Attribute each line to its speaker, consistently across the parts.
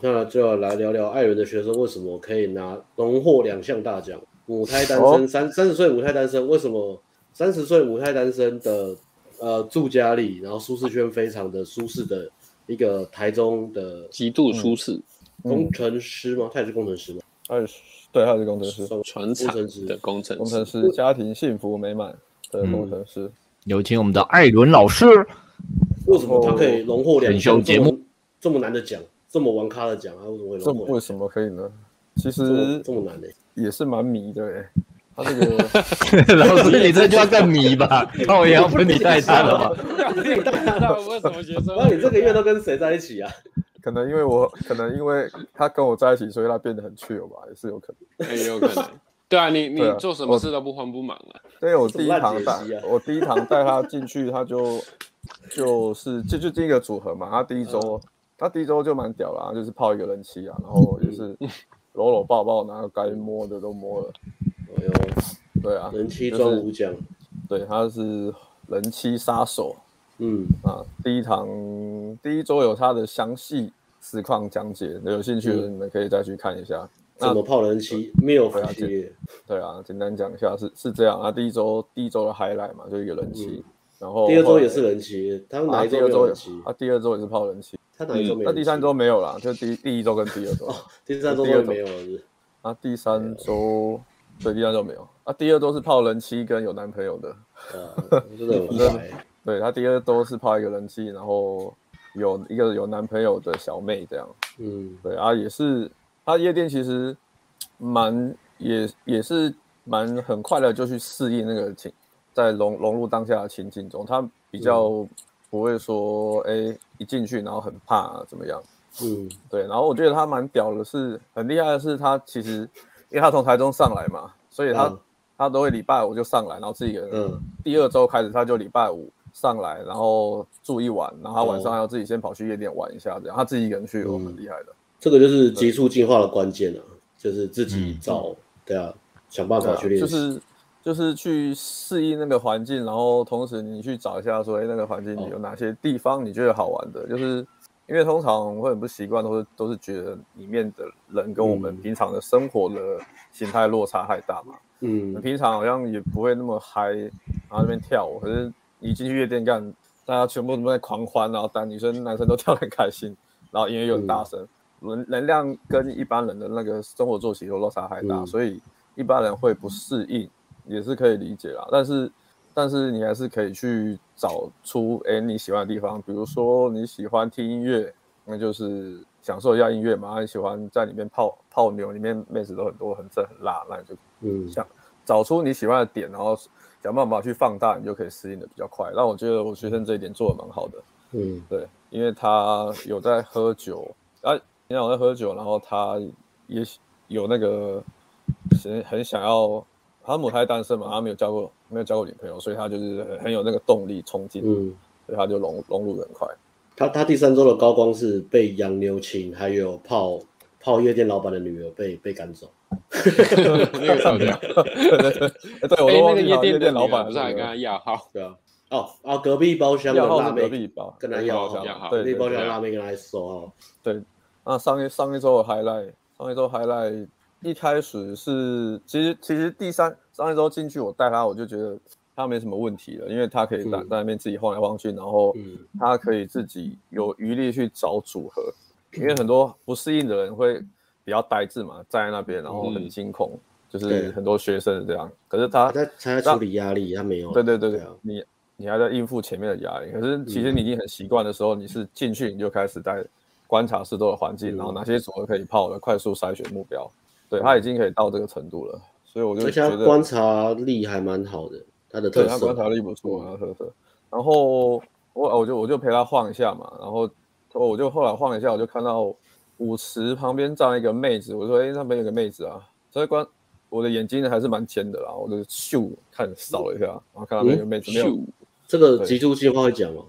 Speaker 1: 那就要来聊聊艾伦的学生为什么可以拿荣获两项大奖。母胎单身三三十岁母胎单身，为什么三十岁母胎单身的呃住家里，然后舒适圈非常的舒适的一个台中的
Speaker 2: 极度舒适，
Speaker 1: 工程师吗？他也是工程师吗？
Speaker 3: 二十对，他是工程师，
Speaker 2: 船厂
Speaker 1: 工程师
Speaker 2: 的工程
Speaker 3: 工程
Speaker 2: 师，
Speaker 3: 师家庭幸福美满的工程师。
Speaker 4: 有请我们的艾伦老师。
Speaker 1: 为什么他可以荣获两项
Speaker 4: 选秀节目
Speaker 1: 这么这么难的奖，这么玩咖的奖，他为什么会
Speaker 3: 这
Speaker 1: 荣
Speaker 3: 么
Speaker 1: 获
Speaker 3: 为
Speaker 1: 两
Speaker 3: 什
Speaker 1: 项？
Speaker 3: 么可以呢？其
Speaker 1: 这么
Speaker 3: 实
Speaker 1: 嗯这么难呢、
Speaker 3: 也是蛮迷的诶，他 这个
Speaker 4: 老师，你这句话更迷 吧？那我也要分你带他了吧？
Speaker 2: 那为什么学生
Speaker 1: 那你这个月都跟谁在一起啊？
Speaker 3: 可能因为我可能因为他跟我在一起，所以他变得很去有吧，也是有可能。
Speaker 2: 也有可能？ 对啊，你你
Speaker 3: 对啊
Speaker 2: 做什么事都不慌不忙啊，
Speaker 3: 对我
Speaker 1: 这
Speaker 3: 第一
Speaker 1: 烂
Speaker 3: 堂
Speaker 1: 解
Speaker 3: 带
Speaker 1: 析啊
Speaker 3: 我第一堂带他进去，他就就是这就第一个组合嘛，他第一周
Speaker 1: 嗯
Speaker 3: 他第一周就蛮屌啦，就是泡一个人妻啊，然后就是
Speaker 1: 嗯
Speaker 3: 搂搂抱抱，然后该摸的都摸了，
Speaker 1: 哎呦，
Speaker 3: 对啊，
Speaker 1: 人妻装五奖，
Speaker 3: 对，他是人妻杀手。
Speaker 1: 嗯，
Speaker 3: 啊，第一堂第一周有他的详细实况讲解，有兴趣
Speaker 1: 嗯
Speaker 3: 的你们可以再去看一下。
Speaker 1: 怎么泡人妻没有夫系列？
Speaker 3: 对啊，简单讲一下是是这样啊，第一周第一周的 highlight 嘛，就一个人气，然后
Speaker 1: 嗯第二
Speaker 3: 后
Speaker 1: 周
Speaker 3: 来
Speaker 1: 也是人妻，他们
Speaker 3: 啊，
Speaker 1: 哪一
Speaker 3: 哦第
Speaker 1: 周没
Speaker 3: 二
Speaker 1: 有
Speaker 3: 周
Speaker 1: 人
Speaker 3: 也
Speaker 1: 妻？
Speaker 3: 啊，第二周也是泡人气，
Speaker 1: 他哪一周没有人妻？哦
Speaker 3: 那第三周没有啦，就第第一周跟第二周
Speaker 1: 第三周都没有了是不是，
Speaker 3: 啊，第三周对第三周没有啊，第二周是泡人妻跟有男朋友的，
Speaker 1: 呃，真的很 坏。
Speaker 3: 对他第二周是泡一个人气，然后有一个有男朋友的小妹这样。
Speaker 1: 嗯，
Speaker 3: 对啊，也是，他夜店其实蛮也也是蛮很快的就去适应那个情，在融融入当下的情境中，他比较
Speaker 1: 嗯
Speaker 3: 不会说哎、诶一进去然后很怕、啊怎么样？
Speaker 1: 嗯，
Speaker 3: 对，然后我觉得他蛮屌的是，很厉害的是他其实因为他从台中上来嘛，所以他、
Speaker 1: 嗯
Speaker 3: 他都会礼拜五就上来，然后自己一个人。
Speaker 1: 嗯，
Speaker 3: 第二周开始他就礼拜五上来，然后住一晚，然后他晚上要自己先跑去夜店玩一下，这样他自己一个人去，我
Speaker 1: 哦
Speaker 3: 哦
Speaker 1: 嗯
Speaker 3: 很厉害的。
Speaker 1: 这个就是急速进化的关键啊，就是自己找，对啊，想办
Speaker 3: 对
Speaker 1: 法
Speaker 3: 啊
Speaker 1: 去练
Speaker 3: 就
Speaker 1: 习。
Speaker 3: 是就是去适应那个环境，然后同时你去找一下说，哎，那个环境
Speaker 1: 哦
Speaker 3: 有哪些地方你觉得好玩的？就是因为通常会很不习惯，都是都是觉得里面的人跟我们
Speaker 1: 嗯
Speaker 3: 平常的生活的形态落差太大嘛。
Speaker 1: 嗯，
Speaker 3: 平常好像也不会那么嗨，然后那边跳舞，可是你进去夜店干，大家全部都在狂欢，然后但女生男生都跳得很开心， 然后音乐又很大
Speaker 1: 嗯
Speaker 3: 声，能能量跟一般人的那个生活作息都落差太大，
Speaker 1: 嗯
Speaker 3: 所以一般人会不适应，也是可以理解啦。但是但是你还是可以去找出哎你喜欢的地方，比如说你喜欢听音乐，那就是享受一下音乐嘛，你喜欢在里面泡泡妞，里面妹子都很多，很正很辣，那你就
Speaker 1: 嗯，
Speaker 3: 想找出你喜欢的点，然后想办法去放大，你就可以适应的比较快。那我觉得我学生这一点做的蛮好的，
Speaker 1: 嗯，
Speaker 3: 对，因为他有在喝酒，啊，你想在喝酒，然后他也有那个很很想要，他母胎单身嘛，他没有交过没有交过女朋友，所以他就是很很有那个动力冲劲，
Speaker 1: 嗯，
Speaker 3: 所以他就融融入得很快。
Speaker 1: 他他第三周的高光是被洋妞亲，还有泡泡夜店老板的女儿被被赶走。
Speaker 3: 哎对，我
Speaker 2: 那个对啊，哎
Speaker 3: 都，
Speaker 2: 那
Speaker 3: 忘
Speaker 2: 个
Speaker 3: 记
Speaker 2: 夜
Speaker 3: 他夜
Speaker 2: 店的
Speaker 3: 店
Speaker 2: 女
Speaker 3: 老
Speaker 2: 儿
Speaker 3: 板
Speaker 2: 不是还跟他要号，
Speaker 1: 对啊，哦啊，隔壁包厢的
Speaker 3: 要号
Speaker 1: 辣
Speaker 3: 是隔
Speaker 1: 妹，
Speaker 3: 壁吧，
Speaker 1: 跟他
Speaker 3: 隔壁
Speaker 1: 要
Speaker 3: 包厢
Speaker 2: 要号
Speaker 3: 对
Speaker 1: 隔壁
Speaker 3: 对
Speaker 1: 包
Speaker 3: 对
Speaker 1: 厢的
Speaker 2: 对
Speaker 1: 辣妹跟他说哦，
Speaker 3: 对，那上一上一周的 highlight，上一周 highlight 一开始是，其实其实第三上一周进去我带他，我就觉得他没什么问题了，因为他可以在
Speaker 1: 嗯
Speaker 3: 在那边自己晃来晃去，然后
Speaker 1: 嗯
Speaker 3: 他可以自己有余力去找组合，因
Speaker 1: 嗯
Speaker 3: 为很多不适应的人会比较呆滞嘛，站在那边然后很
Speaker 2: 嗯
Speaker 3: 惊恐，就
Speaker 1: 对啊
Speaker 3: 是很多学生是这样，可是
Speaker 1: 他
Speaker 3: 他
Speaker 1: 在他在处理压力，他没有。
Speaker 3: 啊对对对
Speaker 1: 对
Speaker 3: 对
Speaker 1: 啊，
Speaker 3: 你你还在应付前面的压力，可是其实
Speaker 1: 嗯
Speaker 3: 你已经很习惯的时候，你是进去你就开始在观察四周的环境，
Speaker 1: 嗯
Speaker 3: 然后哪些组合可以泡的，快速筛选目标。对他已经可以到这个程度了，所以我
Speaker 1: 而
Speaker 3: 就
Speaker 1: 且
Speaker 3: 觉
Speaker 1: 他
Speaker 3: 得
Speaker 1: 观察力还蛮好的，他的特
Speaker 3: 对他
Speaker 1: 色嗯
Speaker 3: 观。察力不错啊，呵呵。然后我我就我就陪他晃一下嘛，然后哦我就后来晃一下，我就看到舞池旁边站了一个妹子，我说：“哎、那边有个妹子啊。”所以关我的眼睛还是蛮尖的啦，我就咻看扫了一下，然后看到那个妹子没有。
Speaker 2: 咻，
Speaker 1: 这 个极速进化会讲吗？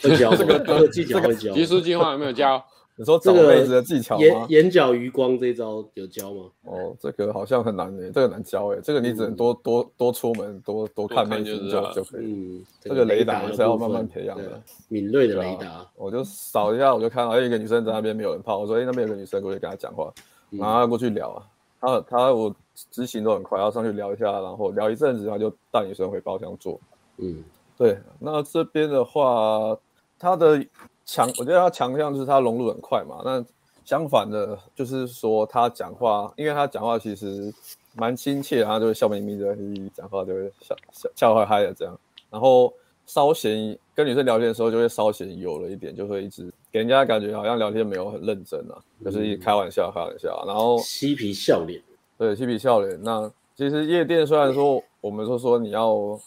Speaker 1: 会教吗？这个技巧会教吗？
Speaker 2: 极速计划有没有教？
Speaker 3: 你说
Speaker 1: 这
Speaker 3: 找
Speaker 1: 个
Speaker 3: 妹子的技巧
Speaker 1: 眼
Speaker 3: 吗？
Speaker 1: 眼角余光这一招有教吗？
Speaker 3: 哦，这个好像很难欸诶，这个很难教诶，这个你只能多多多出门，多多看妹子
Speaker 2: 多看就知道
Speaker 3: 就
Speaker 2: 了
Speaker 3: 就可以。
Speaker 1: 嗯，
Speaker 3: 这个雷达
Speaker 1: 的
Speaker 3: 是要
Speaker 1: 部分
Speaker 3: 慢慢培养的
Speaker 1: 对敏锐的雷
Speaker 3: 对啊
Speaker 1: 达。
Speaker 3: 我就扫一下，我就看到哎一个女生在那边没有人泡，我说哎、那边有个女生，我就跟她讲话，
Speaker 1: 嗯
Speaker 3: 然后她过去聊啊，她她我执行都很快，她上去聊一下，然后聊一阵子，她就带女生回包厢坐。
Speaker 1: 嗯，
Speaker 3: 对，那这边的话，它的强，我觉得它强项就是它融入很快嘛。那相反的，就是说他讲话，因为他讲话其实蛮亲切，然后就会笑眯眯的，嘿讲话就会笑笑笑嗨嗨的这样。然后稍显跟女生聊天的时候，就会稍显有了一点，就会一直给人家感觉好像聊天没有很认真啊，就是一直开玩笑开玩笑啊。然后
Speaker 1: 嬉皮笑脸。
Speaker 3: 对，嬉皮笑脸。那其实夜店虽然说我们说说你要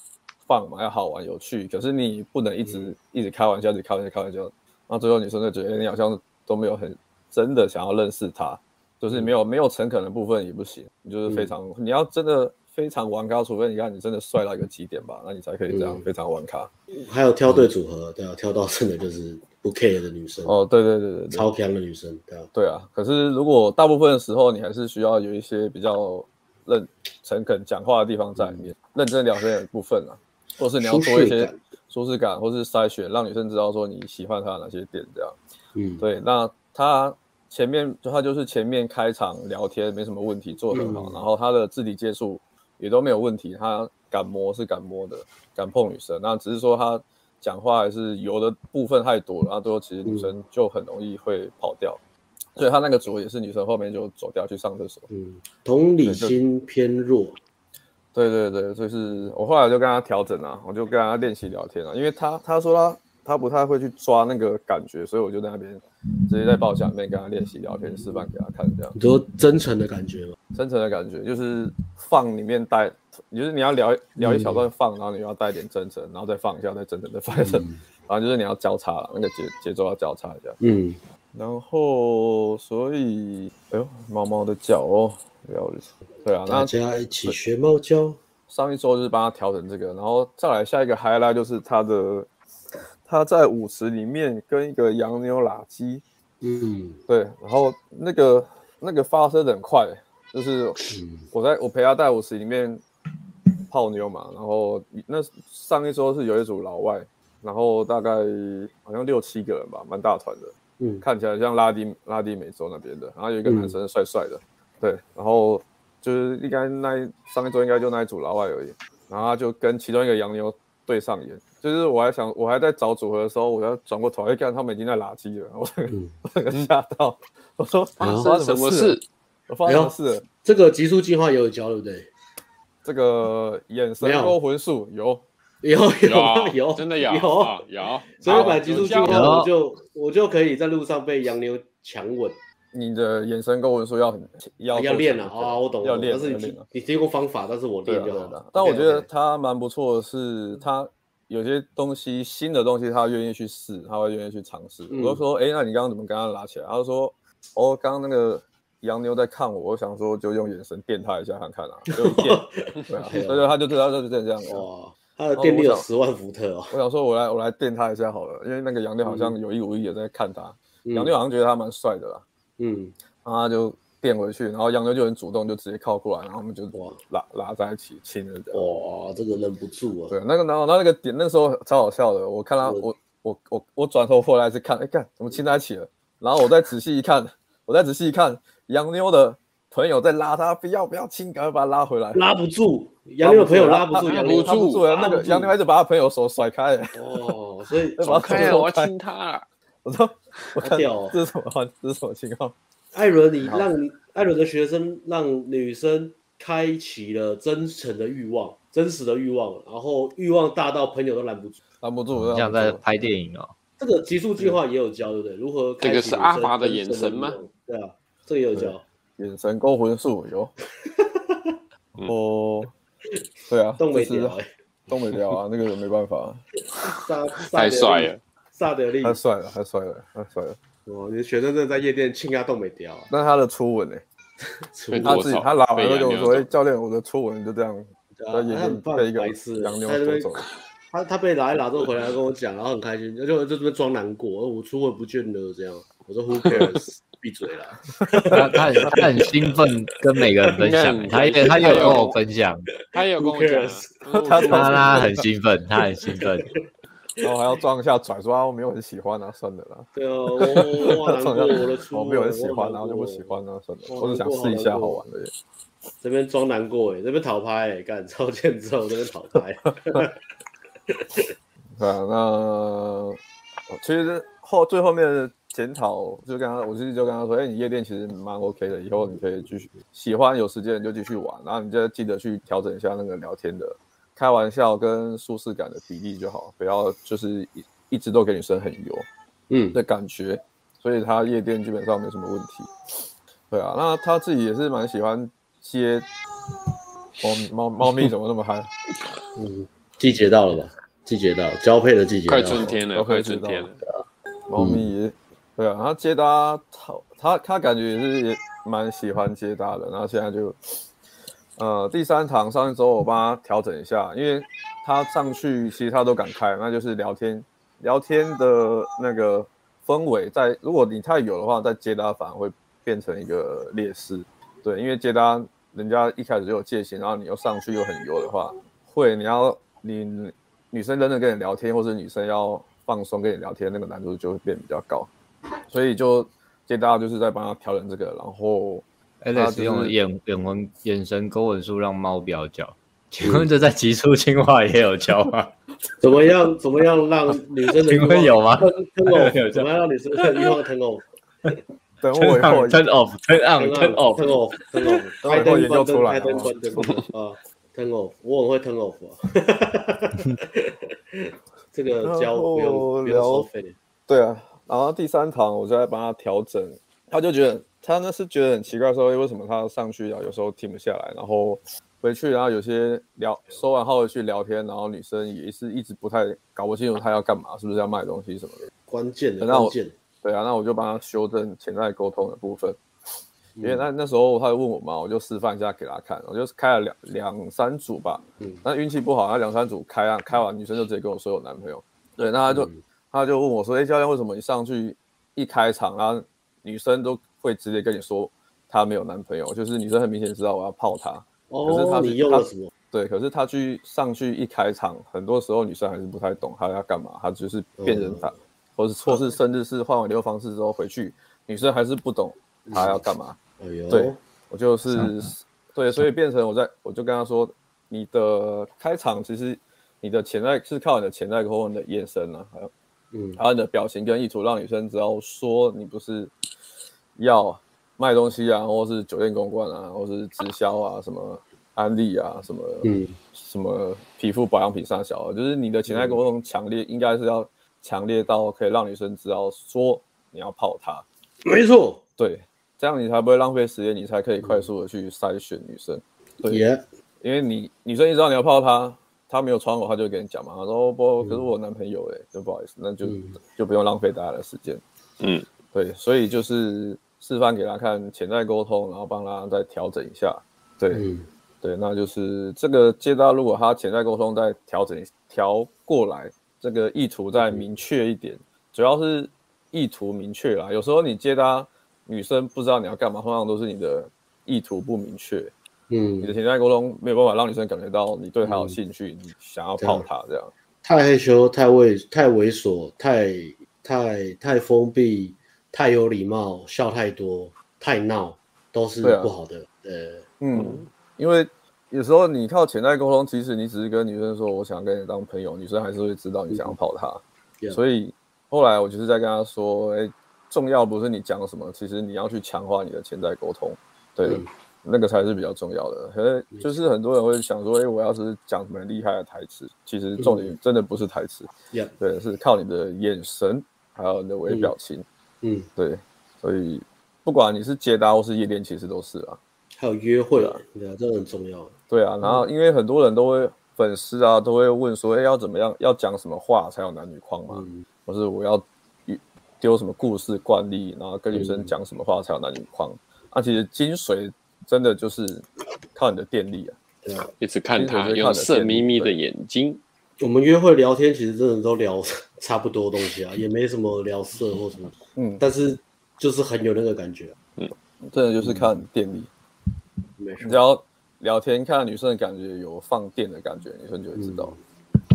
Speaker 3: 放嘛，要好玩有趣，可是你不能一直、一直开玩笑，一直开玩笑，开玩笑。那最后女生就觉得、哎你好像都没有很真的想要认识他，就是没有、没有诚恳的部分也不行，你就是非常、你要真的非常玩咖，除非你看你真的帅到一个极点吧，那你才可以这样
Speaker 1: 嗯
Speaker 3: 非常玩咖。
Speaker 1: 还有挑对组合，对啊，挑到真的就是不 care 的女生，
Speaker 3: 嗯哦，对对对对对，
Speaker 1: 超强的女生，对啊，
Speaker 3: 对啊，可是如果大部分的时候，你还是需要有一些比较认诚恳讲话的地方在里面，认真聊天的部分啊，或是你要做一
Speaker 1: 嗯舒适
Speaker 3: 些
Speaker 1: 感
Speaker 3: 舒适感，或是筛选，让女生知道说你喜欢她哪些点这样。
Speaker 1: 嗯，
Speaker 3: 对，那他前面就他就是前面开场聊天没什么问题，做得很好，
Speaker 1: 嗯
Speaker 3: 然后他的肢体接触也都没有问题，他敢摸是敢摸的，敢碰女生，那只是说他讲话还是有的部分太多了，那最后其实女
Speaker 1: 嗯
Speaker 3: 生就很容易会跑掉，所以他那个组也是女生后面就走掉去上厕所。
Speaker 1: 嗯，同理心偏弱，
Speaker 3: 对对对，就是我后来就跟他调整啊，我就跟他练习聊天啊，因为他他说他他不太会去抓那个感觉，所以我就在那边直接在包厢里面跟他练习聊天，示范给他看，这样
Speaker 1: 你说真诚的感觉吗？
Speaker 3: 深层的感觉就是放里面带，就是你要聊聊一小段放，然后你要带点真诚，然后再放一下，再真诚，再放一下， 反正就是你要交叉啦那个节节奏要交叉一下。
Speaker 1: 嗯，
Speaker 3: 然后所以，哎呦，猫猫的叫哦，不要理对啊，那
Speaker 1: 大家一起学猫叫，
Speaker 3: 上一周就是帮他调整这个，然后再来下一个 highlight 就是他的他在舞池里面跟一个洋妞拉鸡，
Speaker 1: 嗯
Speaker 3: 对，然后那个那个发生的很快，就是
Speaker 1: 嗯
Speaker 3: 我在我陪他在舞池里面泡妞嘛，然后那上一周是有一组老外，然后大概好像六七个人吧，蛮大团的，
Speaker 1: 嗯，
Speaker 3: 看起来像拉丁拉丁美洲那边的，然后有一个男生帅帅的，对，然后就是应该那一上一周应该就那一组老外而已，然后他就跟其中一个洋妞对上眼，就是我还想我还在找组合的时候，我要转过头，哎，看他们已经在拉鸡了，我整个、
Speaker 1: 嗯
Speaker 3: 我整个吓到，我说
Speaker 1: 哎呦
Speaker 3: 发
Speaker 2: 发
Speaker 3: 生什
Speaker 2: 生什
Speaker 3: 么
Speaker 2: 么
Speaker 3: 事了
Speaker 2: 事？？
Speaker 3: 我发生什么事了？
Speaker 1: 这个极速进化也有教，对不对？
Speaker 3: 这个眼神
Speaker 1: 没有
Speaker 3: 勾魂术有，
Speaker 1: 有有 有，
Speaker 2: 真的有
Speaker 1: 有
Speaker 2: 啊，有，
Speaker 1: 所以
Speaker 2: 好
Speaker 1: 把极速进
Speaker 2: 有
Speaker 1: 化，
Speaker 2: 教
Speaker 1: 我就我就可以在路上被洋妞强吻，
Speaker 3: 你的眼神勾魂术要很要
Speaker 1: 要练了
Speaker 3: 了
Speaker 1: 啊，我懂，
Speaker 3: 要
Speaker 1: 我懂
Speaker 3: 练
Speaker 1: 但是
Speaker 3: 要
Speaker 1: 你
Speaker 3: 练
Speaker 1: 提
Speaker 3: 啊
Speaker 1: 你提供方法，但是我
Speaker 3: 对
Speaker 1: 练
Speaker 3: 啊对
Speaker 1: 就
Speaker 3: 啊
Speaker 1: 好
Speaker 3: 对啊
Speaker 1: 了。嗯
Speaker 3: 但我觉得
Speaker 1: OK，OK
Speaker 3: 他蛮不错，的是他有些东西新的东西，他愿意去试，他会愿意去尝试。
Speaker 1: 嗯
Speaker 3: 我就说，哎，那你刚刚怎么跟他拉起来？他就说，哦，刚刚那个洋妞在看我，我想说就用眼神电他一下看 看啊，就电，对啊，所以说他就知道就是这样的。
Speaker 1: 哇，它的电力
Speaker 3: 哦
Speaker 1: 有
Speaker 3: 我
Speaker 1: 十万伏特哦，
Speaker 3: 我想说，我来我来电他一下好了，因为那个洋妞好像有意无意的在看他，洋妞好像觉得他蛮帅的啦，
Speaker 1: 嗯，
Speaker 3: 然后他就电回去，然后洋妞就很主动，就直接靠过来，然后我们就
Speaker 1: 哇
Speaker 3: 拉拉在一起亲了这样。
Speaker 1: 哇，这个忍不住啊，
Speaker 3: 对，那个然后然后那个点那时候超好笑的，我看他
Speaker 1: 我
Speaker 3: 我我我我转头过来是看，哎干怎么亲在一起了？然后我再仔细一看，我再仔细一看，洋妞的朋友在拉他，不要不要亲，赶快把他拉回来。
Speaker 1: 拉不住，洋妞的朋友拉不住
Speaker 3: 他
Speaker 1: 洋
Speaker 3: 他
Speaker 1: 妞
Speaker 2: 妞
Speaker 3: 他不住了，
Speaker 1: 拉
Speaker 3: 那
Speaker 1: 不
Speaker 3: 个
Speaker 1: 住
Speaker 3: 洋妞还是把他朋友手甩开 了。
Speaker 1: 哦，所以
Speaker 3: 那把
Speaker 2: 走
Speaker 3: 他手手
Speaker 2: 开啊！我要
Speaker 3: 开
Speaker 2: 亲他啊。
Speaker 3: 我说我
Speaker 1: 他
Speaker 3: 看
Speaker 1: 掉了
Speaker 3: 这是什么环这是什么情况？
Speaker 1: 艾伦，你
Speaker 3: 好
Speaker 1: 让你艾伦的学生让女生开启了真诚的欲望，真实的欲望，然后欲望大到朋友都拦不住。
Speaker 3: 拦不住，拦
Speaker 4: 像
Speaker 3: 不
Speaker 4: 在
Speaker 3: 住
Speaker 4: 拍电影哦。
Speaker 1: 这个极速计划也有教，对不对？如何开启
Speaker 2: 嗯这个是
Speaker 1: 女生
Speaker 2: 阿华的眼
Speaker 1: 真诚
Speaker 2: 神吗
Speaker 1: 欲望？对啊，这个也有教。
Speaker 3: 眼神勾魂术有。
Speaker 2: 嗯
Speaker 3: 哦，对啊，
Speaker 1: 东北
Speaker 3: 就是
Speaker 1: 屌、欸，
Speaker 3: 东北调啊，那个没办法，
Speaker 1: 萨萨
Speaker 2: 太
Speaker 1: 哎德
Speaker 2: 帅
Speaker 1: 利
Speaker 2: 了，
Speaker 1: 萨德利
Speaker 3: 太，帅了，太帅了，太帅了。
Speaker 1: 哦，你的学生真的在夜店亲压东北屌啊！
Speaker 3: 那他的初吻呢、
Speaker 1: 出
Speaker 2: 被
Speaker 1: 啊
Speaker 3: 他
Speaker 2: 多
Speaker 3: 自己
Speaker 2: 少
Speaker 3: 他拉完后跟我
Speaker 2: 被洋妞
Speaker 3: 说：“哎、
Speaker 2: 走
Speaker 3: 教练，我的初吻就这样在
Speaker 1: 他
Speaker 3: 夜
Speaker 1: 很
Speaker 3: 店
Speaker 1: 棒
Speaker 3: 被一，个
Speaker 1: 白痴，
Speaker 3: 洋妞
Speaker 1: 在那边
Speaker 3: 夺走。
Speaker 1: 哦他他被拿一拿之后回来跟我讲，然后很开心，就就这边装难过，我初吻不见了这样。”我说 Who cares？闭 嘴啦！
Speaker 4: 他他很他很兴奋，跟每个人分 享，他也他也有跟我分享，
Speaker 2: 他也有跟我
Speaker 1: Who
Speaker 2: 讲
Speaker 1: cares？
Speaker 2: 啊，
Speaker 3: 他
Speaker 2: 他
Speaker 4: 他他很兴奋，他很兴奋，
Speaker 3: 然后还要装一下拽说啊我没有很喜欢啊，算了啦，
Speaker 1: 对啊，我我好难 过，我的出
Speaker 3: 我没有很喜欢，然后就不喜。欢啊，算了，
Speaker 1: 哇
Speaker 3: 我只想试一下好玩的。
Speaker 1: 这边装难过哎，这边讨拍哎，干超欠揍，这边讨拍。
Speaker 3: 对啊，那呃其实后最后面的检讨，就跟他，我其实就跟他说，哎、你夜店其实蛮 OK 的，以后你可以继续，喜欢有时间你就继续玩，然后你就记得去调整一下那个聊天的开玩笑跟舒适感的比例就好，不要就是一一直都给女生很油
Speaker 1: 嗯，
Speaker 3: 的感觉，所以他夜店基本上没什么问题。对啊，那他自己也是蛮喜欢接猫咪猫猫咪怎么那么嗨？
Speaker 1: 嗯， 季节到了吧？季节到，交配的季节到
Speaker 2: 快
Speaker 1: 了。
Speaker 2: 春天了，
Speaker 3: 都可
Speaker 2: 快
Speaker 3: 以知
Speaker 2: 春
Speaker 3: 道
Speaker 2: 天了，
Speaker 3: 猫咪也，对啊，他接搭他他他感觉也是也蛮喜欢接搭的，然后现在就，呃，第三堂上一周我帮他调整一下，因为他上去其实他都敢开，那就是聊天聊天的那个氛围在，如果你太有的话，在接搭反而会变成一个劣势，对，因为接搭人家一开始就有戒心，然后你又上去又很油的话，会你要你女生真的跟你聊天，或是女生要放松跟你聊天，那个难度就会变比较高。所以就接大家就是在帮他调整这个，然后
Speaker 4: Alex 用眼眼纹眼神勾吻术让猫表脚，请问这在极速进化也有教 吗？
Speaker 1: 怎么样？怎么样让女生的欲
Speaker 4: 请
Speaker 1: 望
Speaker 4: 问有吗
Speaker 1: ？turn off，
Speaker 4: 有
Speaker 1: 怎么样让女生的欲望 turn off？
Speaker 3: 等 我以后啊
Speaker 4: ？Turn off，Turn
Speaker 3: 嗯
Speaker 4: on，Turn off，
Speaker 1: turn off，turn off，
Speaker 3: 等我以后研究出
Speaker 1: 开
Speaker 3: 来
Speaker 1: 灯
Speaker 3: 好不好
Speaker 1: 关灯关灯啊，turn off，我很会 turn off 啊。 这个教不
Speaker 3: 然后
Speaker 1: 用不用收
Speaker 3: 聊
Speaker 1: 费，
Speaker 3: 对啊，然后第三堂我就在帮他调整，他就觉得他那是觉得很奇怪，说哎为什么他上去啊，有时候停不下来，然后回去，然后有些聊收完后去聊天，然后女生也是一直不太搞不清楚他要干嘛，是不是要卖东西什么的。
Speaker 1: 关键的
Speaker 3: 那
Speaker 1: 关
Speaker 3: 我
Speaker 1: 键。
Speaker 3: 对啊，那我就帮他修正潜在沟通的部分，因为那那时候他就问我嘛，我就示范一下给他看，我就是开了两两三组吧，
Speaker 1: 嗯
Speaker 3: 那运气不好，那两三组开啊，开完女生就直接跟我说有男朋友，对，那他就、他就问我说，哎、教练为什么你上去一开场啊，女生都会直接跟你说她没有男朋友，就是女生很明显知道我要泡她，可是
Speaker 1: 哦
Speaker 3: 他，
Speaker 1: 你用了什么？
Speaker 3: 对，可是他去上去一开场，很多时候女生还是不太懂他要干嘛，他就是变成他，或是或是甚至是换完流方式之后回去，女生还是不懂他要干嘛。
Speaker 1: 哎呦，
Speaker 3: 对我就是对，所以变成我在我就跟他说，你的开场其实你的潜在是靠你的潜在沟通的眼神啊，还有
Speaker 1: 嗯
Speaker 3: 还有你的表情跟意图，让女生只要说你不是要卖东西啊，或是酒店公关啊，或是直销啊，什么安利啊，什么
Speaker 1: 嗯
Speaker 3: 什么皮肤保养品上小，就是你的潜在沟通强烈，应该是要强烈到可以让女生知道说你要泡她，
Speaker 1: 没错，
Speaker 3: 对，这样你才不会浪费时间，你才可以快速的去筛选女生，对
Speaker 1: 也
Speaker 3: 因为你女生一知道你要泡她，她没有窗口，她就会跟你讲嘛，她说哦不，可是我有男朋友哎、就不好意思，那就、
Speaker 1: 嗯
Speaker 3: 就不用浪费大家的时间，
Speaker 2: 嗯，
Speaker 3: 对，所以就是示范给她看潜在沟通，然后帮她再调整一下，对，
Speaker 1: 嗯
Speaker 3: 对，那就是这个接到，如果他潜在沟通再调整调过来，这个意图再明确一点，主要是意图明确啦。有时候你接搭女生不知道你要干嘛，通常都是你的意图不明确，你
Speaker 1: 嗯，
Speaker 3: 的潜在沟通没有办法让女生感觉到你对她有兴趣，你想要泡她这样。
Speaker 1: 太害羞，太畏，太猥琐，太太太封闭，太有礼貌，笑太多，太闹，都是
Speaker 3: 对啊
Speaker 1: 不好的。呃，
Speaker 3: 嗯，因为有时候你靠潜在沟通，即使你只是跟女生说我想跟你当朋友，女生还是会知道你想要泡她。
Speaker 1: 嗯 Yeah
Speaker 3: 所以后来我就是在跟她说，哎、重要不是你讲什么，其实你要去强化你的潜在沟通，对，
Speaker 1: 嗯
Speaker 3: 那个才是比较重要的。可是就是很多人会想说，哎、我要是讲什么厉害的台词，其实重点真的不是台词，
Speaker 1: Yeah
Speaker 3: 对，是靠你的眼神还有你的微表情，
Speaker 1: 嗯，
Speaker 3: 对，所以不管你是接搭或是夜店，其实都是啊。
Speaker 1: 还有约会
Speaker 3: 对啊，
Speaker 1: 对啊，这个很重要。
Speaker 3: 对啊，然后因为很多人都会粉丝啊，都会问说，哎，要怎么样，要讲什么话才有男女框嘛？
Speaker 1: 嗯
Speaker 3: 或是我要丢什么故事惯例，然后跟女生讲什么话才有男女框？啊，其实精髓真的就是靠你的电力啊。
Speaker 1: 对啊，
Speaker 2: 一直看
Speaker 3: 其
Speaker 2: 他
Speaker 3: 实我觉得
Speaker 2: 用
Speaker 3: 看得
Speaker 2: 色
Speaker 3: 见
Speaker 2: 眯眯的眼睛，
Speaker 1: 我们约会聊 天其实真的都聊差不多东西啊，也没什么聊色或什么，
Speaker 3: 嗯，
Speaker 1: 但是就是很有那个感觉、啊
Speaker 3: 真的就是看电力。
Speaker 1: 没
Speaker 3: 你
Speaker 1: 错
Speaker 3: 嗯只，要聊天看女生的感觉有放电的感觉，女生就会知道，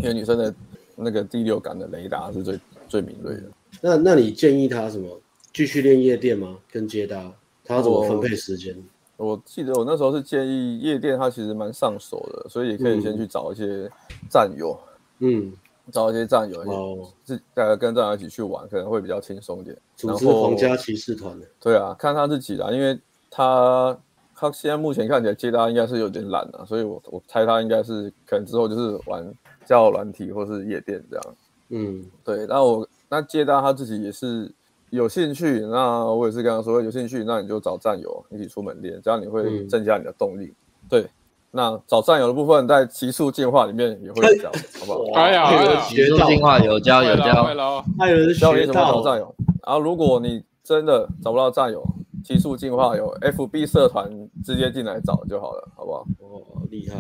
Speaker 3: 因为女生的那个第六感的雷达是最最敏锐的。
Speaker 1: 那那你建议他什么？继续练夜店吗？跟接搭，他要怎么分配时间？
Speaker 3: 我记得我那时候是建议夜店，它其实蛮上手的，所以也可以先去找一些战友，
Speaker 1: 嗯，
Speaker 3: 找一些战友，
Speaker 1: 哦，
Speaker 3: 是大家跟战友一起去玩，可能会比较轻松一点。
Speaker 1: 组
Speaker 3: 然
Speaker 1: 织
Speaker 3: 后
Speaker 1: 皇家骑士团的，
Speaker 3: 对啊，看他自己啦，因为他他现在目前看起来接搭应该是有点懒了、所以我我猜他应该是可能之后就是玩交友软体或是夜店这样。
Speaker 1: 嗯
Speaker 3: 对，那我那接搭他自己也是有兴趣，那我也是跟他说有兴趣，那你就找战友一起出门练，这样你会
Speaker 1: 嗯
Speaker 3: 增加你的动力。对，那找战友的部分在奇数进化里面也会讲，好不好？
Speaker 2: 哎呀，哎呀，
Speaker 4: 极速进化有教有
Speaker 2: 快
Speaker 4: 教，
Speaker 2: 了哦，
Speaker 1: 艾伦
Speaker 3: 教你
Speaker 1: 学
Speaker 3: 怎么找
Speaker 1: 到
Speaker 3: 战友。然后如果你真的找不到战友，奇数进化有 FB 社团直接进来找就好了，好不好？
Speaker 1: 哦，厉害！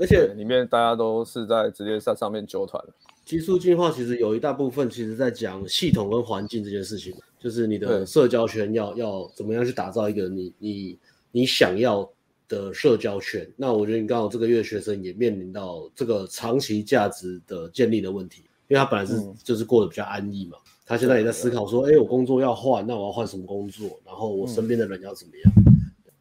Speaker 1: 而
Speaker 3: 对，
Speaker 1: 且
Speaker 3: 里面大家都是在直接在上面揪团。
Speaker 1: 激素进化其实有一大部分其实在讲系统跟环境这件事情，就是你
Speaker 3: 对
Speaker 1: 的社交圈要要怎么样去打造一个你你你想要的社交圈。那我觉得你刚好这个月学生也面临到这个长期价值的建立的问题，因为他本来是
Speaker 3: 嗯
Speaker 1: 就是过得比较安逸嘛，他现在也在思考说，哎、我工作要换，那我要换什么工作？然后我身边的人要怎么样？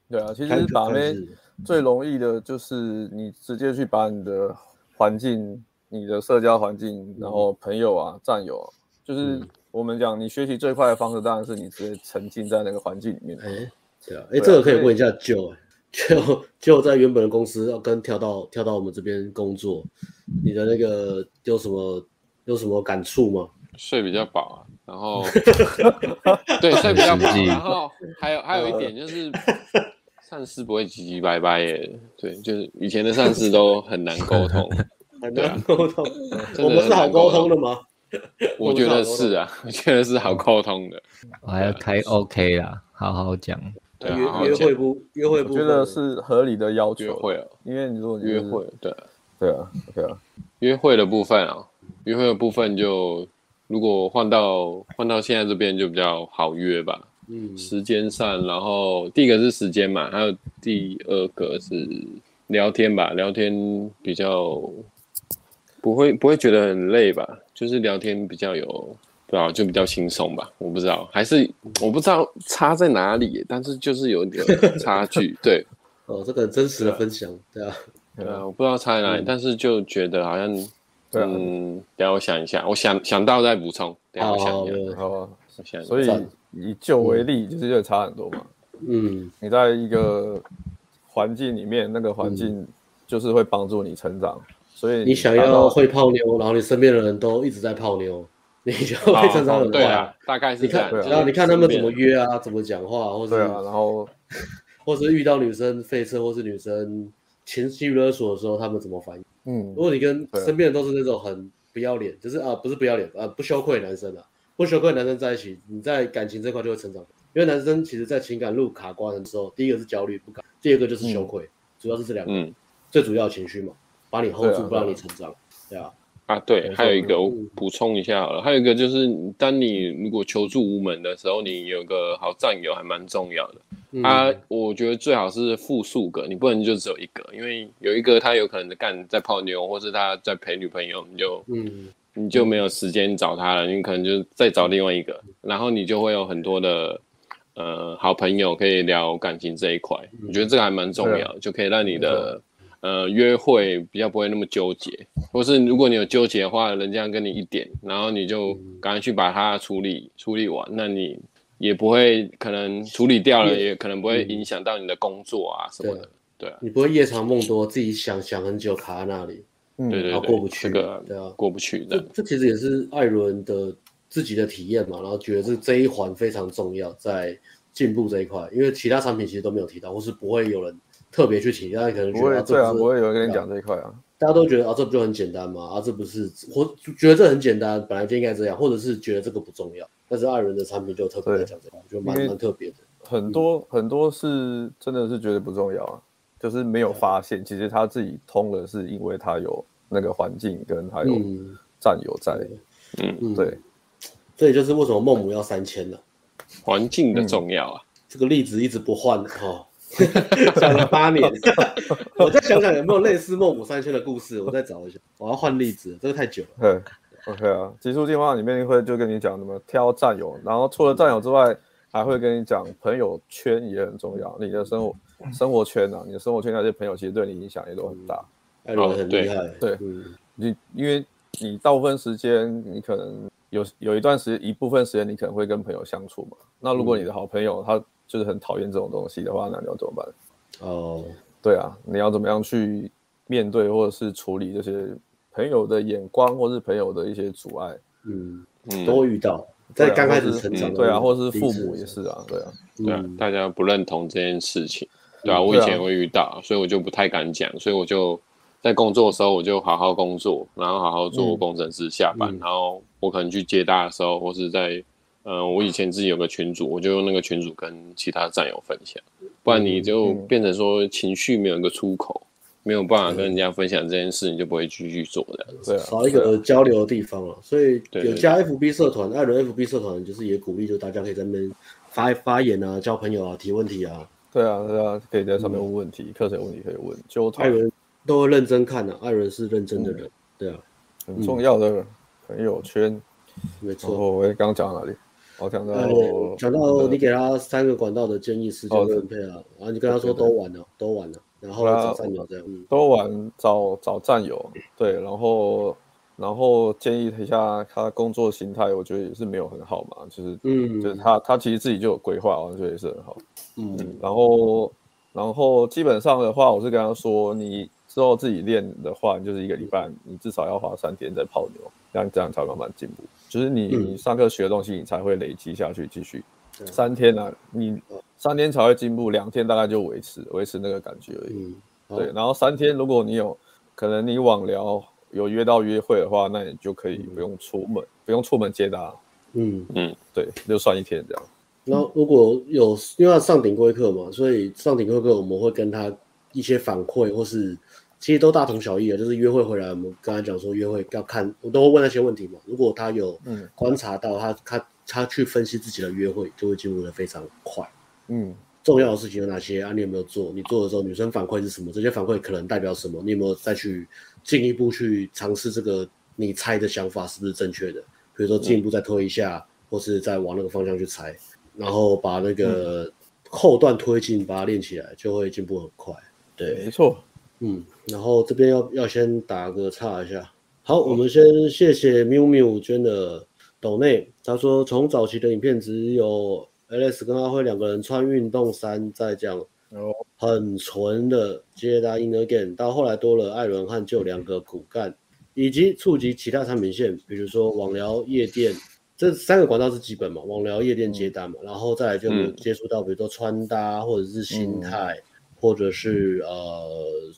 Speaker 3: 对啊，其
Speaker 1: 看
Speaker 3: 实
Speaker 1: 就
Speaker 3: 把
Speaker 1: 看
Speaker 3: 妹
Speaker 1: 是
Speaker 3: 最容易的就是你直接去把你的环境、你的社交环境，然后朋友啊、战友、啊，就是
Speaker 1: 嗯
Speaker 3: 我们讲你学习最快的方式，当然是你直接沉浸在那个环境里面。
Speaker 1: 哎、对啊，哎、
Speaker 3: 对啊
Speaker 1: 这个可以
Speaker 3: 所以
Speaker 1: 问一下舅、 欸，就就在原本的公司要跟跳到跳到我们这边工作，你的那个有什么有什么感触吗？
Speaker 2: 睡比较 饱啊，然后对睡比较饱，啊然后还有还有一点就是上司不会唧唧歪歪耶，对，就是以前的上司都很难沟通，
Speaker 1: 很
Speaker 2: 对
Speaker 1: 难
Speaker 2: 啊
Speaker 1: 沟 通，
Speaker 2: 真的
Speaker 1: 我们是
Speaker 2: 很
Speaker 1: 好
Speaker 2: 难
Speaker 1: 沟
Speaker 2: 沟
Speaker 1: 通的吗？
Speaker 2: 我觉得是啊，我觉得是好沟通的，
Speaker 4: 我还要开 OK 啦，好好讲。
Speaker 2: 对啊，好
Speaker 1: 约
Speaker 2: 好
Speaker 1: 约
Speaker 2: 讲
Speaker 1: 会不约会
Speaker 3: 我
Speaker 1: 不？
Speaker 3: 觉得是合理的要
Speaker 2: 约
Speaker 3: 求，
Speaker 2: 会哦，
Speaker 3: 因为你如果你
Speaker 2: 约
Speaker 3: 就是
Speaker 2: 会，对啊。
Speaker 3: 对啊，对啊，
Speaker 2: 约会的部分啊，约会的部分就如果换到换到现在这边就比较好约吧，
Speaker 1: 嗯
Speaker 2: 时间上，然后第一个是时间嘛，还有第二个是聊天吧，聊天比较不会不会觉得很累吧，就是聊天比较有。对啊，就比较轻松吧，我不知道，还是我不知道差在哪里，但是就是有点差距，对，
Speaker 1: 哦，这个真实的分享， 对啊，嗯
Speaker 2: 对啊，我不知道差在哪里，但是就觉得好像
Speaker 3: 对啊，
Speaker 2: 嗯，等一下我想一下，我想想到再补充。等一下我想
Speaker 1: 好
Speaker 2: 一下，
Speaker 1: 的，
Speaker 3: 好啊。
Speaker 2: 我想一下。
Speaker 3: 所以
Speaker 1: 赞
Speaker 3: 以旧为例，就是有点差很多嘛。
Speaker 1: 嗯
Speaker 3: 你在一个环境里面，那个环境就是会帮助你成长，所以
Speaker 1: 嗯你想
Speaker 3: 达
Speaker 1: 要
Speaker 3: 到
Speaker 1: 会泡妞，然后你身边的人都一直在泡妞，你就会成长很
Speaker 2: 对
Speaker 1: 快。
Speaker 2: 啊，大概是
Speaker 1: 你
Speaker 2: 这样
Speaker 1: 看，
Speaker 3: 对啊。
Speaker 1: 然后你看他们怎么
Speaker 2: 就是
Speaker 1: 约啊，怎么讲话，或
Speaker 3: 对
Speaker 1: 者
Speaker 3: 啊，然后
Speaker 1: 或是遇到女生废车，或是女生情绪勒索的时候，他们怎么反应？
Speaker 3: 嗯
Speaker 1: 如，果你跟
Speaker 2: 啊
Speaker 3: 对
Speaker 1: 身边人都是那种很不要脸，就是啊，不是不要脸，啊，不羞愧的男生啊，不羞愧的男生在一起，你在感情这块就会成长。因为男生其实，在情感路卡关的时候，第一个是焦虑不敢，第二个就是羞愧，主要是这两个、
Speaker 2: 嗯
Speaker 1: 最主要的情绪嘛，把你 hold
Speaker 3: 对啊
Speaker 1: 住，不让你
Speaker 3: 对
Speaker 1: 成长，对啊，
Speaker 2: 啊，
Speaker 3: 没
Speaker 2: 对，
Speaker 3: 错
Speaker 2: 还有一个我
Speaker 1: 嗯
Speaker 2: 补充一下好了，还有一个就是，当你如果求助无门的时候，你有个好战友还蛮重要的。
Speaker 1: 嗯
Speaker 2: 啊，我觉得最好是复数个，你不能就只有一个，因为有一个他有可能干在泡妞，或是他在陪女朋友，你就
Speaker 1: 嗯，
Speaker 2: 你就没有时间找他了，你可能就再找另外一个，然后你就会有很多的呃好朋友可以聊感情这一块，我觉得这个还蛮重要的，就可以让你的呃约会比较不会那么纠结，或是如果你有纠结的话，人家跟你一点，然后你就赶快去把它处理处理完，那你也不会可能处理掉了，也可能不会影响到你的工作啊什么的，对啊，
Speaker 1: 你不会夜长梦多，自己想想很久卡在那里，
Speaker 3: 嗯
Speaker 2: 对对
Speaker 1: 然
Speaker 2: 对，
Speaker 1: 后过不去，
Speaker 2: 这个
Speaker 1: 对啊，
Speaker 2: 过不去
Speaker 1: 这
Speaker 2: 的，
Speaker 1: 这其实也是艾伦的自己的体验嘛，然后觉得这这一环非常重要，在进步这一块，因为其他产品其实都没有提到，或是不会有人特别去提，大家可能
Speaker 3: 不
Speaker 1: 觉得、
Speaker 3: 会，
Speaker 1: 啊、
Speaker 3: 对啊，
Speaker 1: 这
Speaker 3: 不
Speaker 1: 不是
Speaker 3: 会有人跟你讲这一块啊。
Speaker 1: 大家都觉得啊这不就很简单嘛，啊这不是或觉得这很简单，本来就应该这样，或者是觉得这个不重要，但是艾伦的产品就特别在讲这个，我觉得蛮
Speaker 3: 因为
Speaker 1: 蛮特别的，
Speaker 3: 很多很多是真的是觉得不重要啊，就是没有发现，其实他自己通了，是因为他有那个环境跟还有
Speaker 1: 嗯
Speaker 3: 战友在。
Speaker 2: 嗯，
Speaker 1: 嗯，
Speaker 3: 对，
Speaker 1: 这也就是为什么孟母要三迁了、啊
Speaker 2: 环境的重要啊。
Speaker 1: 这个例子一直不换哦，讲了八年。 我再想想有没有类似孟母三迁的故事，我再找一下。我要换例子，这个太久了。
Speaker 3: 对，OK 啊，极速进化里面会就跟你讲什么挑战友，然后除了战友之外，还会跟你讲朋友圈也很重要，你的生活生活圈啊，你的生活圈那些朋友其实对你影响也都很大。
Speaker 1: 艾伦很厉害，
Speaker 3: 哦对
Speaker 1: 嗯，
Speaker 3: 你因为你大部分时间你可能有有一段时一部分时间你可能会跟朋友相处嘛，那如
Speaker 1: 嗯
Speaker 3: 果你的好朋友他就是很讨厌这种东西的话，那你要怎么办？
Speaker 1: 哦，
Speaker 3: 对啊，你要怎么样去面对或者是处理这些朋友的眼光，或是朋友的一些阻碍？
Speaker 1: 嗯，
Speaker 2: 嗯，
Speaker 1: 都会遇到，
Speaker 3: 对
Speaker 1: 在
Speaker 3: 啊
Speaker 1: 刚开
Speaker 3: 或
Speaker 1: 始
Speaker 3: 是
Speaker 1: 成长的
Speaker 3: 对啊，
Speaker 1: 路
Speaker 3: 或者是
Speaker 1: 第一
Speaker 3: 父
Speaker 1: 次
Speaker 3: 母
Speaker 1: 的
Speaker 3: 也
Speaker 1: 时
Speaker 3: 是啊，对啊，
Speaker 1: 候
Speaker 2: 对啊，
Speaker 1: 嗯
Speaker 2: 大家不认同这件事情，对啊，
Speaker 3: 嗯
Speaker 2: 我以
Speaker 3: 对啊
Speaker 2: 前会遇到，所以我就不太敢讲，所以我就在工作的时候，我就好好工作，然后好好做
Speaker 3: 嗯
Speaker 2: 工程师下班，
Speaker 1: 嗯
Speaker 2: 然后我可能去接大的时候，或是在，嗯、我以前自己有个群组，我就用那个群组跟其他战友分享，不然你就
Speaker 3: 嗯
Speaker 2: 变成说情绪没有一个出口，没有办法跟人家分享这件事，你就不会继续做的。
Speaker 3: 对啊，
Speaker 1: 少一个交流的地方了，所以
Speaker 2: 对
Speaker 1: 有加 FB 社团，艾伦 FB 社团就是也鼓励，就大家可以在那边发发言啊，交朋友啊，提问题啊，
Speaker 3: 对啊，对啊，可以在上
Speaker 1: 嗯
Speaker 3: 面问问题，课程有问题可以问，纠
Speaker 1: 艾
Speaker 3: 团
Speaker 1: 伦都会认真看的、艾伦是认真的人，
Speaker 3: 嗯
Speaker 1: 对啊，
Speaker 3: 很重要的朋友圈。
Speaker 1: 没
Speaker 3: 然
Speaker 1: 错。
Speaker 3: 后我刚刚讲到哪里？啊我讲到
Speaker 1: 艾伦呃讲到你给他三个管道的建议时间
Speaker 3: 哦
Speaker 1: 分配啊，然后你跟他说
Speaker 3: 对对啊
Speaker 1: 都完了，都完了，然后
Speaker 3: 我要
Speaker 1: 找战友这样，嗯
Speaker 3: 都玩找找战友，对，然后然后建议一下他工作形态，我觉得也是没有很好嘛，就是就是
Speaker 1: 嗯
Speaker 3: 他他其实自己就有规划，我觉得也是很好。
Speaker 1: 嗯
Speaker 3: 然后然后基本上的话，我是跟他说，你之后自己练的话，你就是一个礼拜，你至少要花三天在泡妞，这样这样才慢慢进步。就是你
Speaker 1: 嗯
Speaker 3: 你上课学的东西，你才会累积下去，继续
Speaker 1: 对
Speaker 3: 三天啊，你三天才会进步，两天大概就维持维持那个感觉而已。
Speaker 1: 嗯，好
Speaker 3: 对，然后三天，如果你有可能你网聊有约到约会的话，那你就可以不用出门，不用出门接单，
Speaker 1: 嗯。
Speaker 3: 对，就算一天这样。
Speaker 1: 然后如果有因为要上顶规课嘛，所以上顶规课我们会跟他一些反馈，或是其实都大同小异啊的，就是约会回来，我们跟他讲说约会要看，我都会问那些问题嘛。如果他有
Speaker 3: 嗯
Speaker 1: 观察到他他他去分析自己的约会，就会进步的非常快。
Speaker 3: 嗯，
Speaker 1: 重要的事情有哪些啊？你有没有做？你做的时候，女生反馈是什么？这些反馈可能代表什么？你有没有再去进一步去尝试这个你猜的想法是不是正确的？比如说进一步再推一下，或是再往那个方向去猜，然后把那个后段推进，把它练起来，就会进步很快。对，
Speaker 3: 没错。
Speaker 1: 嗯，然后这边要要先打个岔一下。好，我们先谢谢 miu miu 捐的抖内，他说从早期的影片只有 Alex 跟阿辉两个人穿运动衫在讲
Speaker 3: 哦，
Speaker 1: 很纯的接搭 In Again，到后来多了艾伦和就两个骨干，以及触及其他产品线，比如说网聊、夜店，这三个管道是基本嘛，网聊、夜店、接单嘛，然后再来就有
Speaker 2: 嗯
Speaker 1: 接触到比如说穿搭或者是心
Speaker 3: 嗯
Speaker 1: 态，或者是呃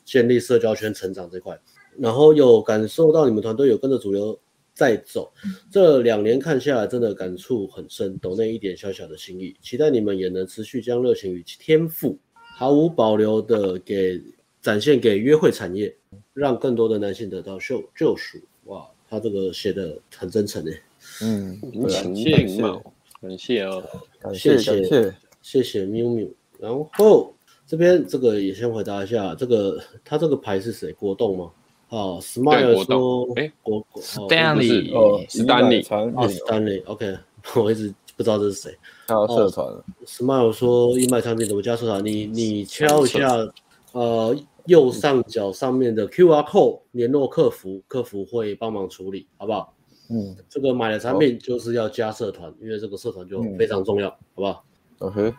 Speaker 1: 建立社交圈、成长这块，然后有感受到你们团队有跟着主流在走，这两年看下来，真的感触很深，懂那一点小小的心意。期待你们也能持续将热情与天赋毫无保留的给展现给约会产业，让更多的男性得到救救赎。哇，他这个写的很真诚欸诶，
Speaker 3: 嗯，
Speaker 2: 引
Speaker 3: 对啊
Speaker 2: 情并茂，感谢哦。
Speaker 3: 感
Speaker 1: 谢
Speaker 3: 谢
Speaker 1: 谢
Speaker 3: 感谢。
Speaker 1: 谢谢喵喵。然后这边这个也先回答一下，这个他这个牌是谁？国栋吗？哦
Speaker 2: 对
Speaker 1: ，Smile
Speaker 2: 国栋
Speaker 1: 说，
Speaker 2: 诶
Speaker 1: 国国哦
Speaker 2: 不是
Speaker 4: Stanley，
Speaker 3: 呃，
Speaker 2: 史丹利
Speaker 3: 一百产
Speaker 1: 哦
Speaker 3: 品，
Speaker 1: ，Stanley，OK，我一 直不知道这是谁。
Speaker 3: 还有
Speaker 1: 哦
Speaker 3: 社团，
Speaker 1: Smile 说义卖产品怎么加收藏？你你敲一下，呃，右上角上面的 QR code 联络客服，客服会帮忙处理，好不好？
Speaker 3: 嗯
Speaker 1: 这个买了产品就是要加社团，因为这个社团
Speaker 2: 嗯
Speaker 1: 就非常重要，好不好？
Speaker 3: ，OK，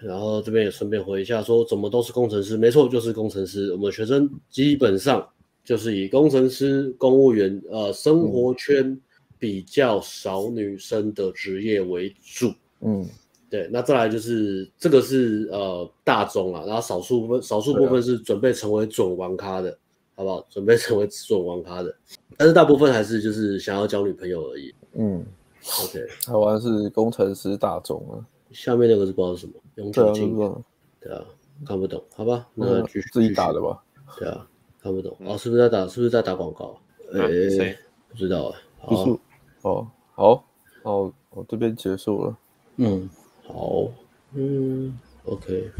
Speaker 1: 然后这边也顺便回一下说，怎么都是工程师？没错，就是工程师。我们学生基本上就是以工程师、公务员，呃，生
Speaker 3: 嗯
Speaker 1: 活圈比较少女生的职业为主。
Speaker 3: 嗯
Speaker 1: 对，那再来就是这个是呃大众啦，然后少数部分少数
Speaker 3: 啊
Speaker 1: 部分是准备成为准玩咖的，好不好？准备成为准玩咖的，但是大部分还是就是想要交女朋友而已。
Speaker 3: 嗯，
Speaker 1: OK，
Speaker 3: 台湾是工程师大众啊，
Speaker 1: 下面那个是不知道是什么，永
Speaker 3: 对
Speaker 1: 久
Speaker 3: 啊，
Speaker 1: 禁
Speaker 3: 那
Speaker 1: 言，
Speaker 3: 个
Speaker 1: 对啊，看不懂，好吧，那
Speaker 3: 嗯
Speaker 1: 继续
Speaker 3: 自己打的，吧？
Speaker 1: 继续对啊，看不懂，哦，是不是在打？是不是在打广告？
Speaker 2: 嗯啊
Speaker 1: 诶
Speaker 2: 谁
Speaker 1: 不知道哎，
Speaker 3: 不
Speaker 1: 好
Speaker 3: 是，哦，好，哦，我这边结束了，
Speaker 1: 嗯，好，嗯，OK，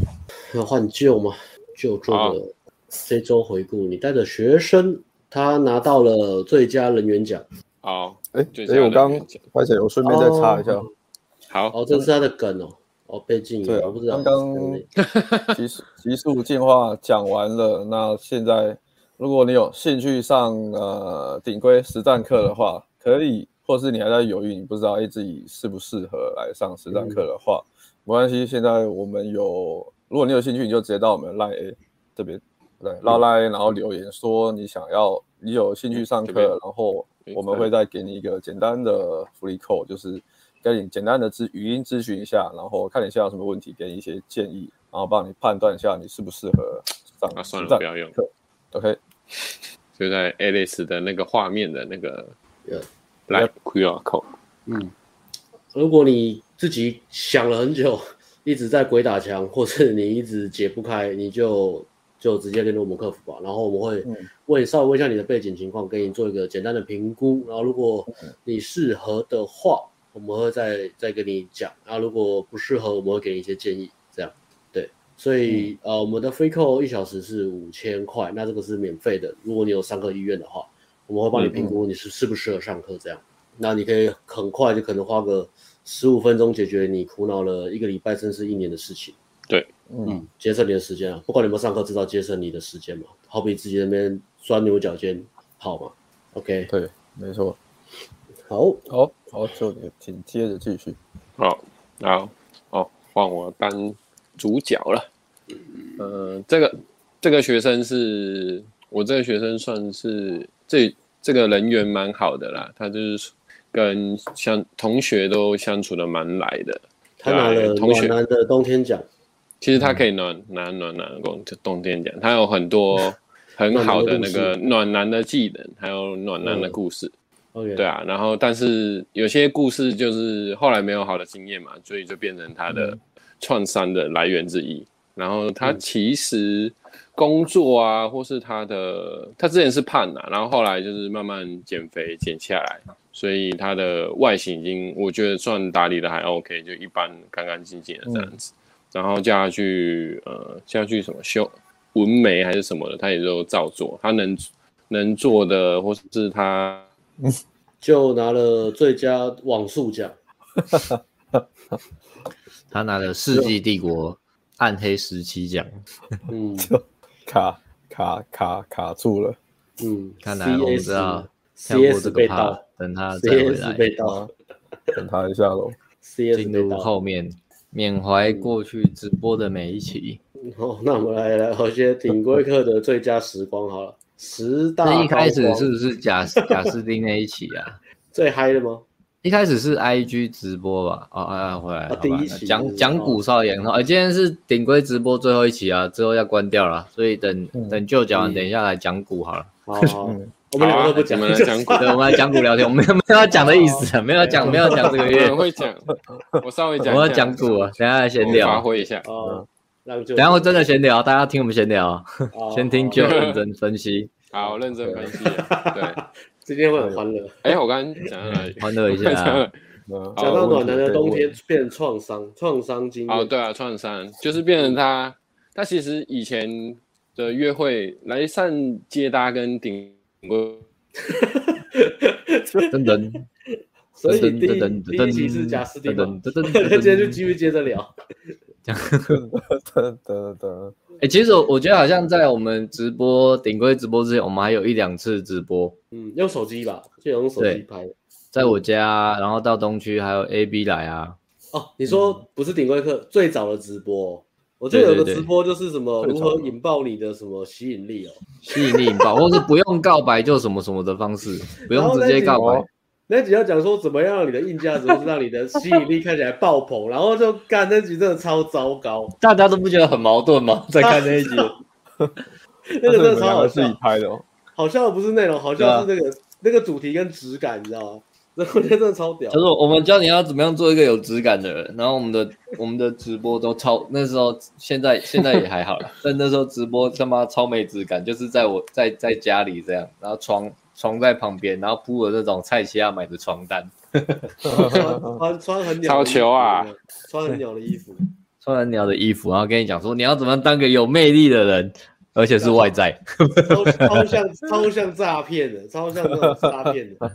Speaker 1: 要换旧吗？旧做
Speaker 2: 好
Speaker 1: 的这周回顾，你带着学生，他拿到了最佳人员奖。
Speaker 2: 好，
Speaker 3: 哎、
Speaker 2: 就
Speaker 3: 哎、
Speaker 2: 这样
Speaker 3: 我刚
Speaker 2: 了解
Speaker 3: 而且我顺便再插
Speaker 1: 哦
Speaker 3: 一下，
Speaker 2: 好，
Speaker 1: 哦，这是他的梗哦，哦，被禁言
Speaker 3: 对，啊
Speaker 1: 我不知道。
Speaker 3: 刚刚 极速极速进化讲完了，那现在如果你有兴趣上呃顶规实战课的话，可以，或是你还在犹豫，你不知道哎、诶自己适不适合来上实战
Speaker 2: 嗯
Speaker 3: 课的话，没关系，现在我们有，如果你有兴趣，你就直接到我们 Line A 这边，
Speaker 2: 嗯
Speaker 3: 对，拉 Line，然后留言说你想要，你有兴趣上
Speaker 2: 嗯这
Speaker 3: 课，
Speaker 2: 边
Speaker 3: 然后我们会再给你一个简单的福利扣，就是跟你简单的咨语音咨询一下，然后看你现在有什么问题，给你一些建议，然后帮你判断一下你适不适合上
Speaker 2: 啊，算
Speaker 3: 实
Speaker 2: 了，
Speaker 3: 战
Speaker 2: 不要用，
Speaker 3: OK，
Speaker 2: 就在 Alice 的那个画面的那个
Speaker 1: Yeah
Speaker 2: 来 QR code，
Speaker 1: 嗯，如果你自己想了很久， 一直在鬼打墙，或是你一直解不开，你就就直接联络我们客服吧。然后我们会
Speaker 3: 嗯
Speaker 1: 问稍微问一下你的背景情况，给你做一个简单的评估。然后如果你适合的话，我们会再再跟你讲。啊，如果不适合，我们会给你一些建议。这样对，所以、呃，我们的 free call 一小时是五千块，那这个是免费的。如果你有上课意愿的话，我们会帮你评估你是适不适合上课这样。那你可以很快就可能花个十五分钟解决你苦恼了一个礼拜甚至一年的事情。
Speaker 3: 嗯，
Speaker 1: 节省你的时间啊，不管你有没有上课，至少节省你的时间嘛。好比自己在那边钻牛角尖，好吗？OK，
Speaker 3: 对，没错，
Speaker 1: 好，
Speaker 3: 好，好，就你请接着继续，
Speaker 2: 好，好，哦，换我当主角了。呃，这个这个学生是我这个学生算是这这个人缘蛮好的啦，他就是跟相同学都相处的蛮来的。
Speaker 1: 他拿
Speaker 2: 对啊
Speaker 1: 了
Speaker 2: 同学
Speaker 1: 暖男的冬天奖，
Speaker 2: 其实他可以暖拿暖男工冬天讲，他有很多很好的那个暖男的技能，还有暖男的故事。
Speaker 1: OK，
Speaker 2: 对啊，然后但是有些故事就是后来没有好的经验嘛，所以就变成他的创伤的来源之一。然后他其实工作啊，或是他的他之前是胖啊，然后后来就是慢慢减肥减下来，所以他的外形已经我觉得算打理的还 OK，就一般干干净净的这样子。然后叫他去呃叫他去什么修纹眉还是什么的，他也都照做，他能能做的或是他。
Speaker 1: 就拿了最佳网速奖。
Speaker 4: 他拿了《世纪帝国暗黑时期》奖，
Speaker 1: 嗯
Speaker 3: 卡卡卡卡住了，
Speaker 1: 嗯，
Speaker 4: 看来我们知道跳过
Speaker 1: CS
Speaker 4: 这
Speaker 1: 被
Speaker 4: 个趴
Speaker 1: 盗，
Speaker 4: 等他再回
Speaker 1: ，CS
Speaker 4: 来
Speaker 1: 被盗
Speaker 3: 等他一下喽。
Speaker 1: ，CS
Speaker 4: 进
Speaker 1: 被
Speaker 4: 入
Speaker 1: 盗。啊嗯
Speaker 4: 后面，缅怀过去直播的每一期。
Speaker 1: 哦，那我们来来聊一些顶规客的最佳时光好了，十大
Speaker 4: 那一开始
Speaker 1: 高光
Speaker 4: 是不是贾贾斯汀那一期啊？
Speaker 1: 最嗨的吗？
Speaker 4: 一开始是 I G 直播吧？哦，啊，啊回来，好吧
Speaker 1: 第一期是不
Speaker 4: 讲
Speaker 1: 是
Speaker 4: 讲
Speaker 1: 哦
Speaker 4: 古少爷，然后呃今天是顶规直播最后一期啊，之后要关掉了，所以等
Speaker 3: 嗯
Speaker 4: 等旧讲完，
Speaker 1: 嗯
Speaker 4: 等一下来讲 古好了。
Speaker 1: 好，好
Speaker 3: 嗯
Speaker 1: 我们两个都不
Speaker 2: 好啊
Speaker 1: 讲，
Speaker 2: 我们来讲古
Speaker 4: 对，我们来讲古聊天，我们没有没有要讲的意思啊，没有要讲没有要讲这个
Speaker 2: 我
Speaker 4: 月
Speaker 1: 哦
Speaker 2: 也，会讲，我稍微
Speaker 4: 我
Speaker 2: 讲一下。
Speaker 4: 们要讲 古啊，等一下来闲
Speaker 2: 我发
Speaker 4: 聊，
Speaker 2: 挥一下。
Speaker 1: 哦，让就
Speaker 4: 等一下会真的闲聊，大家听我们闲聊啊，
Speaker 1: 哦
Speaker 4: 先听
Speaker 1: 好
Speaker 4: 旧认真分 析，
Speaker 2: 好，认真分析。对，
Speaker 1: 今天会很欢乐。
Speaker 2: 哎，我刚刚讲到 哪里？
Speaker 4: 欢乐一下啊。
Speaker 3: 嗯
Speaker 1: 讲到暖男的冬，
Speaker 3: 问
Speaker 1: 天
Speaker 3: 题
Speaker 1: 变成创伤，创伤经
Speaker 2: 哦，
Speaker 1: 验。
Speaker 2: 对啊，创伤就是变成他，他其实以前的约会来上接搭跟顶过，
Speaker 4: 噔噔，
Speaker 1: 所以
Speaker 4: 噔
Speaker 1: 第一
Speaker 4: 噔
Speaker 1: 第一集是贾斯汀嘛，
Speaker 4: 噔噔噔噔
Speaker 1: 今
Speaker 4: 噔
Speaker 1: 天就
Speaker 4: 噔。
Speaker 1: 继续接着聊。
Speaker 3: 问题等等等，
Speaker 4: 哎、其实我我觉得好像在我们直播顶规直播之前，我们还有一两次直播，
Speaker 1: 嗯，用手机吧，就用手机
Speaker 4: 对
Speaker 1: 拍的。
Speaker 4: 在我家，然后到东区还有 A B 来啊，
Speaker 1: 哦，你说不是顶规客最早的直播哦，我记得有
Speaker 4: 对对
Speaker 1: 个
Speaker 4: 对
Speaker 1: 直播就是什么
Speaker 3: 最
Speaker 1: 如
Speaker 3: 早
Speaker 1: 何
Speaker 3: 的
Speaker 1: 引爆你的什么吸引力哦，
Speaker 4: 吸引力 引爆，或是不用告白就什么什么的方式，不用直接告白
Speaker 3: 哦，
Speaker 1: 那集要讲说怎么样让你的硬价值或是让你的吸引力看起来爆棚，然后就干那集真的超糟糕，
Speaker 4: 大家都不觉得很矛盾吗？在看这一集，
Speaker 1: 那个
Speaker 3: 但是你
Speaker 1: 真的
Speaker 3: 们
Speaker 1: 超
Speaker 3: 两
Speaker 1: 好
Speaker 3: 个自
Speaker 1: 笑 啊
Speaker 3: 己。拍的哦，
Speaker 1: 好笑的不是内容，好笑的是那个、那个主题跟质感，你知道吗？那我觉得真的超屌
Speaker 4: 就。是我们教你要怎么样做一个有质感的人，然后我们的我们的直播都超，那时候现在现在也 还好了，但那时候直播他妈超没质感，就是在我在在家里这样，然后窗床在旁边，然后铺了那种菜奇亚买的床单，
Speaker 1: 穿穿穿很鸟的衣服
Speaker 2: 超球啊，
Speaker 1: 穿很鸟的衣服，
Speaker 4: 穿了鸟的衣服，然后跟你讲说你要怎么样当个有魅力的人，而且是外在。
Speaker 1: 超超 像超像诈骗的，超像那种诈骗 的。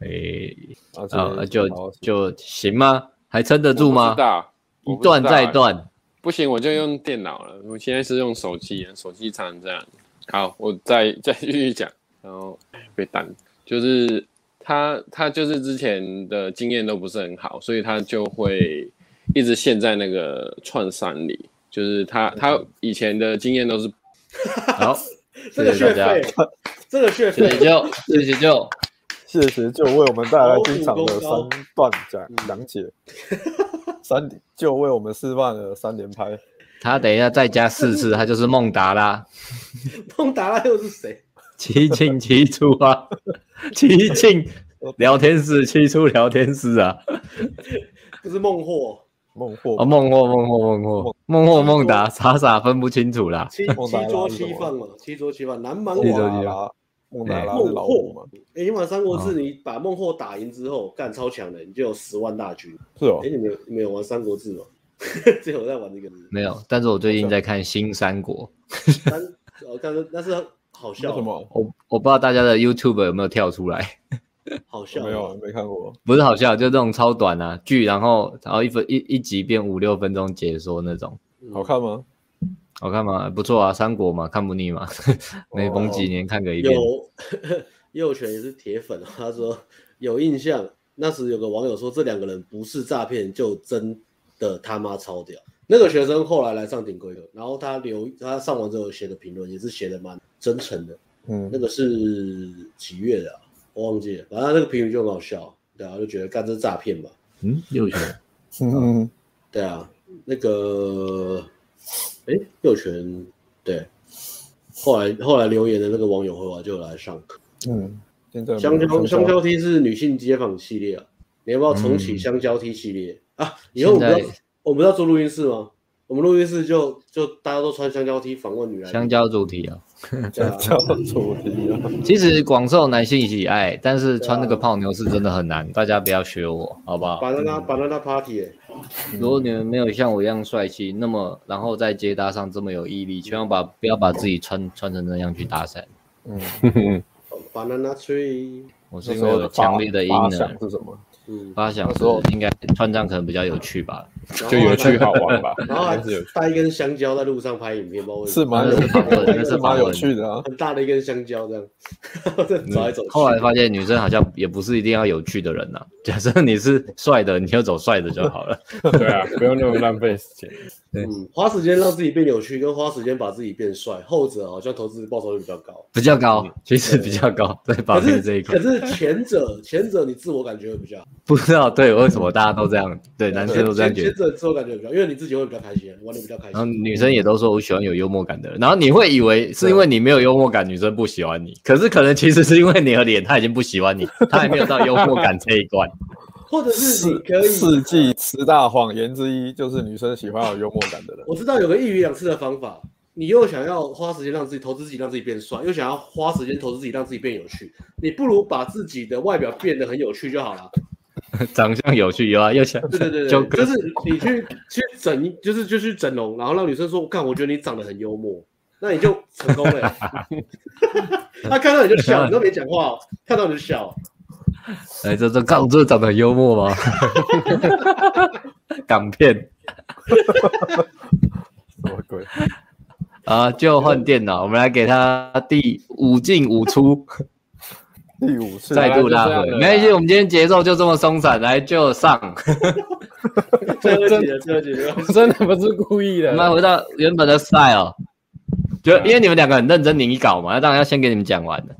Speaker 4: 诶、
Speaker 3: 而且
Speaker 4: 啊、就
Speaker 3: 好
Speaker 4: 就行吗？还撑得
Speaker 2: 我
Speaker 4: 住
Speaker 2: 不
Speaker 4: 吗
Speaker 2: 知？道，
Speaker 4: 一
Speaker 2: 我不知道啊
Speaker 4: 段再断，
Speaker 2: 不行，我就用电脑了。我现在是用手机，啊手机常常这样。好，我再再继续讲，然后被挡，就是他他就是之前的经验都不是很好，所以他就会一直陷在那个创伤里。就是他他以前的经验都是
Speaker 4: 好，
Speaker 1: 这个
Speaker 4: 谢谢
Speaker 1: 学
Speaker 4: 大家
Speaker 1: 费，这个学
Speaker 4: 谢
Speaker 1: 费
Speaker 4: 谢舅，谢谢舅。
Speaker 3: 谢谢就为我们带来经常的三段
Speaker 1: 嗯
Speaker 3: 讲讲解，三就为我们示范了三连拍，
Speaker 4: 他等一下再加四次，他就是孟达啦，
Speaker 1: 孟达拉又是谁？
Speaker 4: 七进七出 啊，七进聊天室，七出聊天室啊，
Speaker 1: 不是孟获，
Speaker 3: 孟
Speaker 4: 哦，
Speaker 3: 获
Speaker 4: 孟获，孟获，孟获，孟获，孟达，傻傻分不清楚啦。
Speaker 1: 七
Speaker 3: 孟达拉
Speaker 1: 七桌
Speaker 3: 是什
Speaker 1: 七
Speaker 3: 么
Speaker 1: 放嘛，七桌七放，南蛮
Speaker 4: 七桌
Speaker 1: 王
Speaker 4: 七。
Speaker 3: 达拉，孟达拉是
Speaker 1: 孟
Speaker 3: 老五嘛
Speaker 1: 获？，哎、你玩三国
Speaker 4: 哦
Speaker 1: 志，你把孟获打赢之后，干超强的，你就有十万大军。
Speaker 3: 是哦
Speaker 1: 哎、，你们有你们有玩三国志吗？ 只有我在玩这个
Speaker 4: 没有，但是我最近在看《新三国
Speaker 1: 三，我看那是好
Speaker 3: 为
Speaker 1: 笑，
Speaker 3: 什么？》，
Speaker 4: 我我不知道大家的 YouTube 有没有跳出来，
Speaker 1: 好笑哦
Speaker 3: 没有，啊没看过。
Speaker 4: 不是好笑，就这种超短啊剧，然后然后一分一一集变五六分钟解说那种，
Speaker 1: 嗯
Speaker 3: 好看吗？
Speaker 4: 好看吗？不错啊，三国嘛，看不腻嘛， 每逢几年看个一遍。
Speaker 1: 有 右权也是铁粉，啊他说有印象，那时有个网友说这两个人不是诈骗，就真的他妈超屌。那个学生后来来上顶规课，然后他留他上完之后写的评论也是写的蛮真诚的。
Speaker 3: 嗯
Speaker 1: 那，个是几月的啊、我忘记了，反正他那个评语就很好笑，对啊，就觉得干这诈骗吧，
Speaker 4: 嗯， 右拳，
Speaker 3: 嗯，
Speaker 1: 对啊，那个，哎、右权对，后来后来留言的那个网友会话就来上课，
Speaker 3: 嗯，现在
Speaker 1: 香蕉香
Speaker 3: 香
Speaker 1: 蕉梯是女性街访系列啊，你要不要重启
Speaker 4: 嗯
Speaker 1: 香蕉梯系列、啊？以后我们不
Speaker 4: 现
Speaker 1: 要
Speaker 4: 在
Speaker 1: 我们不要做录音室吗？我们录音室就就大家都穿香蕉梯访问女来宾
Speaker 4: 香蕉主题啊。
Speaker 1: 对啊
Speaker 3: 香蕉主 题啊，
Speaker 4: 其实广受男性喜爱，但是穿那个泡妞是真的很难，大家不要学我，好不好？
Speaker 1: ，banana banana party，、欸、
Speaker 4: 如果你们没有像我一样帅气，那么然后在接搭上这么有毅力，千万把不要把自己穿穿成那样去搭讪。
Speaker 3: 嗯，
Speaker 1: 哦 banana tree，
Speaker 4: 我
Speaker 3: 那
Speaker 4: 是因
Speaker 3: 时
Speaker 4: 为
Speaker 3: 候
Speaker 4: 有
Speaker 3: 的
Speaker 4: 强烈的阴
Speaker 3: 发
Speaker 4: 呢
Speaker 3: 想，是什么？
Speaker 1: 嗯，
Speaker 4: 发想
Speaker 3: 那
Speaker 4: 是
Speaker 3: 时候
Speaker 4: 应该穿这样可能比较有趣吧。
Speaker 1: 然后
Speaker 2: 就有趣
Speaker 1: 呢
Speaker 2: 好玩 吧，
Speaker 1: 然后还
Speaker 2: 还是有趣。
Speaker 1: 带一根香蕉在路上拍影片，不知
Speaker 3: 是
Speaker 1: 道为什么
Speaker 3: 蛮有趣
Speaker 4: 那是访问
Speaker 3: 的，
Speaker 4: 那是
Speaker 3: 是
Speaker 4: 访
Speaker 3: 蛮
Speaker 4: 问
Speaker 3: 有趣的啊。
Speaker 1: 很大的一根香蕉这样，
Speaker 2: 嗯
Speaker 1: 走来走去。
Speaker 4: 后来发现女生好像也不是一定要有趣的人呐、 假设你是帅的，你就走帅的就 好了。
Speaker 2: 对啊，不用那么浪费时间。
Speaker 1: 嗯，花时间让自己变有趣，跟花时间把自己变帅，后者好像投资报酬率比较高。
Speaker 4: 比较高，其实比较高，在把
Speaker 1: 可
Speaker 4: 妹啊这
Speaker 1: 是
Speaker 4: 一块
Speaker 1: 可，是前者前者你自我感觉会比较好，
Speaker 4: 不知道对为什么大家都这样，对男生都这样觉
Speaker 1: 前
Speaker 4: 得，
Speaker 1: 者自我感觉比较好，因为你自己会比较开心，啊玩的比较开
Speaker 4: 然后
Speaker 1: 心。
Speaker 4: 女生也都说我喜欢有幽默感的人，然后你会以为是因为你没有幽默感，女生不喜欢你，可是可能其实是因为你的脸，她已经不喜欢你，她还没有到幽默感这一关。
Speaker 1: 或者是你可以，
Speaker 3: 世纪十大谎言之一就是女生喜欢有幽默感的人。
Speaker 1: 我知道有个一鱼两吃的方法，你又想要花时间让自己投资自己让自己变帅，又想要花时间投资自己让自己变有趣，你不如把自己的外表变得很有趣就好了。
Speaker 4: 长相有趣有啊，又想
Speaker 1: 对对对
Speaker 4: 就
Speaker 1: 对，就是你去去整，就是就去整容，然后让女生说，看我觉得你长得很幽默，那你就成功了。 他看到你就笑，你都没讲话哦，看到你就笑。
Speaker 4: 哎这这港这长得很幽默吗？ 港片
Speaker 3: 什么鬼？
Speaker 4: 啊，就换电脑，我们来给他第五进五出。
Speaker 3: 第五次
Speaker 4: 再度
Speaker 2: 拉
Speaker 4: 拉
Speaker 2: 回
Speaker 4: 回，没关系，我们今天节奏就这么松散，来就上。
Speaker 1: 最后几了，最后几了，
Speaker 2: 我真的不是故意
Speaker 4: 我
Speaker 2: 的，
Speaker 4: 们来回到原本的 style，就因为你们两个很认真拟稿嘛，那当然要先给你们讲完了。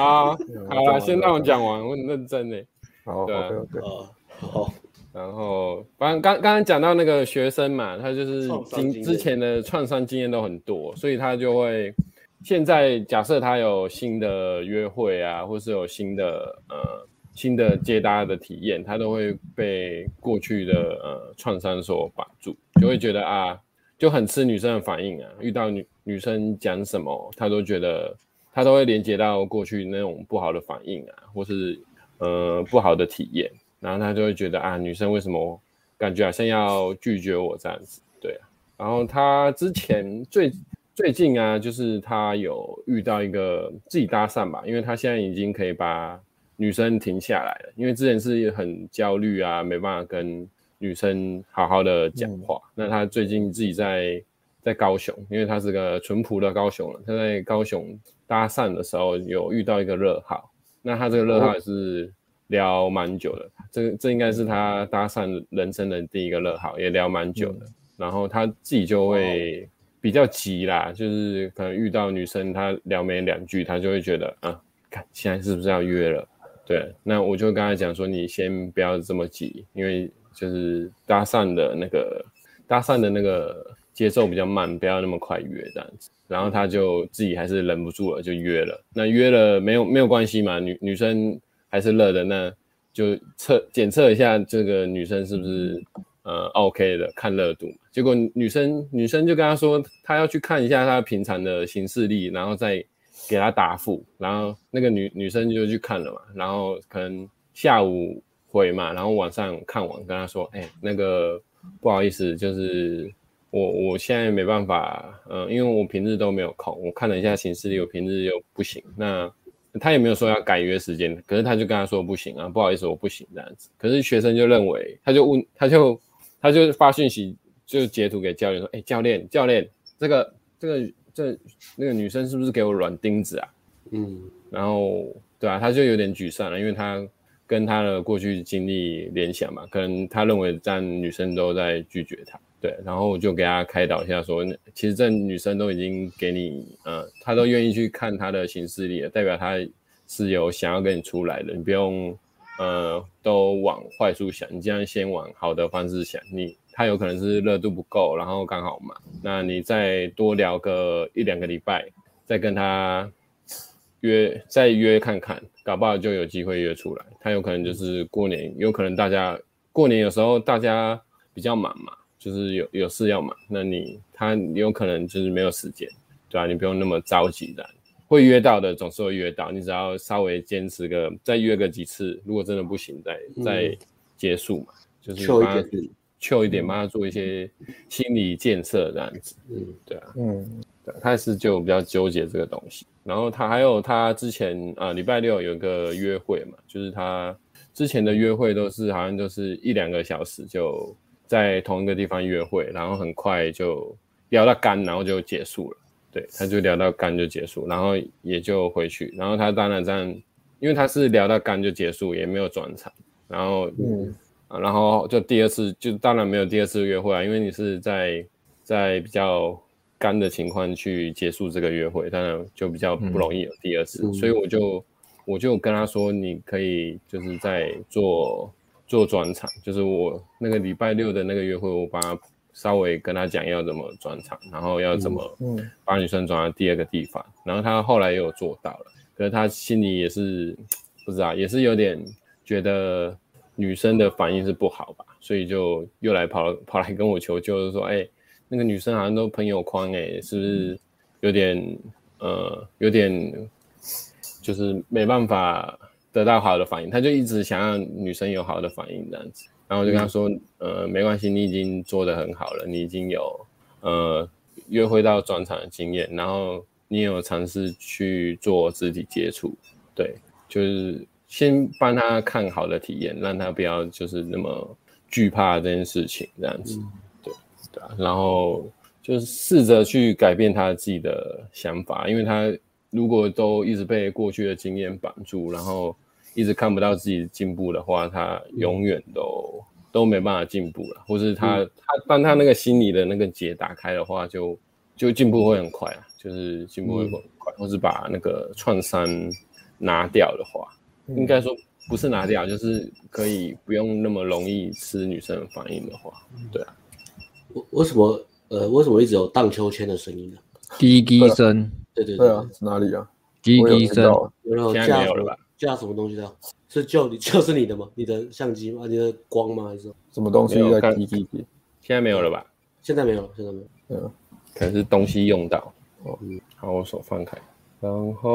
Speaker 2: 啊，
Speaker 3: 嗯
Speaker 2: 好了，先让我讲完，我很认真呢。
Speaker 3: 好
Speaker 2: 对啊
Speaker 3: ，OK OK，
Speaker 1: 哦，好，
Speaker 2: 然后，反正刚刚刚讲到那个学生嘛，他就是
Speaker 1: 创伤经验
Speaker 2: 经之前的创伤经验都很多，所以他就会现在假设他有新的约会啊，或是有新的呃新的接搭的体验，他都会被过去的呃创伤所绑住，就会觉得啊，就很吃女生的反应啊，遇到女女生讲什么，他都觉得它都会连接到过去那种不好的反应啊，或是呃不好的体验，然后他就会觉得啊，女生为什么感觉好像要拒绝我这样子？对啊，然后他之前最最近啊，就是他有遇到一个自己搭讪吧，因为他现在已经可以把女生停下来了，因为之前是很焦虑啊，没办法跟女生好好的讲话。那他最近自己在在高雄，因为他是个淳朴的高雄人，他在高雄搭讪的时候有遇到一个热号，那他这个热号也是聊蛮久的，这这应该是他搭讪人生的第一个热号，也聊蛮久的。然后他自己就会比较急啦，就是可能遇到女生，他聊没两句，他就会觉得啊，看现在是不是要约了？对，那我就跟他讲说，你先不要这么急，因为就是搭讪的那个搭讪的那个节奏比较慢，不要那么快约这样子。然后他就自己还是忍不住了，就约了。那约了没有没有关系嘛，女女生还是热的，那就测检测一下这个女生是不是呃 OK 的，看热度嘛。结果女生女生就跟他说，她要去看一下她平常的行事历，然后再给她答复。然后那个女女生就去看了嘛，然后可能下午回嘛，然后晚上看完跟他说，哎、那个不好意思，就是我我现在没办法，嗯、因为我平日都没有空，我看了一下行事历，我平日又不行。那他也没有说要改约时间，可是他就跟他说不行啊，不好意思，我不行这样子。可是学生就认为，他就问，他就他就发讯息，就截图给教练说，哎、教练，教练，这个这个这那个女生是不是给我软钉子啊？
Speaker 1: 嗯，
Speaker 2: 然后对啊，他就有点沮丧了，因为他跟他的过去经历联想嘛，可能他认为这样女生都在拒绝他，对，然后我就给他开导一下说，其实这女生都已经给你，呃，她都愿意去看她的行事历了，代表她是有想要跟你出来的，你不用呃都往坏处想，你这样先往好的方式想，你她有可能是热度不够，然后刚好嘛，那你再多聊个一两个礼拜，再跟她约再约看看，搞不好就有机会约出来。他有可能就是过年，有可能大家过年有时候大家比较忙嘛，就是有有事要忙，那你他有可能就是没有时间，对啊，你不用那么着急的，会约到的总是会约到，你只要稍微坚持个再约个几次，如果真的不行再再结束嘛，就是
Speaker 1: 秀一
Speaker 2: 帮他
Speaker 1: 点，
Speaker 2: chill 一点，帮他做一些心理建设这样子。
Speaker 1: 嗯，
Speaker 2: 对啊。
Speaker 3: 嗯，
Speaker 2: 对，他是就比较纠结这个东西。然后他还有他之前啊，呃礼、拜六有一个约会嘛，就是他之前的约会都是好像就是一两个小时就在同一个地方约会，然后很快就聊到干，然后就结束了。对，他就聊到干就结束，然后也就回去。然后他当然这样，因为他是聊到干就结束，也没有转场。然后嗯、啊，然后就第二次就当然没有第二次约会啊，因为你是在在比较干的情况去结束这个约会，当然就比较不容易有第二次，
Speaker 1: 嗯
Speaker 2: 所以我就我就跟他说，你可以就是在做做转场，就是我那个礼拜六的那个约会，我把他稍微跟他讲要怎么转场，然后要怎么
Speaker 3: 嗯嗯
Speaker 2: 把女生转到第二个地方，然后他后来也有做到了，可是他心里也是不知道，也是有点觉得女生的反应是不好吧，所以就又来跑跑来跟我求救，就说：“哎、那个女生好像都朋友框、哎，是不是有点呃有点就是没办法得到好的反应？”他就一直想让女生有好的反应这样子，然后我就跟他说：“呃，没关系，你已经做得很好了，你已经有呃约会到转场的经验，然后你也有尝试去做肢体接触，对，就是先帮他看好的体验，让他不要就是那么惧怕这件事情这样子，对对啊，然后就是试着去改变他自己的想法，因为他如果都一直被过去的经验绑住，然后一直看不到自己进步的话，他永远都、都没办法进步了，或是他、他当他那个心里的那个结打开的话，就就进步会很快啊，就是进步会很快，或是把那个创伤拿掉的话，
Speaker 3: 嗯
Speaker 2: 应该说不是拿掉，就是可以不用那么容易吃女生的反应的话，对啊，
Speaker 1: 为为什么呃为什么一直有荡秋千的声音呢？
Speaker 4: 滴滴声，
Speaker 1: 对对
Speaker 3: 对啊，，是哪里啊？
Speaker 4: 滴
Speaker 3: 我有
Speaker 4: 滴
Speaker 3: 听
Speaker 4: 声，
Speaker 3: 到，
Speaker 1: 有没有
Speaker 2: 现在
Speaker 1: 架
Speaker 2: 没有
Speaker 1: 什
Speaker 2: 了
Speaker 1: 么
Speaker 2: 吧
Speaker 1: 架什么东西的？是就你就是你的吗？你的相机吗？啊你的光吗？还是
Speaker 3: 什么东西
Speaker 2: 没有
Speaker 3: 在
Speaker 2: 看
Speaker 3: 滴滴滴？
Speaker 2: 现在没有了吧？
Speaker 1: 现在没有，现在没有。
Speaker 3: 嗯，
Speaker 2: 可能是东西用到。
Speaker 3: 哦
Speaker 2: 嗯，好，我手放开。然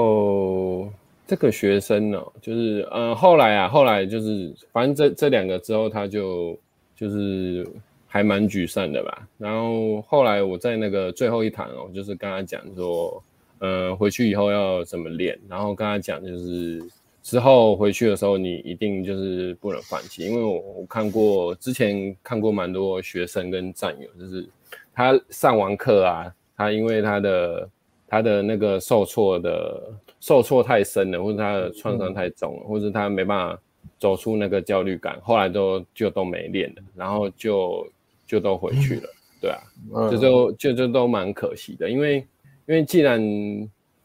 Speaker 2: 后这个学生呢、就是呃后来啊，后来就是反正这这两个之后，他就就是还蛮沮丧的吧。然后后来我在那个最后一堂哦，就是跟他讲说，呃，回去以后要怎么练，然后跟他讲就是之后回去的时候，你一定就是不能放弃，因为我我看过之前看过蛮多学生跟战友，就是他上完课啊，他因为他的他的那个受挫的受挫太深了，或者他的创伤太重了，或者他没办法走出那个焦虑感，后来都就都没练了，然后就就都回去了，对啊，
Speaker 3: 嗯
Speaker 4: 嗯
Speaker 2: 这就就就都蛮可惜的，因为因为既然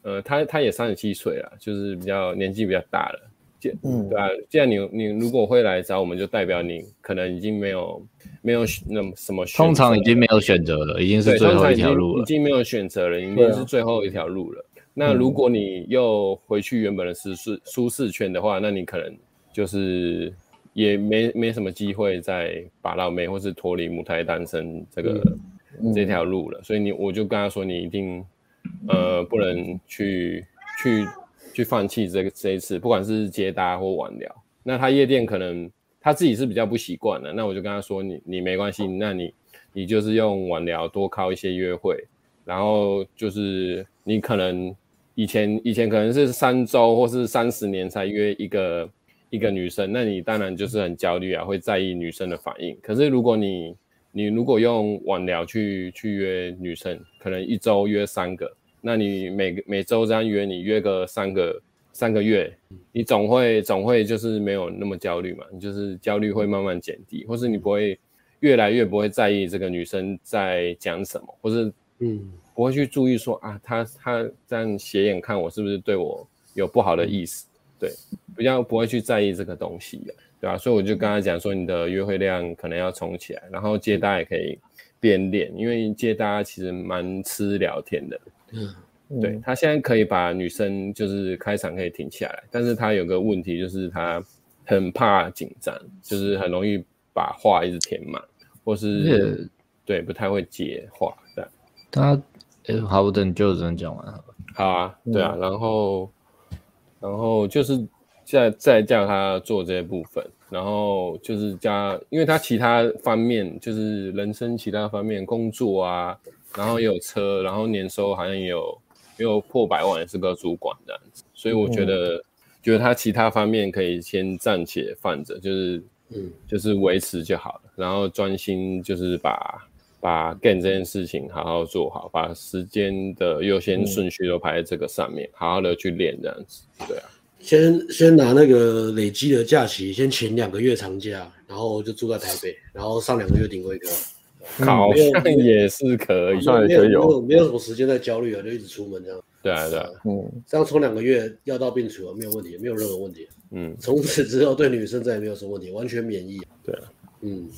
Speaker 2: 呃他他也三十七岁了，就是比较年纪比较大了，既
Speaker 3: 嗯
Speaker 2: 对啊，既然你你如果会来找我们，就代表你可能已经没有没有那么什么选择
Speaker 4: 通常已经
Speaker 2: 了
Speaker 4: 没有选择了，已经是
Speaker 2: 对，
Speaker 4: 最
Speaker 2: 通
Speaker 4: 后
Speaker 2: 常
Speaker 4: 一
Speaker 2: 已
Speaker 4: 条
Speaker 2: 经
Speaker 4: 路
Speaker 2: 已
Speaker 4: 了。
Speaker 2: 经没有选择了，
Speaker 3: 对
Speaker 2: 已经
Speaker 3: 啊
Speaker 2: 是最后一条路了。那如果你又回去原本的舒适舒适圈的话，那你可能就是也没没什么机会再把到妹，或是脱离母胎单身这个、这条路了。所以你我就跟他说，你一定呃不能去去去放弃这个这一次，不管是接搭或晚聊。那他夜店可能他自己是比较不习惯的，那我就跟他说你你没关系，那你你就是用晚聊多靠一些约会，然后就是你可能以前以前可能是三周或是三十年才约一个一个女生，那你当然就是很焦虑啊，会在意女生的反应。可是如果你你如果用网聊去去约女生，可能一周约三个，那你每个每周这样约，你约个三个三个月，你总会总会就是没有那么焦虑嘛，你就是焦虑会慢慢减低，或是你不会越来越不会在意这个女生在讲什么，或是
Speaker 1: 嗯，
Speaker 2: 不会去注意说啊，他他这样斜眼看我是不是对我有不好的意思？对，比较不会去在意这个东西的，对吧、所以我就跟他讲说，你的约会量可能要重起来，然后接搭也可以变练，因为接搭其实蛮吃聊天的。
Speaker 3: 嗯
Speaker 2: 对，他现在可以把女生就是开场可以停下来，但是他有个问题就是他很怕紧张，就是很容易把话一直填满，或
Speaker 4: 而
Speaker 2: 是对不太会接话这样。
Speaker 4: 他呃，好，我等就只能讲完了。
Speaker 2: 好啊，对啊，然后，然后就是再再叫他做这些部分，然后就是加，因为他其他方面就是人生其他方面工作啊，然后也有车，然后年收好像也有也有破百万，也是个主管这样子，所以我觉得、觉得他其他方面可以先暂且放着，就是
Speaker 1: 嗯
Speaker 2: 就是维持就好了，然后专心就是把把 game 这件事情好好做好，把时间的优先顺序都排在这个上面，好好的去练这样子。对啊，
Speaker 1: 先先拿那个累积的假期，先请两个月长假，然后就住在台北，然后上两个月顶规哥，
Speaker 2: 好
Speaker 1: 没有
Speaker 2: 像也是可以
Speaker 3: 好。像也
Speaker 1: 没有
Speaker 3: 可
Speaker 1: 没
Speaker 3: 以有
Speaker 1: 有没有什么时间在焦虑啊，就一直出门这样，
Speaker 2: 对啊，对啊，
Speaker 3: 嗯
Speaker 1: 这样冲两个月药到病除啊，没有问题，没有任何问题。啊
Speaker 2: 嗯，
Speaker 1: 从此之后对女生再也没有什么问题，完全免疫。
Speaker 2: 对啊，
Speaker 1: 嗯，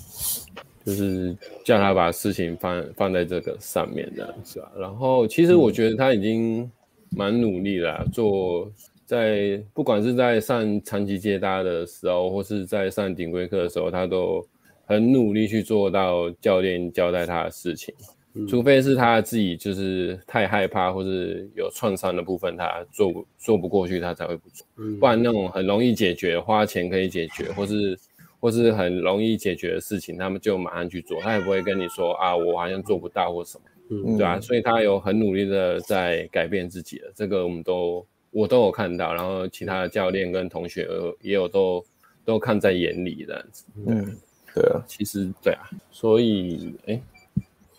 Speaker 2: 就是叫他把事情放放在这个上面这样子啊。然后其实我觉得他已经蛮努力了啊、做在不管是在上长期接搭的时候，或是在上顶规课的时候，他都很努力去做到教练交代他的事情。
Speaker 1: 嗯
Speaker 2: 除非是他自己就是太害怕，或是有创伤的部分，他做不做不过去，他才会不做。
Speaker 1: 嗯
Speaker 2: 不然那种很容易解决，花钱可以解决，或是或是很容易解决的事情，他们就马上去做，他也不会跟你说啊，我好像做不到或什么，
Speaker 1: 嗯
Speaker 3: 嗯
Speaker 2: 对啊，所以他有很努力的在改变自己了，这个我们都我都有看到，然后其他的教练跟同学也有也有都都看在眼里这样子。
Speaker 3: 嗯，对啊，
Speaker 2: 其实对啊，所以哎、诶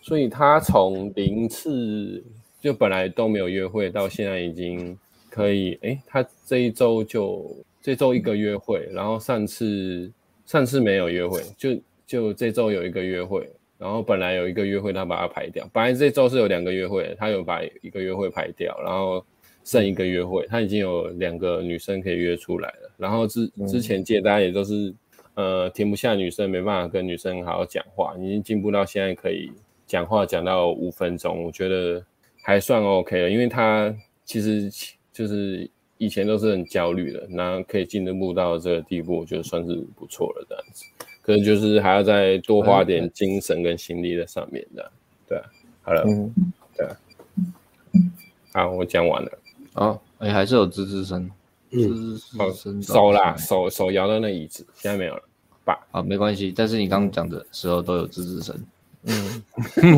Speaker 2: 所以他从零次就本来都没有约会，到现在已经可以哎、诶他这一周就这周一个约会，然后上次上次没有约会，就就这周有一个约会，然后本来有一个约会他把它排掉，本来这周是有两个约会，他有把一个约会排掉，然后剩一个约会，他已经有两个女生可以约出来了，然后之之前接单也都是。呃停不下女生，没办法跟女生好好讲话，已经进步到现在可以讲话讲到五分钟，我觉得还算 OK 了，因为他其实就是以前都是很焦虑的，那可以进步到这个地步，我觉得算是不错了这样子。可是就是还要再多花点精神跟心力在上面的，对啊、好了，
Speaker 3: 嗯，
Speaker 2: 好，我讲完了。
Speaker 4: 哦，哎、还是有吱吱声，吱吱声，
Speaker 2: 手嗯哦啦，手手摇的那椅子，现在没有了。
Speaker 4: 啊，没关系。但是你刚刚讲的时候都有吱吱声。
Speaker 3: 嗯，
Speaker 4: 嗯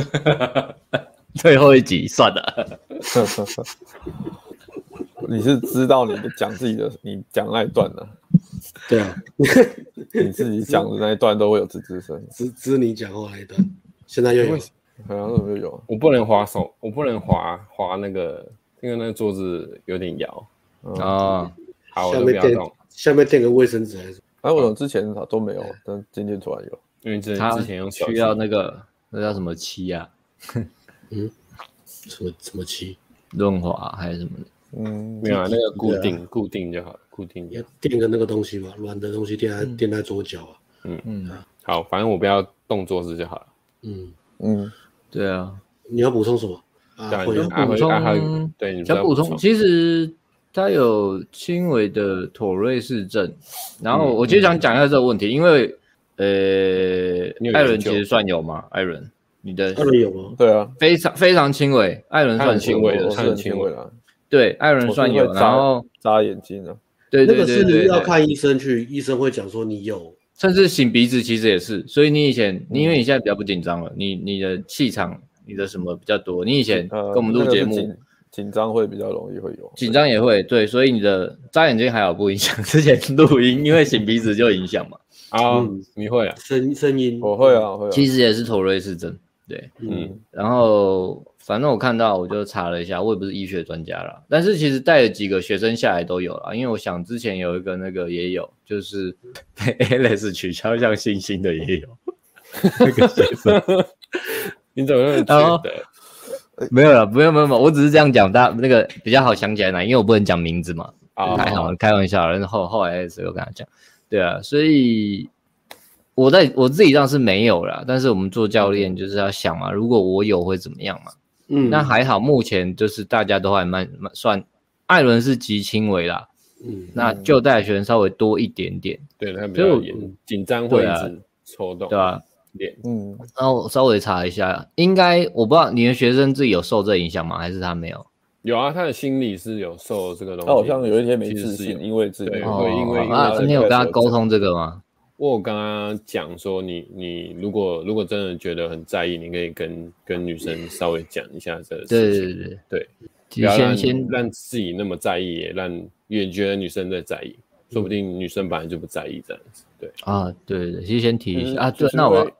Speaker 4: 最后一集算了，
Speaker 3: 你是知道你讲自己的，你讲那一段的、
Speaker 1: 对啊，
Speaker 3: 你自己讲的那一段都会有吱吱声，
Speaker 1: 知知你讲话那一段，现在又有
Speaker 2: 为什
Speaker 3: 好像都有。
Speaker 2: 我不能滑手，我不能滑滑那个，因为那个桌子有点摇。
Speaker 4: 啊，
Speaker 2: 好，我
Speaker 1: 下
Speaker 2: 就不
Speaker 1: 面
Speaker 2: 要
Speaker 1: 垫
Speaker 2: 动，
Speaker 1: 下面垫个卫生纸还是？
Speaker 3: 哎、我怎么之前都没有，但今天突然有。
Speaker 2: 因为之
Speaker 4: 他
Speaker 2: 之前用手
Speaker 4: 需
Speaker 2: 机
Speaker 4: 要那个那叫什么漆啊，
Speaker 1: 什么什么漆？润
Speaker 4: 润滑啊还是什么的，
Speaker 3: 嗯，
Speaker 2: 没有啊，那个固定固定就好了，固定
Speaker 1: 要垫个那个东西嘛，软的东西垫在垫在左脚啊。
Speaker 4: 嗯，
Speaker 2: 好，反正我不要动桌子就好了。
Speaker 1: 嗯，
Speaker 3: 嗯，
Speaker 4: 对啊，
Speaker 1: 你要补充什么？啊，
Speaker 2: 对
Speaker 1: 会有
Speaker 2: 啊阿辉阿辉
Speaker 4: 充
Speaker 2: 对你不是
Speaker 4: 想
Speaker 2: 要
Speaker 4: 补
Speaker 2: 补
Speaker 4: 充，
Speaker 2: 充
Speaker 4: 其实他有轻微的妥瑞氏症，然后我就想讲一下这个问题，因为
Speaker 2: 你有研究
Speaker 4: 呃，艾伦其实算有吗？艾伦，你的
Speaker 1: 二轮有吗？
Speaker 3: 对啊，
Speaker 4: 非常非常轻微，艾伦
Speaker 2: 他很
Speaker 4: 算
Speaker 2: 轻
Speaker 4: 有
Speaker 2: 微的
Speaker 3: 我
Speaker 2: 他
Speaker 3: 是
Speaker 2: 很
Speaker 3: 很
Speaker 2: 轻
Speaker 3: 轻
Speaker 2: 微
Speaker 3: 微的，
Speaker 4: 对，艾伦
Speaker 3: 我
Speaker 4: 算
Speaker 3: 是
Speaker 4: 有，
Speaker 3: 会
Speaker 4: 然后
Speaker 3: 扎眼睛啊的。
Speaker 4: 对
Speaker 1: 那
Speaker 4: 对
Speaker 1: 个
Speaker 4: 对
Speaker 1: 是
Speaker 4: 对
Speaker 1: 你
Speaker 4: 对
Speaker 1: 要看医生去，医生会讲说你有。
Speaker 4: 甚至擤鼻子其实也是，所以你以前，你因为你现在比较不紧张了，你你的气场，你的什么比较多，你以前跟
Speaker 3: 呃，
Speaker 4: 我们录
Speaker 3: 那个是
Speaker 4: 节目。
Speaker 3: 紧紧张会比较容易会有。
Speaker 4: 紧张也会对，所以你的扎眼睛还好不影响。 之前录音因为擤鼻子就影响嘛，
Speaker 2: 啊
Speaker 1: 嗯，
Speaker 2: 你会啊？
Speaker 1: 声声音，
Speaker 4: 哦
Speaker 3: 我会啊，我会啊。
Speaker 4: 其实也是妥瑞氏症。对，
Speaker 2: 嗯，
Speaker 4: 然后反正我看到我就查了一下，我也不是医学专家啦，但是其实带了几个学生下来都有啦，因为我想之前有一个那个也有，就是被 Alice 取消像星星的也有，那个学生
Speaker 2: 你怎么那么
Speaker 4: 然后
Speaker 2: 觉得？
Speaker 4: 没有了，没有没有没有，我只是这样讲，大家那个比较好想起来哪，因为我不能讲名字嘛，
Speaker 2: 啊，
Speaker 4: 还好，开玩笑。然后后来 Alice 又跟他讲，对啊，所以我在我自己上是没有啦，但是我们做教练
Speaker 2: 嗯
Speaker 4: 就是要想嘛，如果我有会怎么样嘛？
Speaker 1: 嗯，
Speaker 4: 那还好，目前就是大家都还蛮蛮算，艾伦是极轻微啦，
Speaker 1: 嗯，
Speaker 4: 那就带学生稍微多一点点，
Speaker 2: 对他比
Speaker 4: 所以
Speaker 2: 较
Speaker 4: 我
Speaker 2: 严紧张会
Speaker 4: 对
Speaker 2: 一
Speaker 4: 啊
Speaker 2: 直抽动，
Speaker 4: 对吧、
Speaker 2: 脸
Speaker 3: 嗯，
Speaker 4: 然后我稍微查一下，应该我不知道你的学生自己有受这影响吗？还是他没有？
Speaker 2: 有啊，他的心理是有受这个东西。
Speaker 3: 他好像有一天没
Speaker 2: 其实
Speaker 3: 自
Speaker 2: 是
Speaker 3: 信，
Speaker 2: 有
Speaker 3: 因为自己
Speaker 2: 对会因为因为
Speaker 4: 啊，
Speaker 2: 这
Speaker 4: 今天有跟他沟，通这个吗？
Speaker 2: 我有跟他讲说你，你如果如果真的觉得很在意，你可以跟跟女生稍微讲一下这个
Speaker 4: 对
Speaker 2: 事
Speaker 4: 对
Speaker 2: 情，
Speaker 4: 对
Speaker 2: 对，
Speaker 4: 对，
Speaker 2: 不要
Speaker 4: 先
Speaker 2: 让
Speaker 4: 先
Speaker 2: 让自己那么在意，也让也觉得女生在在意，说不定女生本来就不在意这样子。对，
Speaker 4: 啊，对对对，其实先提一
Speaker 3: 嗯
Speaker 4: 下啊，
Speaker 3: 就
Speaker 4: 对，
Speaker 3: 是
Speaker 4: 那我要
Speaker 3: 会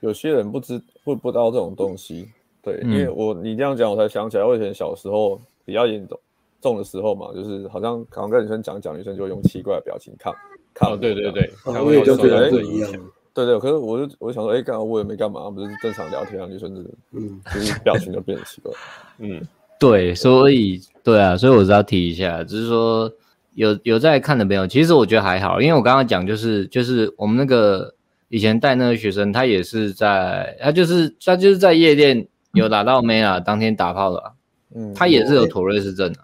Speaker 3: 有些人不知会不知道这种东西，对，
Speaker 4: 嗯
Speaker 3: 因为我你这样讲，我才想起来，我以前小时候比较严重重的时候嘛，就是好像好像跟女生讲讲，女生就会用奇怪的表情看看
Speaker 2: 哦，
Speaker 3: 我
Speaker 2: 对
Speaker 3: 这
Speaker 2: 对
Speaker 3: 样
Speaker 2: 对，
Speaker 1: 啊
Speaker 2: 他
Speaker 1: 我
Speaker 2: 会
Speaker 1: 也
Speaker 2: 受
Speaker 1: 跟别
Speaker 2: 到
Speaker 1: 人不
Speaker 2: 这个
Speaker 1: 一
Speaker 2: 影
Speaker 1: 样啊
Speaker 2: 响。。
Speaker 3: 对对，可是我就我就想说，哎、干我也没干嘛，不是正常聊天啊，女生就是
Speaker 1: 嗯，
Speaker 3: 就是表情就变得奇怪，
Speaker 2: 嗯，
Speaker 4: 对，所以对啊，所以我是要提一下，只是说有有在看的朋友，其实我觉得还好，因为我刚刚讲就是就是我们那个以前带那个学生，他也是在他就是他就是在夜店有打到妹啊，当天打炮的啊、
Speaker 3: 嗯，
Speaker 4: 他也是有妥瑞氏症啊的、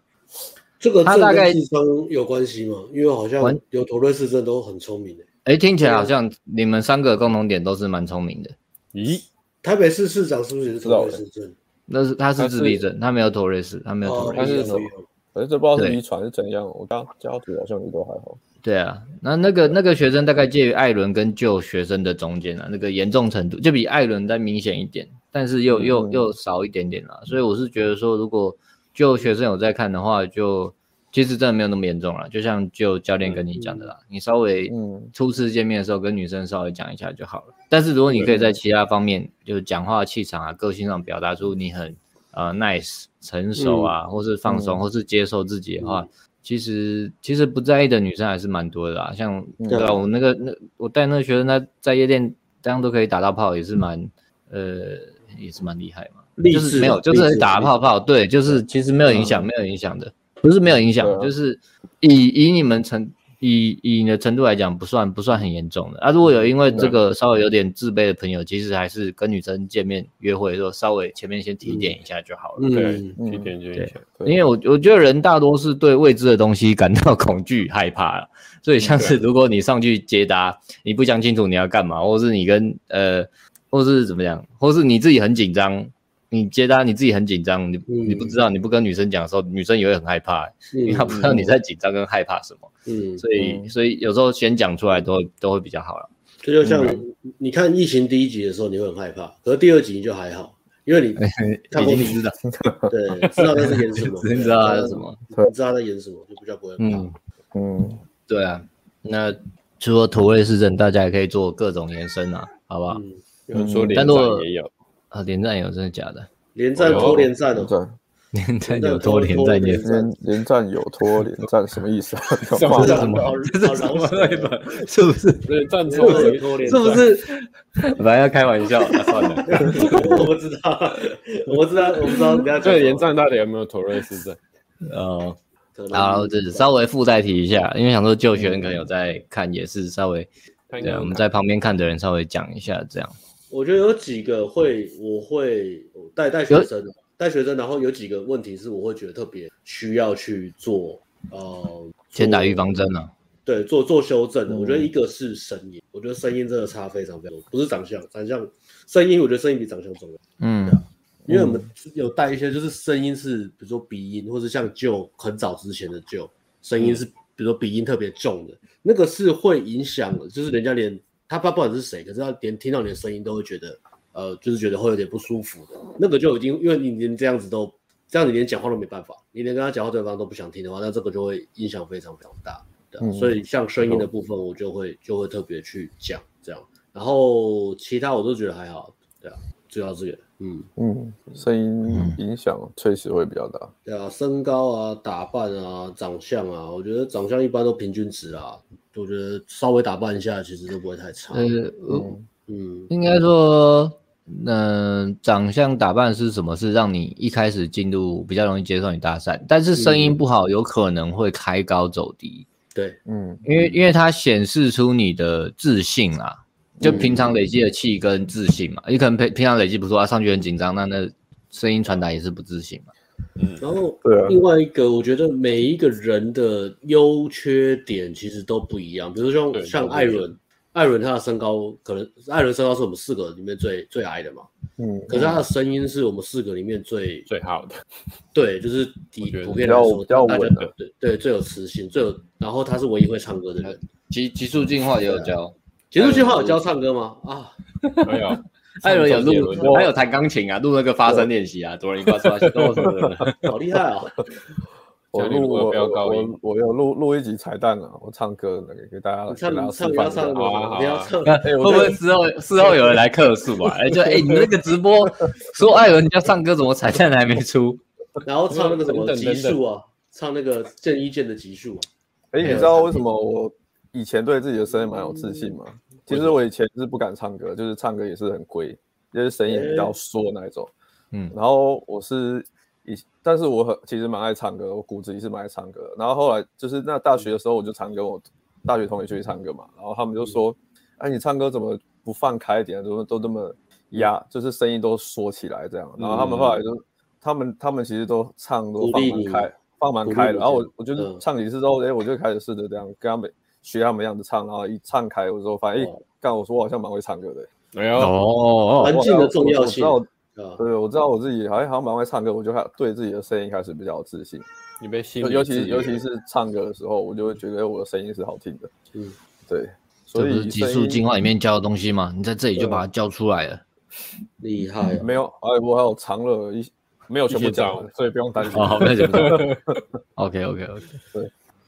Speaker 1: 这个
Speaker 4: 他
Speaker 1: 这个
Speaker 4: 大概
Speaker 1: 跟智商有关系吗？因为好像
Speaker 4: 完
Speaker 1: 有头瑞氏症都很聪明的。
Speaker 4: 哎，听起来好像你们三个共同点都是蛮聪明的，
Speaker 2: 咦，
Speaker 1: 台北市市长是不是也是头瑞氏症？
Speaker 4: 那是他是
Speaker 2: 他
Speaker 4: 自
Speaker 2: 是
Speaker 4: 闭症，他没有妥瑞氏，他没有妥
Speaker 1: 哦，
Speaker 4: 瑞
Speaker 2: 啊他
Speaker 4: 氏。
Speaker 1: 一
Speaker 2: 是
Speaker 1: 样
Speaker 2: 什么
Speaker 1: 一样
Speaker 3: 反正哎这不知道是
Speaker 4: 对
Speaker 3: 遗传是怎样，我家家族好像也都还好，
Speaker 4: 对啊，那那个那个学生大概介于艾伦跟旧学生的中间啊，那个严重程度就比艾伦再明显一点，但是又又
Speaker 3: 嗯
Speaker 4: 又少一点点啦。所以我是觉得说，如果旧学生有在看的话，就其实真的没有那么严重了。就像就教练跟你讲的啦，你稍微
Speaker 3: 嗯
Speaker 4: 初次见面的时候跟女生稍微讲一下就好了。但是如果你可以在其他方面，就是讲话气场啊、个性上表达出你很呃 nice、成熟啊，或是放松，
Speaker 3: 嗯
Speaker 4: 或是接受自己的话，其实其实不在意的女生还是蛮多的啦。像
Speaker 3: 嗯
Speaker 4: 对
Speaker 1: 对
Speaker 4: 啊，我那个那我带那个学生，他在夜店这样都可以打到炮，也是蛮呃也是蛮厉害嘛。
Speaker 1: 励
Speaker 4: 就
Speaker 1: 志
Speaker 4: 是
Speaker 1: 的
Speaker 4: 没有，就是打泡。
Speaker 1: 励
Speaker 4: 泡，对，
Speaker 1: 啊
Speaker 4: 就是其实没有影
Speaker 1: 嗯
Speaker 4: 响，没有影响的，不是没有影响
Speaker 3: 对，啊
Speaker 4: 就是以以你们程以以你的程度来讲，不算不算很严重的啊。如果有
Speaker 1: 嗯
Speaker 4: 因为这个稍微有点自卑的朋友，其实还是跟女生见面约会的时候，稍微前面先提点一下就好了。
Speaker 1: 志
Speaker 2: 对，
Speaker 1: 嗯，
Speaker 3: 嗯
Speaker 2: 一点就影响。
Speaker 3: 对
Speaker 4: 因为我我觉得人大多是对未知的东西感到 恐惧害怕了，所以
Speaker 1: 嗯
Speaker 4: 像是如果你上去解答，你不讲清楚你要干嘛，或是你跟呃，或是怎么讲，或是你自己很紧张，你接单你自己很紧张，你
Speaker 1: 嗯
Speaker 4: 你不知道，你不跟女生讲的时候，女生也会很害怕、欸，因为她不知道你在紧张跟害怕什么。
Speaker 1: 嗯，
Speaker 4: 所以所以有时候先讲出来都会都会比较好了。
Speaker 1: 这就像你看疫情第一集的时候，你会很害怕，可是第二集你就还好，因为你
Speaker 4: 哎
Speaker 1: 看过
Speaker 4: 已经知道，
Speaker 1: 对，知道他在演什么，
Speaker 4: 你知道
Speaker 1: 嗯
Speaker 4: 他是什么，
Speaker 1: 你知道他在演什么，就比较不会很怕。
Speaker 4: 嗯，
Speaker 3: 嗯，
Speaker 4: 对啊。那除了土味市政，大家也可以做各种延伸啊，好不好？
Speaker 1: 嗯，
Speaker 2: 有人说连
Speaker 4: 但如
Speaker 2: 战
Speaker 4: 果
Speaker 2: 也有，
Speaker 4: 啊，连战有真的假的？
Speaker 1: 连战拖连战哦，
Speaker 3: 对，
Speaker 4: 连战
Speaker 1: 战
Speaker 4: 有
Speaker 1: 偷
Speaker 4: 多连
Speaker 1: 偷
Speaker 4: 战
Speaker 1: 连
Speaker 4: 也
Speaker 3: 连连战有托，连战什么意思啊？
Speaker 2: 什么
Speaker 3: 哇
Speaker 1: 这是
Speaker 2: 这
Speaker 1: 什么？
Speaker 4: 这是什么
Speaker 1: 日
Speaker 4: 日本？是不是？
Speaker 2: 连战
Speaker 1: 是
Speaker 2: 超人
Speaker 1: 拖连
Speaker 4: 是不是？ 本来要开玩笑，啊、算了。
Speaker 1: 我不知道，我不知道，我不知道人家
Speaker 2: 这连战到底有没有投瑞斯症？
Speaker 4: 哦，
Speaker 1: 可能
Speaker 4: 好，这稍微附带提一下，因为想说旧学生可能有在看，也是稍微
Speaker 2: 他应该
Speaker 4: 对，啊我们
Speaker 2: 有
Speaker 4: 在旁边看的人稍微讲一下，这样。
Speaker 1: 我觉得有几个会，我会带带学生，啊带学生，然后有几个问题是我会觉得特别需要去做，呃，
Speaker 4: 先打
Speaker 1: 做
Speaker 4: 预防针啊，
Speaker 1: 对，做做修正的。
Speaker 3: 嗯
Speaker 1: 我觉得一个是声音，我觉得声音真的差非常非常多，不是长相，长相声音，我觉得声音比长相重要，
Speaker 4: 嗯
Speaker 1: 因为我们有带一些就是声音是，比如说鼻音，或是像旧很早之前的旧声音是，比如说鼻音特别重的，那个是会影响的，就是人家连他不不管是谁，可是他连听到你的声音都会觉得，呃，就是觉得会有点不舒服的，那个就已经因为你连这样子都。这样你连讲话都没办法，你连跟他讲话对方都不想听的话，那这个就会影响非常非常大。对啊
Speaker 3: 嗯
Speaker 1: 所以像声音的部分，我就会就会特别去讲这样，然后其他我都觉得还好，对啊，主要这个，嗯，
Speaker 3: 嗯，声音影响确实会比较大。
Speaker 1: 对啊，身高啊、打扮啊、长相啊，我觉得长相一般都平均值啊，我觉得稍微打扮一下其实都不会太差，
Speaker 4: 呃，我
Speaker 3: 嗯
Speaker 1: 嗯，
Speaker 4: 应该说，嗯、长相打扮是什么是让你一开始进入比较容易接受你搭讪，但是声音不好有可能会开高走低，
Speaker 1: 对，
Speaker 3: 嗯
Speaker 4: 因为因为它显示出你的自信啊，就平常累积的气跟自信嘛，你可能平平常累积不错啊，上去很紧张，那那声音传达也是不自信嘛。
Speaker 1: 然后
Speaker 3: 对啊
Speaker 1: 另外一个，我觉得每一个人的优缺点其实都不一样。比如说
Speaker 2: 对
Speaker 1: 像像
Speaker 2: 都不一样
Speaker 1: 艾伦，艾伦他的身高可能艾伦身高是我们四个里面最最矮的嘛，
Speaker 3: 嗯，
Speaker 1: 可是他的声音是我们四个里面最
Speaker 2: 最好的，
Speaker 1: 对，就是
Speaker 2: 我
Speaker 1: 底
Speaker 2: 觉得
Speaker 1: 普遍来说
Speaker 3: 比较
Speaker 1: 大家
Speaker 3: 稳
Speaker 2: 啊
Speaker 3: 的
Speaker 1: 对对最有磁性，最有。然后他是唯一会唱歌的
Speaker 2: 嗯
Speaker 1: 人。
Speaker 4: 极极速进化也有教，
Speaker 1: 结束计划有教唱歌吗？啊，
Speaker 2: 没有，
Speaker 4: 艾伦有
Speaker 2: 周杰伦
Speaker 4: 录，他有弹钢琴啊，录那个发声练习啊，多人一发出来，多什么的。
Speaker 1: 好厉害 啊！
Speaker 3: 我
Speaker 2: 家里如
Speaker 3: 录
Speaker 2: 果
Speaker 3: 我
Speaker 2: 不要高
Speaker 3: 我
Speaker 2: 音
Speaker 3: 我有录录一集彩蛋了，我唱歌那个给大家
Speaker 1: 你唱
Speaker 3: 给大
Speaker 1: 你
Speaker 3: 家
Speaker 1: 唱
Speaker 3: 示
Speaker 1: 你要
Speaker 3: 范一下
Speaker 1: 唱什
Speaker 2: 好啊
Speaker 1: 么？
Speaker 2: 好啊
Speaker 1: 你要唱
Speaker 3: 哎，
Speaker 4: 会
Speaker 3: 我
Speaker 4: 不
Speaker 3: 这
Speaker 4: 会事后事后有人来客诉 啊？哎，就哎，你那个直播说哎艾伦要唱歌，怎么彩蛋还没出？
Speaker 1: 然后唱那个什么
Speaker 2: 等等
Speaker 1: 集
Speaker 2: 等等
Speaker 1: 数啊，唱那个郑伊健的集数啊。
Speaker 3: 哎，你知道为什么我以前对自己的声音蛮有自信吗？其实我以前是不敢唱歌，就是唱歌也是很龟，就是声音比
Speaker 1: 哎
Speaker 3: 较缩那一种。
Speaker 4: 嗯
Speaker 3: 然后我是以，但是我很其实蛮爱唱歌，我骨子里是蛮爱唱歌的。然后后来就是那大学的时候，我就常跟我大学同学出去唱歌嘛，然后他们就说：“
Speaker 1: 嗯
Speaker 3: 哎、你唱歌怎么不放开一点？怎么都这么压，就是声音都缩起来这样。”然后他们后来就，他们他们其实都唱
Speaker 1: 嗯
Speaker 3: 都
Speaker 1: 鼓
Speaker 3: 放
Speaker 1: 励
Speaker 3: 蛮
Speaker 1: 你
Speaker 3: 开，放蛮
Speaker 1: 鼓励
Speaker 3: 开的。
Speaker 1: 你
Speaker 3: 然后
Speaker 1: 这
Speaker 3: 我
Speaker 1: 样
Speaker 3: 我就是
Speaker 1: 嗯
Speaker 3: 唱几次之后，哎、我就开始试着这样跟他们学他们样子唱，然后一唱开，我就发现，哎、
Speaker 1: 哦
Speaker 3: 干，我说我好像蛮会唱歌的、
Speaker 2: 没有，
Speaker 4: 哦
Speaker 1: 环
Speaker 3: 我
Speaker 1: 境
Speaker 3: 好
Speaker 1: 的
Speaker 3: 像
Speaker 1: 重
Speaker 3: 我
Speaker 1: 要
Speaker 3: 我知
Speaker 1: 性
Speaker 3: 道
Speaker 1: 啊，
Speaker 3: 对，我知道我自己好像好像蛮会唱歌，我就开对自己的声音开始比较有自信，
Speaker 2: 你被心
Speaker 3: 尤
Speaker 2: 理
Speaker 3: 尤
Speaker 2: 治
Speaker 3: 其
Speaker 2: 愈
Speaker 3: 尤其是唱歌的时候，我就会觉得我的声音是好听的。
Speaker 1: 嗯，
Speaker 3: 对，
Speaker 4: 这
Speaker 3: 所
Speaker 4: 不
Speaker 3: 以
Speaker 4: 是极速进
Speaker 3: 化
Speaker 4: 化里面教的东西吗？你在这里就把它教出来了。
Speaker 1: 厉害啊！
Speaker 3: 没有，哎，我还有藏了一没有全部讲
Speaker 2: 一些
Speaker 3: 完，所以不用担心。
Speaker 4: 哦，好，那就 OK OK OK，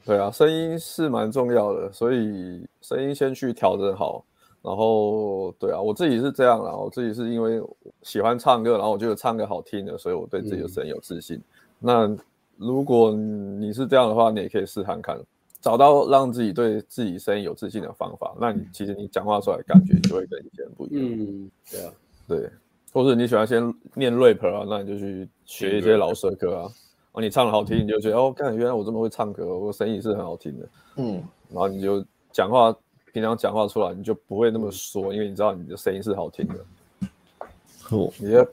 Speaker 3: 对啊，声音是蛮重要的，所以声音先去调整好。然后，对啊，我自己是这样啦，我自己是因为喜欢唱歌，然后我觉得唱歌好听的，所以我对自己的声音有自信。那如果你是这样的话，你也可以试看看，找到让自己对自己声音有自信的方法。那你其实你讲话出来的感觉就会跟以前不一样。
Speaker 1: 嗯，对啊，
Speaker 3: 对，或者你喜欢先念 rap 啊，那你就去学一些老舌歌啊。哦，你唱的好听，你就觉得哦，看原来我这么会唱歌，我声音是很好听的。
Speaker 4: 嗯，
Speaker 3: 然后你就讲话，平常讲话出来，你就不会那
Speaker 1: 嗯
Speaker 3: 么说，因为你知道你的声音是好听的。
Speaker 4: 酷。
Speaker 3: 你要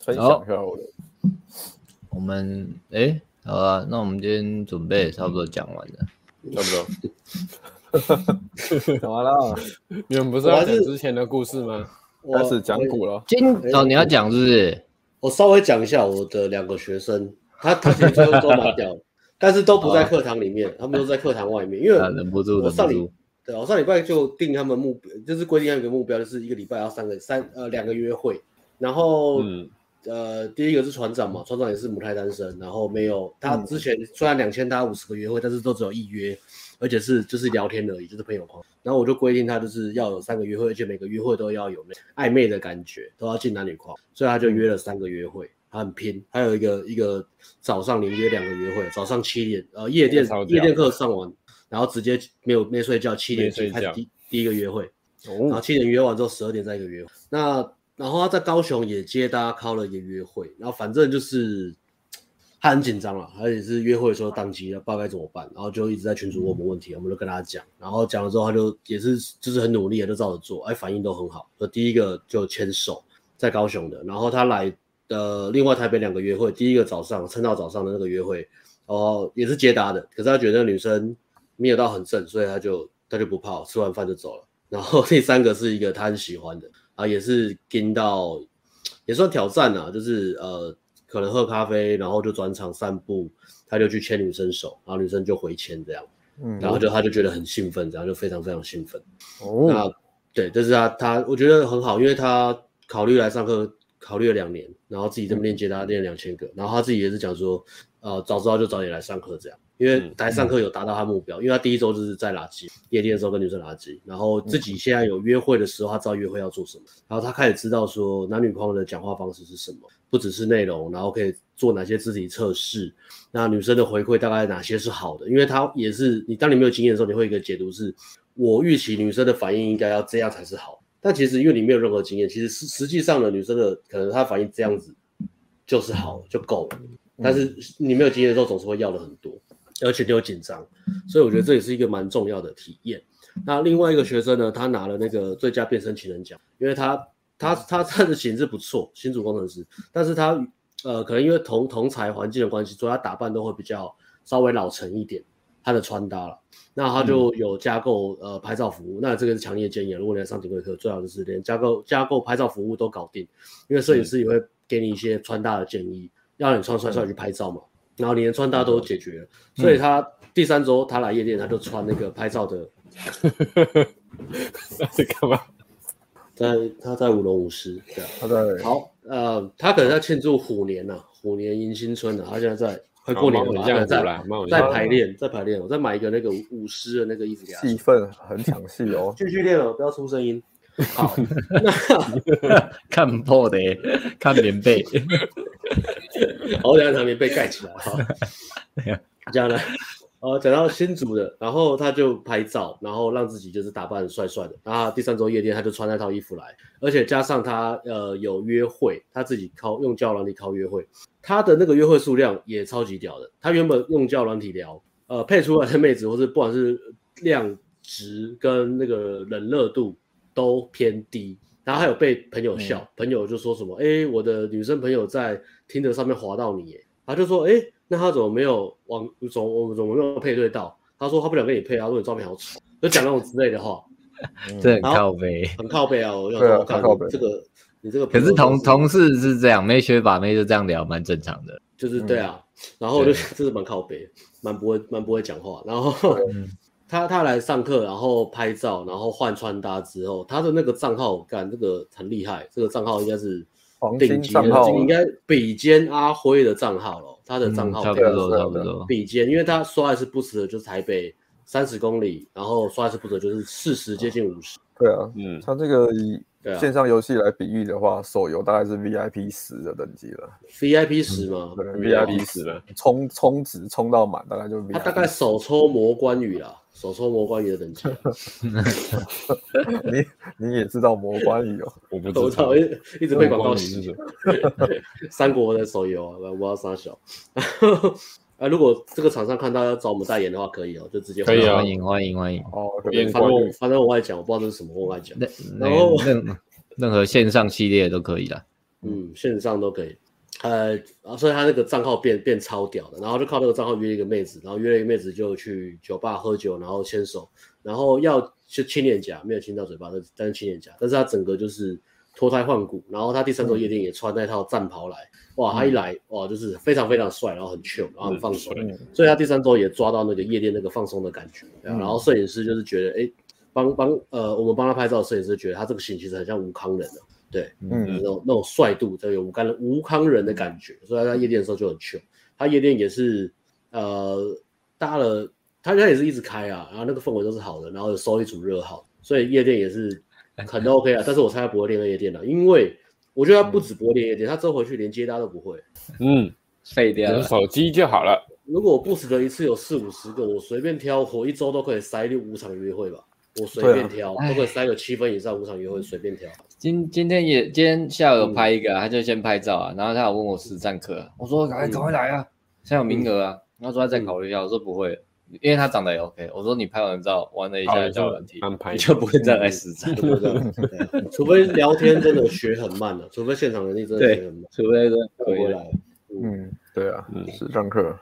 Speaker 3: 分享一下我的，
Speaker 4: 我们哎，好啊，那我们今天准备也差不多讲完了。
Speaker 2: 差不多。
Speaker 3: 怎么啦？
Speaker 2: 你们不是要讲之前的故事吗？
Speaker 1: 我
Speaker 3: 开始讲古了。
Speaker 4: 今哦，你要讲是不是？
Speaker 1: 我稍微讲一下我的两个学生，他他其实最后都拿掉了，但是都不
Speaker 3: 啊
Speaker 1: 在课堂里面，他们都在课堂外面，因为
Speaker 4: 啊，忍不住，
Speaker 1: 我
Speaker 4: 忍
Speaker 1: 上
Speaker 4: 不
Speaker 1: 礼
Speaker 4: 住，
Speaker 1: 对啊我上礼拜就定他们目标，就是规定他们一个目标，就是一个礼拜要三个三呃两个约会，然后、
Speaker 2: 嗯
Speaker 1: 呃第一个是船长嘛，船长也是母胎单身，然后没有他
Speaker 2: 嗯
Speaker 1: 之前虽然两千他五十个约会，但是都只有一约，而且是就是聊天而已，就是朋友框。然后我就规定他就是要有三个约会，而且每个约会都要有那暧昧的感觉，都要进男女框，所以他
Speaker 2: 嗯
Speaker 1: 就约了三个约会。他很拼，还有一个一个早上连约两个约会，早上七点，呃，夜店
Speaker 2: 超屌
Speaker 1: 夜店课上完，然后直接没有没睡觉，七点
Speaker 2: 没睡
Speaker 1: 起开始
Speaker 2: 觉
Speaker 1: 第第一个约会，然后
Speaker 3: 哦，
Speaker 1: 七点约完之后十二点再一个约会。那然后他在高雄也接大家 call 了一个约会，然后反正就是他很紧张了，而且是约会的时候宕机了，不知道该怎么办，然后就一直在群组问我们问题，我们就跟他讲，然后讲了之后他就也是就是很努力的就照着做，哎，反应都很好。那第一个就牵手，在高雄的，然后他来呃另外台北两个约会，第一个早上撑到早上的那个约会，然后哦也是接搭的，可是他觉得那女生没有到很正，所以他就他就不泡，吃完饭就走了。然后 第三个是一个他很喜欢的，啊，也是跟到也算挑战啊，就是呃可能喝咖啡，然后就转场散步，他就去牵女生手，然后女生就回牵这样，
Speaker 3: 嗯
Speaker 1: 然后就他就觉得很兴奋，然后就非常非常兴奋。
Speaker 3: 哦，
Speaker 1: 那对，这是他他我觉得很好，因为他考虑来上课，考虑了两年，然后自己
Speaker 2: 嗯
Speaker 1: 这么练接他练两千个，然后他自己也是讲说，呃，早知道就早点来上课这样，因为
Speaker 2: 嗯
Speaker 1: 来上课有达到他目标，因为他第一周就是在垃圾夜店的时候跟女生垃圾，然后
Speaker 2: 嗯
Speaker 1: 自己现在有约会的时候，他知道约会要做什么，然后他开始知道说男女朋友的讲话方式是什么，不只是内容，然后可以做哪些肢体测试，那女生的回馈大概哪些是好的？因为她也是你，当你没有经验的时候，你会有一个解读是，我预期女生的反应应该要这样才是好。但其实因为你没有任何经验，其实实实际上呢，女生的可能她反应这样子就是好就够了。但是你没有经验的时候，总是会要的很多，而且你又紧张，所以我觉得这也是一个蛮重要的体验。那另外一个学生呢，他拿了那个最佳变身情人奖，因为他他他他的型是不错，新竹工程师，但是他呃，可能因为同同才环境的关系，所以他打扮都会比较稍微老成一点，他的穿搭了。那他就有加购呃拍照服务，那这个是强烈建议啊，如果你来上顶规课，最好就是连加购加购拍照服务都搞定，因为摄影师也会给你一些穿搭的建议，要你穿帅帅去拍照嘛。然后你连穿搭都解决了，所以他第三周他来夜店，他就穿那个拍照的
Speaker 2: 那是干嘛？
Speaker 1: 在他在舞龙舞狮这样。
Speaker 3: 他在
Speaker 1: 好，呃，他可能在庆祝虎年呐、虎年迎新春呐、啊他现在在快过年了吧，
Speaker 2: 好
Speaker 1: 他可
Speaker 2: 慢
Speaker 1: 能
Speaker 2: 稳下
Speaker 1: 在
Speaker 2: 来慢稳下
Speaker 1: 在
Speaker 2: 来
Speaker 1: 排练，在排练，我再买一个那个舞舞狮的那个衣服给他穿，
Speaker 3: 戏份很抢戏哦
Speaker 1: 继续练了，不要出声音。好，
Speaker 4: 看破的 耶，看棉被，
Speaker 1: 好，等一下他没被盖起来哈。这样呢，呃，讲到新竹的，然后他就拍照，然后让自己就是打扮得帅帅的。然后第三周夜店他就穿那套衣服来，而且加上他呃有约会，他自己靠用交友软体靠约会，他的那个约会数量也超级屌的。他原本用交友软体聊，呃，配出来的妹子或是不管是量值跟那个冷热度都偏低。然后还有被朋友笑，
Speaker 3: 嗯
Speaker 1: 朋友就说什么：“哎，我的女生朋友在听着上面滑到你耶。”他就说：“哎，那他怎么没有往怎么我们怎么没有配对到？”他说：“他不想跟你配，他说你照片好丑。”就讲那种之类的话，
Speaker 3: 嗯
Speaker 4: 这很
Speaker 1: 好
Speaker 4: 靠背。
Speaker 1: 很靠背啊！我想
Speaker 3: 对
Speaker 1: 说，
Speaker 3: 啊
Speaker 1: 我看
Speaker 3: 很靠背
Speaker 1: 你这个你这个
Speaker 4: 可
Speaker 1: 朋友
Speaker 4: 是
Speaker 1: 真的，
Speaker 4: 同同事是这样，妹学把妹就这样聊，蛮正常的。
Speaker 1: 就是
Speaker 3: 嗯
Speaker 1: 对啊，然后我就
Speaker 4: 对
Speaker 1: 真是蛮靠北，蛮不会蛮不会讲话。然后
Speaker 3: 嗯
Speaker 1: 他他来上课，然后拍照，然后换穿搭之后，他的那个账号干这个很厉害，这个账号应该是
Speaker 3: 黄
Speaker 1: 顶
Speaker 3: 金
Speaker 1: 级
Speaker 3: 账
Speaker 1: 的，
Speaker 3: 号
Speaker 1: 这个应该比肩阿辉的账号了。他的账号
Speaker 4: 嗯差不
Speaker 1: 顶级
Speaker 4: 多，
Speaker 3: 对啊
Speaker 4: 差不多。嗯
Speaker 1: 比肩，因为他刷一次不死的就是台北三十公里，然后刷一次不死的就是四十接近五十，
Speaker 3: 对 啊，
Speaker 2: 嗯，
Speaker 3: 他这个以
Speaker 1: 对啊
Speaker 3: 线上游戏来比喻的话，手游大概是 VIP 十的等级了，
Speaker 1: VIP 十嘛，
Speaker 3: 嗯对
Speaker 2: ，VIP
Speaker 3: ，VIP
Speaker 2: 死
Speaker 3: 十
Speaker 2: 了，
Speaker 3: 充充值充到满，大概就 VIP
Speaker 1: 他大概手抽魔关羽啦，手抽魔关羽的等 级啊。
Speaker 3: 你你也知道魔关羽哦，
Speaker 2: 我不
Speaker 1: 我
Speaker 2: 知道
Speaker 1: 操，一，一直被广告
Speaker 2: 是
Speaker 1: 洗
Speaker 2: 什。么？
Speaker 1: 三国的手游啊，我不知道啥小。 啊，如果这个厂商看到要找我们代言的话，可以哦，就直接
Speaker 2: 可以啊
Speaker 4: 欢迎欢迎欢迎。
Speaker 3: 哦，
Speaker 2: 变
Speaker 1: 反
Speaker 2: 关
Speaker 1: 正
Speaker 2: 羽
Speaker 1: 我反正我爱讲，我不知道这是什么，我爱讲。
Speaker 4: 那
Speaker 1: 然后
Speaker 4: 那任任何线上系列都可以啦。
Speaker 1: 嗯，线上都可以。呃，啊所以他那个账号变变超屌的，然后就靠那个账号约一个妹子，然后约了一个妹子就去酒吧喝酒，然后牵手，然后要就亲脸颊，没有亲到嘴巴，但但是亲脸颊，但是他整个就是脱胎换骨，然后他第三周夜店也穿那套战袍来，哇，
Speaker 2: 嗯
Speaker 1: 他一来哇就是非常非常帅，然后很 chill，然后很放松，所以他第三周也抓到那个夜店那个放松的感觉，对啊然后摄影师就是觉得哎。帮帮呃，我们帮他拍照的摄影师觉得他这个型其实很像吴康人的、对，就是那
Speaker 3: 嗯
Speaker 1: 种那种帅度，就有吴康人吴康人的感觉，所以他在夜店的时候就很穷。他夜店也是呃搭了，他他也是一直开啊，然后那个氛围都是好的，然后有收一组热好，所以夜店也是很 OK 啊。但是我猜他不会练夜店了，因为我觉得他不止不会练夜店，他之后回去连接搭都不会。
Speaker 2: 嗯，
Speaker 4: 废掉
Speaker 1: 啊
Speaker 2: 有
Speaker 4: 了。
Speaker 2: 手机就好了。
Speaker 1: 如果我不死的一次有四五十个，我随便挑，我一周都可以塞六五场约会吧。我随
Speaker 3: 对啊
Speaker 1: 便挑，都可以塞个七分以上五场约会，随便挑。
Speaker 4: 今今天也今天下
Speaker 2: 嗯
Speaker 4: 午有拍一个啊、他就先拍照啊，然后他有问我实战课啊，我说赶快
Speaker 1: 嗯
Speaker 4: 赶快来啊，现在有名额
Speaker 2: 嗯
Speaker 4: 啊，然后说他再考虑一下，我说不会，因为他长得也 OK，我说你拍完照玩了一
Speaker 2: 好嗯
Speaker 4: 下
Speaker 2: 了
Speaker 4: 交友软体，
Speaker 2: 就安排
Speaker 4: 你就不会再 来实战，
Speaker 1: 对不对？除非聊天真的学很慢了、除非现场能力真的学很慢，
Speaker 4: 除非说
Speaker 1: 不
Speaker 4: 可以
Speaker 1: 回
Speaker 4: 了。
Speaker 1: 来。
Speaker 3: 嗯，对啊
Speaker 2: 嗯，
Speaker 3: 是上课，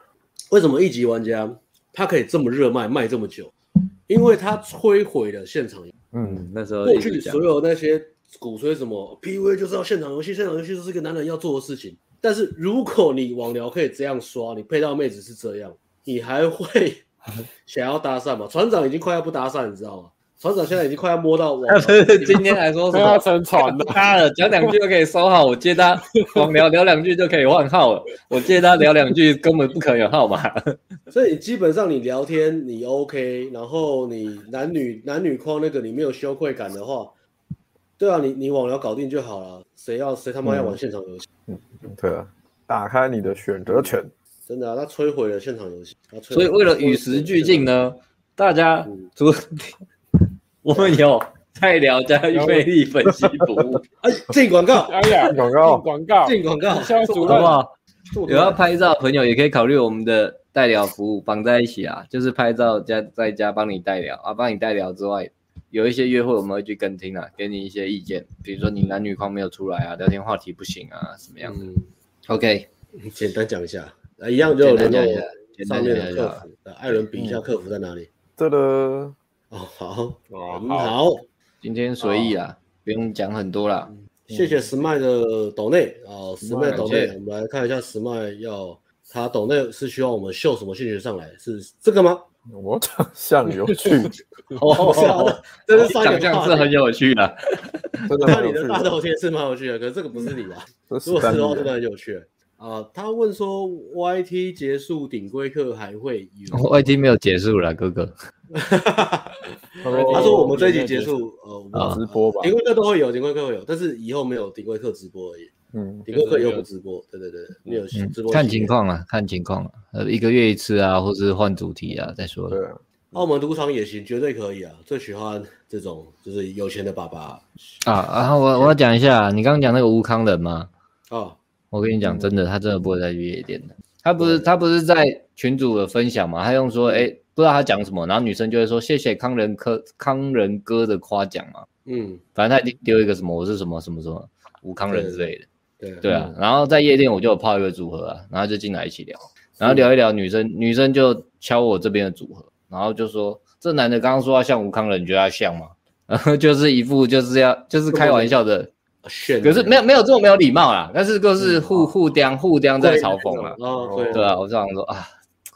Speaker 1: 为什么一级玩家他可以这么热卖，卖这么久？因为他摧毁了现场游戏
Speaker 3: 嗯，
Speaker 4: 那时候
Speaker 1: 过
Speaker 4: 一直
Speaker 1: 去
Speaker 4: 讲
Speaker 1: 所有那些鼓吹什么 PUA 就是要现场游戏，现场游戏就是一个男人要做的事情。但是如果你网聊可以这样刷，你配到妹子是这样，你还会 想要搭讪吗？船长已经快要不搭讪，你知道吗？船长现在已经快要摸到网
Speaker 4: 他
Speaker 1: 聊
Speaker 4: 不是 今天还说什
Speaker 2: 快
Speaker 4: 么
Speaker 2: 要？沉船了，
Speaker 4: 他了，讲两句就可以收号。我 接他网聊聊两句就可以换号了。我接他聊两句根本不可能有号码。
Speaker 1: 所以基本上你聊天你 OK，然后你男女男女框那个你没有羞愧感的话，对啊，你你网聊搞定就好了。谁要谁他妈要
Speaker 4: 嗯
Speaker 1: 玩现场游戏？
Speaker 3: 对啊，打开你的选择权，
Speaker 1: 真的啊，他摧毁了现场游戏。他摧毁
Speaker 4: 所以为了与时俱进，呢，大家
Speaker 1: 嗯
Speaker 4: 除我们有菜聊加魅力分析服务，
Speaker 1: 哎，进广告，
Speaker 2: 哎呀，
Speaker 3: 广告
Speaker 2: 进广告，
Speaker 1: 进广告，
Speaker 2: 肖主
Speaker 4: 哦好
Speaker 2: 任
Speaker 4: 不好？
Speaker 1: 这么多
Speaker 4: 有啊要拍照的朋友也可以考虑我们的代聊服务绑在一起啊，就是拍照加在家帮你代聊啊，帮你代聊之外，有一些约会我们会去跟听啊，给你一些意见，比如说你男女框没有出来啊，聊天话题不行啊，什么样
Speaker 1: 嗯
Speaker 4: 的、o k
Speaker 1: 简单讲一下，啊，一样就有联络
Speaker 4: 简单讲一下啊
Speaker 1: 我上面的客服，呃艾伦比一下客服在哪里？
Speaker 3: 这个
Speaker 4: 嗯
Speaker 1: 哦，好，
Speaker 2: 哦
Speaker 1: 很
Speaker 2: 好，
Speaker 1: 好，
Speaker 4: 今天随意啊，不用讲很多啦，
Speaker 1: 谢谢石麦的抖内啊，石麦抖内
Speaker 4: 感，
Speaker 1: 我们来看一下石麦要他抖内是希望我们秀什么兴趣上来，是这个吗？
Speaker 3: 我长相有 趣，
Speaker 4: 哦
Speaker 1: 不是啊，这这是上一
Speaker 4: 长
Speaker 1: 个
Speaker 4: 相
Speaker 1: 话
Speaker 4: 是很
Speaker 1: 题。
Speaker 4: 有趣的，
Speaker 3: 真的
Speaker 1: 那
Speaker 3: 很
Speaker 1: 你
Speaker 3: 有
Speaker 1: 的
Speaker 3: 趣
Speaker 1: 大
Speaker 3: 的，
Speaker 1: 头贴是蛮有趣的，可是这个不是你吧？
Speaker 4: 嗯
Speaker 1: 如
Speaker 3: 这
Speaker 1: 果是
Speaker 3: 丹尼
Speaker 1: 的话，真的
Speaker 3: 的，
Speaker 1: 很有趣啊。他问说，YT 结束顶规课还会有？
Speaker 4: 我已经没有结束了，哥哥，
Speaker 3: 他
Speaker 4: 哎
Speaker 3: 说
Speaker 1: 他说我们这一集结束，呃，我
Speaker 4: 哦
Speaker 1: 们
Speaker 3: 直播吧
Speaker 1: 顶规课都会有，顶规课会有，但是以后没有顶规课直播而已，
Speaker 3: 嗯，
Speaker 1: 顶规课又不直播，对对对，没有
Speaker 4: 嗯
Speaker 1: 直播。
Speaker 4: 看情。况了，看情况了，呃，一个月一次啊，或是换主题啊，再说了。
Speaker 3: 对啊，
Speaker 1: 澳门赌场也行，绝对可以啊，最喜欢这种就是有钱的爸爸
Speaker 4: 啊，然后我我要讲一下，你刚刚讲那个吴康人嘛，
Speaker 1: 啊，
Speaker 4: 我跟你讲，真的，他真的不会再约夜店的。他不是他不是在群主的分享嘛，他用
Speaker 1: 嗯
Speaker 4: 说，哎、不知道他讲什么，然后女生就会说谢谢康仁科康仁哥的夸奖嘛，
Speaker 1: 嗯，
Speaker 4: 反正他一定丢一个什么我是什么什么什么吴康仁之类的，
Speaker 1: 对
Speaker 4: 对啊。然后在夜店我就有泡一个组合啊，然后就进来一起聊，然后聊一聊女生女生就敲我这边的组合，然后就说这男的刚刚说他像吴康仁，你觉得他像吗？然后就是一副就是要就是开玩笑的。
Speaker 1: 炫的
Speaker 4: 可
Speaker 1: 那种，
Speaker 4: 是没有没有这么嗯哦没有礼貌啦，但是就是互互刁互刁在嘲讽啦，
Speaker 1: 啊，对
Speaker 4: 对啊，我就想说啊，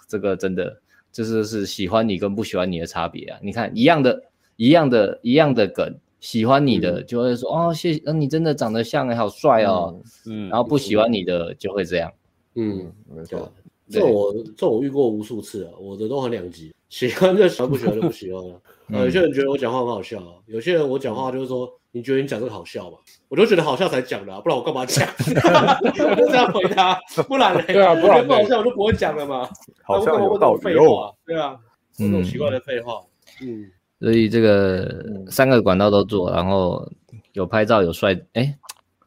Speaker 4: 这个真的就是是喜欢你跟不喜欢你的差别啊。你看一样的、一样的、一样的梗，喜欢你的就会说、哦，谢谢，呃你真的长得像哎，好帅哦。
Speaker 2: 嗯，
Speaker 4: 然后不喜欢你的就会这样，
Speaker 1: 嗯
Speaker 3: 嗯，，没
Speaker 1: 对
Speaker 3: 错
Speaker 1: 啊，，这种我这种我遇过无数次啊，我的都很两极，喜欢就喜欢，不喜欢就不喜欢了。呃，有些人觉得我讲话很好笑啊，有些人我讲话就是说，你觉得你讲这个好笑吗？我就觉得好笑才讲的啊，不然我干嘛讲？ 我就这样回答，不然嘞，
Speaker 2: 对啊不然嘞
Speaker 1: 不好笑我就不会讲了嘛。
Speaker 3: 好
Speaker 1: 那
Speaker 3: 像
Speaker 1: 我干嘛
Speaker 3: 有
Speaker 1: 问这种
Speaker 3: 道
Speaker 1: 废
Speaker 3: 理哦，
Speaker 1: 话，对啊，问这种奇怪的废话，嗯。
Speaker 4: 所以这个三个管道都做，然后有拍照有帅，哎，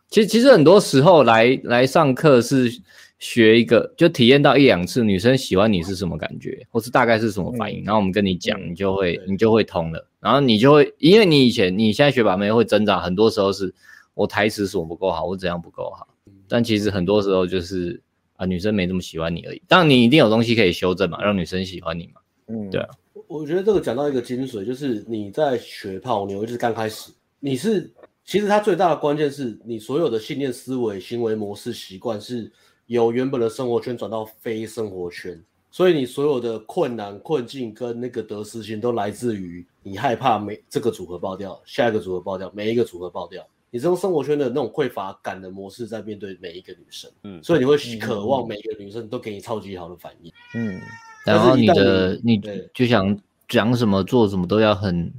Speaker 4: 其实其实很多时候来来上课是学一个，就体验到一两次女生喜欢你是什么感觉，或是大概是什么反应，然后我们跟你讲，你就会你就会通了，然后你就会，因为你以前你现在学把妹会挣扎，很多时候是我台词什么不够好，我怎样不够好，但其实很多时候就是啊女生没这么喜欢你而已，当然你一定有东西可以修正嘛，让女生喜欢你嘛，
Speaker 3: 嗯，
Speaker 4: 对啊
Speaker 1: 我觉得这个讲到一个精髓，就是你在学泡妞，就是刚开始，你是其实它最大的关键是你所有的信念、思维、行为模式、习惯是由原本的生活圈转到非生活圈，所以你所有的困难、困境跟那个得失心都来自于你害怕每这个组合爆掉，下一个组合爆掉，每一个组合爆掉。你是用生活圈的那种匮乏感的模式在面对每一个女生，
Speaker 2: 嗯
Speaker 1: 所以你会渴望每一个女生都给你超级好的反应。
Speaker 3: 嗯，
Speaker 1: 但
Speaker 4: 然
Speaker 1: 是
Speaker 4: 后你
Speaker 1: 一旦
Speaker 4: 的
Speaker 1: 你
Speaker 4: 你
Speaker 1: 对
Speaker 4: 就想讲什么做什么都要很，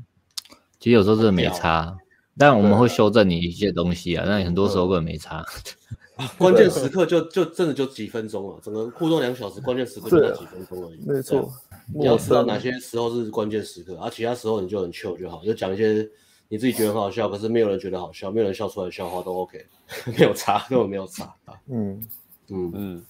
Speaker 4: 其实有时候真的没差。但我们会修正你一些东西啊，但很多时候根本没差。
Speaker 1: 关键时刻就就真的就几分钟了，整个互动两小时，关键时刻就
Speaker 3: 对
Speaker 1: 到
Speaker 3: 啊
Speaker 1: 几分钟而已。
Speaker 3: 没
Speaker 1: 对
Speaker 3: 错
Speaker 1: 啊，你要
Speaker 3: 陌
Speaker 1: 知道
Speaker 3: 生
Speaker 1: 哪些时候是关键时刻，而、啊其他时候你就很 chill 就好，就讲一些你自己觉得很好笑，可是没有人觉得好笑，没有人笑出来的笑话都 OK，没有 差，根本没有差。啊
Speaker 3: 嗯，
Speaker 4: 呃
Speaker 1: 嗯，
Speaker 2: 嗯，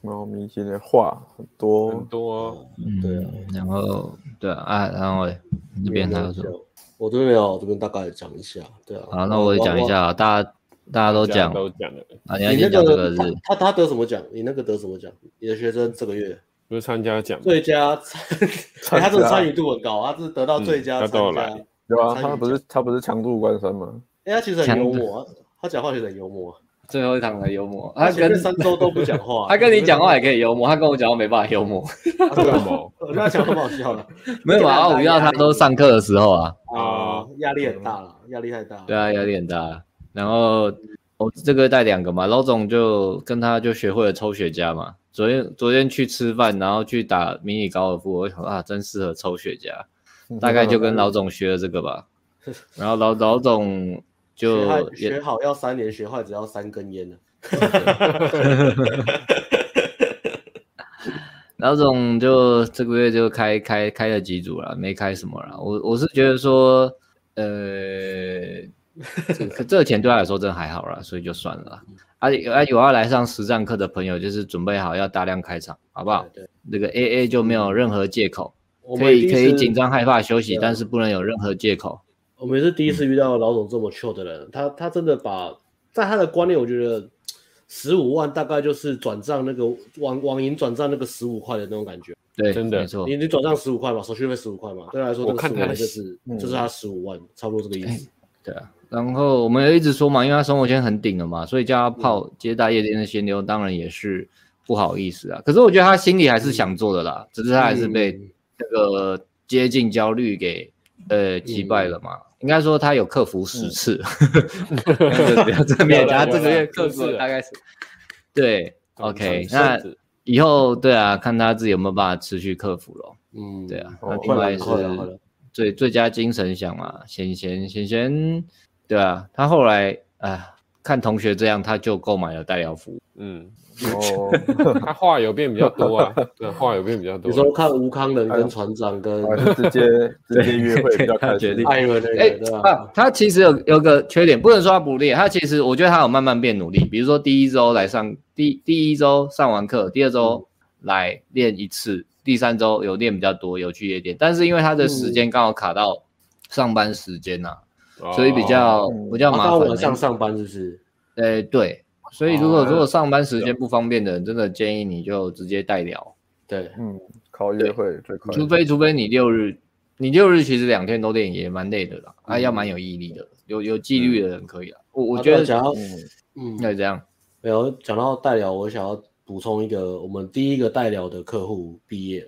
Speaker 3: 猫咪今天话很多，
Speaker 2: 很多哦、
Speaker 4: 嗯，
Speaker 1: 对啊。
Speaker 4: 然后对啊，啊然后嘞你这边还有什么？
Speaker 1: 我这边没有，我这边大概讲一下。对啊。
Speaker 4: 好，那我也讲一。下，啊，大家大家都
Speaker 2: 这样
Speaker 4: 讲
Speaker 2: 都讲了，
Speaker 4: 啊，你要
Speaker 1: 你那
Speaker 4: 先讲这
Speaker 1: 个
Speaker 4: 个是
Speaker 1: 他他他得什么奖？你那个得什么奖？你的学生这个月
Speaker 2: 不是参加奖，
Speaker 1: 最佳参， 哎他这个参与度很高，啊他是得到最
Speaker 2: 嗯
Speaker 1: 佳
Speaker 2: 他都有
Speaker 1: 参加
Speaker 2: 来
Speaker 3: 有啊，
Speaker 1: 参与
Speaker 3: 他不是他不是强度关山吗？
Speaker 1: 哎、他其实很
Speaker 4: 强
Speaker 1: 幽
Speaker 4: 的
Speaker 1: 默啊，他讲话其实很幽默啊。
Speaker 4: 最后一堂的幽默，他
Speaker 1: 前
Speaker 4: 跟
Speaker 1: 面三周都不讲话啊、
Speaker 4: 他跟你讲话也可以幽默，他跟我讲话没办法幽默，
Speaker 2: 为什么？
Speaker 1: 我觉得他讲话蛮好笑的
Speaker 4: 没有啊 嘛？我遇到他都上课的时候啊，
Speaker 1: 啊，压力很大了，压力太大了。
Speaker 4: 对啊，有点大。然后我这个月带两个嘛，老总就跟他就学会了抽雪茄嘛。昨天昨天去吃饭，然后去打迷你高尔夫，我想说啊，真适合抽雪茄， 大概就跟老总学了这个吧。然后老老总就
Speaker 1: 学坏
Speaker 4: 也
Speaker 1: 学好要三年，学坏只要三根烟呢。
Speaker 4: 老总就这个月就开开开了几组了，没开什么了。我我是觉得说，呃，这个这个钱对他来说真的还好啦，所以就算了啦。啊啊，有要来上实战课的朋友，就是准备好要大量开场，好不好？
Speaker 1: 对，对
Speaker 4: 那个 A A 就没有任何借口，
Speaker 1: 我们
Speaker 4: 可
Speaker 1: 第
Speaker 4: 以
Speaker 1: 一
Speaker 4: 可以
Speaker 1: 次
Speaker 4: 紧。张害怕休息
Speaker 1: 对，啊
Speaker 4: 但是不能有任何借口。
Speaker 1: 我们也是第
Speaker 4: 嗯
Speaker 1: 一次遇到老总这么 chill 的人，他他真的把在他的观念，我觉得十五万大概就是转账那个网网银转账那个十五块的那种感觉。
Speaker 4: 对，
Speaker 2: 真的
Speaker 4: 没错
Speaker 1: 你。你转账十五块嘛，手续费十五块嘛，对他来说
Speaker 2: 我
Speaker 1: 这个十
Speaker 2: 看
Speaker 1: 五
Speaker 2: 他
Speaker 1: 万就
Speaker 2: 的
Speaker 1: 是
Speaker 3: 嗯
Speaker 1: 就是他十五万，差不多这个意思。
Speaker 4: 对啊，然后我们也一直说嘛，因为他生活圈很顶了嘛，所以叫他泡接待夜店的闲流，当然也是不好意思啊。可是我觉得他心里还是想做的啦，只是他还是被这个接近焦虑给呃击败了嘛。应该说他有克服十次， 不要不要正面讲，他这个月克服了大概是对。OK，那以后对啊，看他自己有没有办法持续克服咯。
Speaker 1: 嗯，
Speaker 4: 对啊，
Speaker 3: 哦
Speaker 4: 那
Speaker 1: 快
Speaker 4: 另
Speaker 1: 了
Speaker 4: 外
Speaker 1: 快了快了
Speaker 4: 是最最佳精神奖嘛，贤贤贤贤，对啊，他后来啊看同学这样，他就购买了代疗服务。
Speaker 2: 嗯，
Speaker 3: 哦，
Speaker 2: 他话有变比较多啊， 对，话有变比较多。
Speaker 1: 你
Speaker 3: 啊
Speaker 1: 说看吴康仁跟船长跟
Speaker 3: 还是直接直接约会比较开
Speaker 4: 对
Speaker 3: 心
Speaker 4: 对。
Speaker 1: 艾伦那
Speaker 4: 哎、
Speaker 1: 个，对吧？
Speaker 4: 啊，他其实有有个缺点，不能说他不烈，他其实我觉得他有慢慢变努力。比如说第一周来上第第一周上完课，第二周来练一次，第三周有练比较多，有去夜店。但是因为他的时间刚好卡到上班时间呐、
Speaker 2: 哦，
Speaker 4: 所以比较比较
Speaker 1: 啊他
Speaker 4: 麻
Speaker 1: 到
Speaker 4: 烦。欸
Speaker 1: 晚上上班是不是？
Speaker 4: 呃，对，所以如果
Speaker 2: 哦
Speaker 4: 如果上班时间不方便的人，真的建议你就直接代聊，
Speaker 1: 对，
Speaker 3: 嗯，靠约会最快。
Speaker 4: 除非除非你六日，你六日其实两天都练也蛮累的啦，啊，要蛮有毅力的，有有纪律的人可以啦。我我
Speaker 1: 嗯啊
Speaker 4: 觉
Speaker 1: 对啊
Speaker 4: 得
Speaker 1: 讲到
Speaker 3: 嗯，
Speaker 1: 嗯，
Speaker 4: 应该这样，
Speaker 1: 没有讲到代聊，我想要补充一个，我们第一个代聊的客户毕业，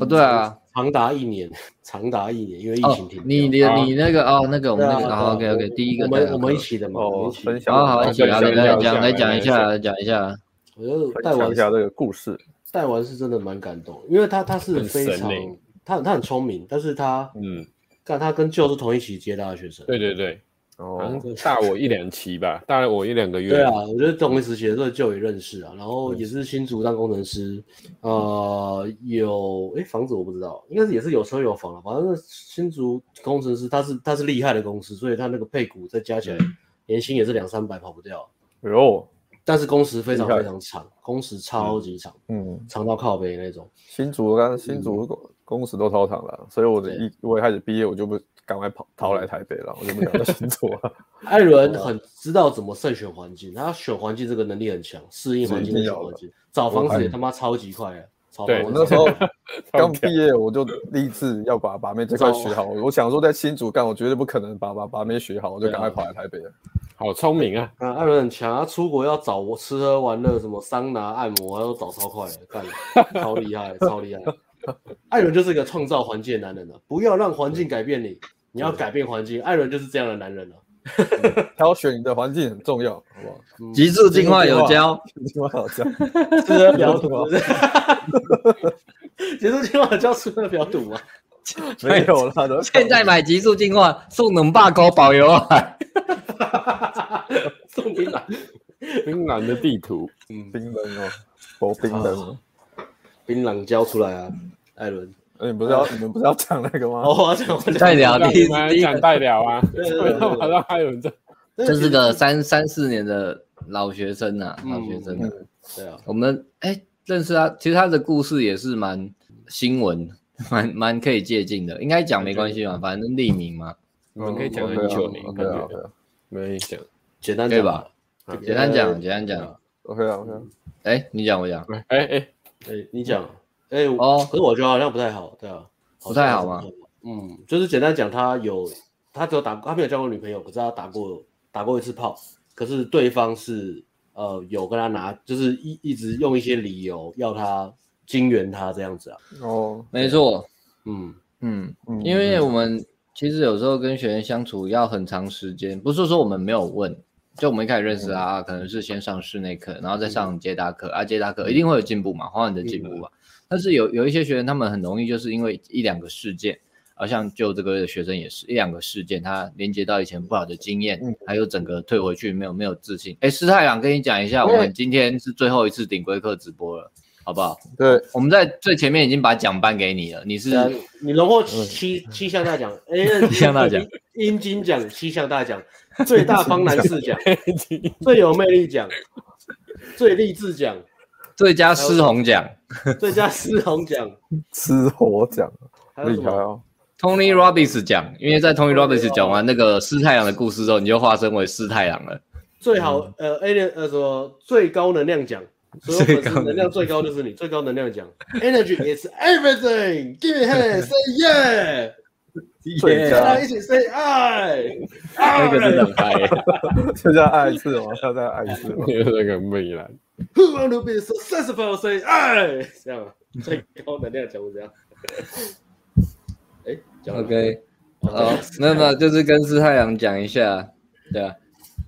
Speaker 4: 哦对啊，
Speaker 1: 长达一年， 长达一年，因嗯为疫
Speaker 4: 哦
Speaker 1: 情停，
Speaker 4: 你
Speaker 1: 掉
Speaker 4: 你
Speaker 2: 啊
Speaker 4: 你那个哦那个我们
Speaker 1: 对
Speaker 4: 那
Speaker 1: 啊
Speaker 4: 个
Speaker 1: 对啊
Speaker 4: 好 OK
Speaker 1: 我
Speaker 4: OK，第一个
Speaker 1: 我
Speaker 4: 代
Speaker 1: 们
Speaker 4: 表
Speaker 1: 我们一
Speaker 4: 课
Speaker 1: 起的嘛，我们
Speaker 3: 哦
Speaker 1: 一，起
Speaker 3: 分
Speaker 1: 的，
Speaker 3: 享
Speaker 4: 好好一起
Speaker 2: 我
Speaker 4: 好
Speaker 2: 们
Speaker 4: 来
Speaker 2: 再
Speaker 4: 来
Speaker 2: 讲一下
Speaker 4: 讲来讲一
Speaker 2: 来
Speaker 4: 下讲一下，
Speaker 1: 我觉得
Speaker 3: 分
Speaker 1: 戴
Speaker 3: 享
Speaker 1: 完
Speaker 3: 一下这个故事。
Speaker 1: 戴完是真的蛮感动，因为他他是
Speaker 2: 很
Speaker 1: 非
Speaker 2: 神
Speaker 1: 常
Speaker 2: 欸
Speaker 1: 他他很聪明，但是他
Speaker 2: 嗯，
Speaker 1: 看他跟舅是同一期接大的学生，
Speaker 2: 对对对，好
Speaker 3: 哦
Speaker 2: 像，大我一两期吧，大了我一两个月。
Speaker 1: 对啊，，我觉得同一时期的时候就也认识啊，然后也是新竹当工程师，呃，有诶房子我不知道，应该是也是有车有房啊了，反正新竹工程师他是他是厉害的公司，所以他那个配股再加起来
Speaker 3: 嗯
Speaker 1: 年薪也是两三百跑不掉，
Speaker 3: 哎呦，
Speaker 1: 但是工时非常
Speaker 3: 厉害
Speaker 1: 非常长，工时超级长，
Speaker 3: 嗯，
Speaker 1: 长到靠背那种。
Speaker 3: 新竹刚新竹工工时都超长了，所以我的
Speaker 1: 嗯对嗯
Speaker 3: 一我一开始毕业我就不赶快跑逃来台北了，我就不想在新竹了。
Speaker 1: 艾伦很知道怎么慎选环境，他选环境这个能力很强，适应环境的选
Speaker 3: 是一定要的
Speaker 1: 环境，找房子也他妈超级快啊，超
Speaker 2: 对
Speaker 1: 棒
Speaker 3: 我
Speaker 1: 的
Speaker 3: 那时候刚
Speaker 2: 超屌
Speaker 3: 毕业，我就立志要把把妹这块学好。
Speaker 1: 哦
Speaker 3: 我想说在新竹干，我绝对不可能把把把妹学好，我就
Speaker 1: 啊
Speaker 3: 赶快跑来台北了。
Speaker 2: 好聪明啊！
Speaker 1: 啊，艾伦很强，他出国要找我吃喝玩乐，什么桑拿、按摩，他啊都找超快的，干，超厉害，超厉害。艾伦就是一个创造环境的男人啊，不要让环境改变你，你要改变环境。艾伦就是这样的男人啊。
Speaker 3: 挑选你的环境很重要，好不好？
Speaker 1: 嗯
Speaker 4: 极致进化有教，
Speaker 3: 这么好笑，
Speaker 1: 吃喝嫖
Speaker 4: 啊
Speaker 1: 赌，是不是 结束今晚叫吃喝嫖赌啊！
Speaker 3: 没有啦，都
Speaker 4: 现在买极速进化送冷霸狗保留 啊！
Speaker 1: 宋冰啊，
Speaker 2: 冰蓝的地图，
Speaker 1: 嗯，
Speaker 3: 冰冷哦，薄冰冷
Speaker 1: 啊
Speaker 3: 哦。
Speaker 1: 槟榔交出来啊，艾伦。
Speaker 3: 哎你不是要你们不是要讲那个
Speaker 1: 哦，
Speaker 3: 吗？
Speaker 1: 我要讲，我要讲
Speaker 4: 代，聊第
Speaker 2: 你
Speaker 4: 一
Speaker 2: 们
Speaker 4: 第一
Speaker 2: 讲代聊啊，
Speaker 1: 对对对
Speaker 2: 为什么让艾哎伦这
Speaker 1: 这
Speaker 4: 这是个三三四年的老学生啊，
Speaker 1: 嗯
Speaker 4: 老学生、啊。
Speaker 1: 对啊，
Speaker 4: 我们哎、认识他，其实他的故事也是蛮新闻，蛮蛮可以借鉴的。应该讲没关系嘛，反正匿名嘛。
Speaker 2: 你们可以讲
Speaker 3: 嗯
Speaker 2: 很
Speaker 4: 哦
Speaker 2: 久呢，
Speaker 3: OK 啊
Speaker 2: 感觉
Speaker 3: ，OK 啊
Speaker 2: 没人讲。
Speaker 1: 简单
Speaker 4: 可以
Speaker 1: 讲啊
Speaker 4: 吧？
Speaker 2: 好
Speaker 4: 简单讲，简单讲。
Speaker 3: ，OK 啊，OK 啊。
Speaker 4: 哎、你讲我讲，
Speaker 2: 哎哎
Speaker 1: 哎、你讲，哎、我
Speaker 4: 哦
Speaker 1: 可是我觉得好像不太好，对啊，
Speaker 4: 不太好吗
Speaker 1: 像是不太好？嗯，就是简单讲，他有，他只有打，他没有交过女朋友，可是他打过打过一次炮，可是对方是呃有跟他拿，就是一一直用一些理由要他金援他这样子啊，
Speaker 3: 哦，
Speaker 4: 没错，
Speaker 1: 嗯，
Speaker 4: 嗯，
Speaker 3: 嗯
Speaker 4: 因为我们其实有时候跟学员相处要很长时间，不是说我们没有问，就我们一开始认识他、啊，可能是先上室内课，然后再上接搭课，啊，接搭课一定会有进步嘛，缓缓的进步吧。但是有有一些学员，他们很容易就是因为一两个事件，好像就这个学生也是一两个事件，他连接到以前不好的经验，
Speaker 3: 嗯
Speaker 4: 还有整个退回去没有没有自信。哎，师太郎跟你讲一下，我
Speaker 1: 对
Speaker 4: 们今天是最后一次顶规课直播了，好不好？
Speaker 3: 对，
Speaker 4: 我们在最前面已经把奖颁给你了，你是
Speaker 1: 对啊，你荣获七七项大奖，哎、
Speaker 4: 嗯 七项大奖，
Speaker 1: 阴金奖、七项大奖、最大方男士奖、最有魅力奖、最励志奖、
Speaker 4: 最佳狮红奖
Speaker 1: 最 佳狮红奖，
Speaker 3: 吃火讲
Speaker 1: 还有
Speaker 3: 厉
Speaker 1: 什
Speaker 3: 害
Speaker 1: 么？
Speaker 3: 哦，
Speaker 4: ，Tony Robbins 奖，因为在 Tony Robbins 讲完那个狮太郎的故事之后，你就化身为狮太郎了。
Speaker 1: 最好、
Speaker 4: 嗯
Speaker 1: 呃 alien 呃什么最高能量奖，所有粉丝能量最高就是你，最高能量奖，Energy is everything，give it hand say yeah，大
Speaker 3: 最
Speaker 1: 家
Speaker 3: 佳
Speaker 1: 一起 say 爱，
Speaker 4: 啊那个真的很嗨、
Speaker 3: 最佳爱一次哦，他在爱一 次哦。
Speaker 2: 那个魅蓝，
Speaker 1: Who want to be successful say 爱，这样啊最高能量奖是这样。哎，讲完了
Speaker 4: OK，
Speaker 1: 哦
Speaker 4: 哦，没有没有，就是跟狮太郎讲一下，对啊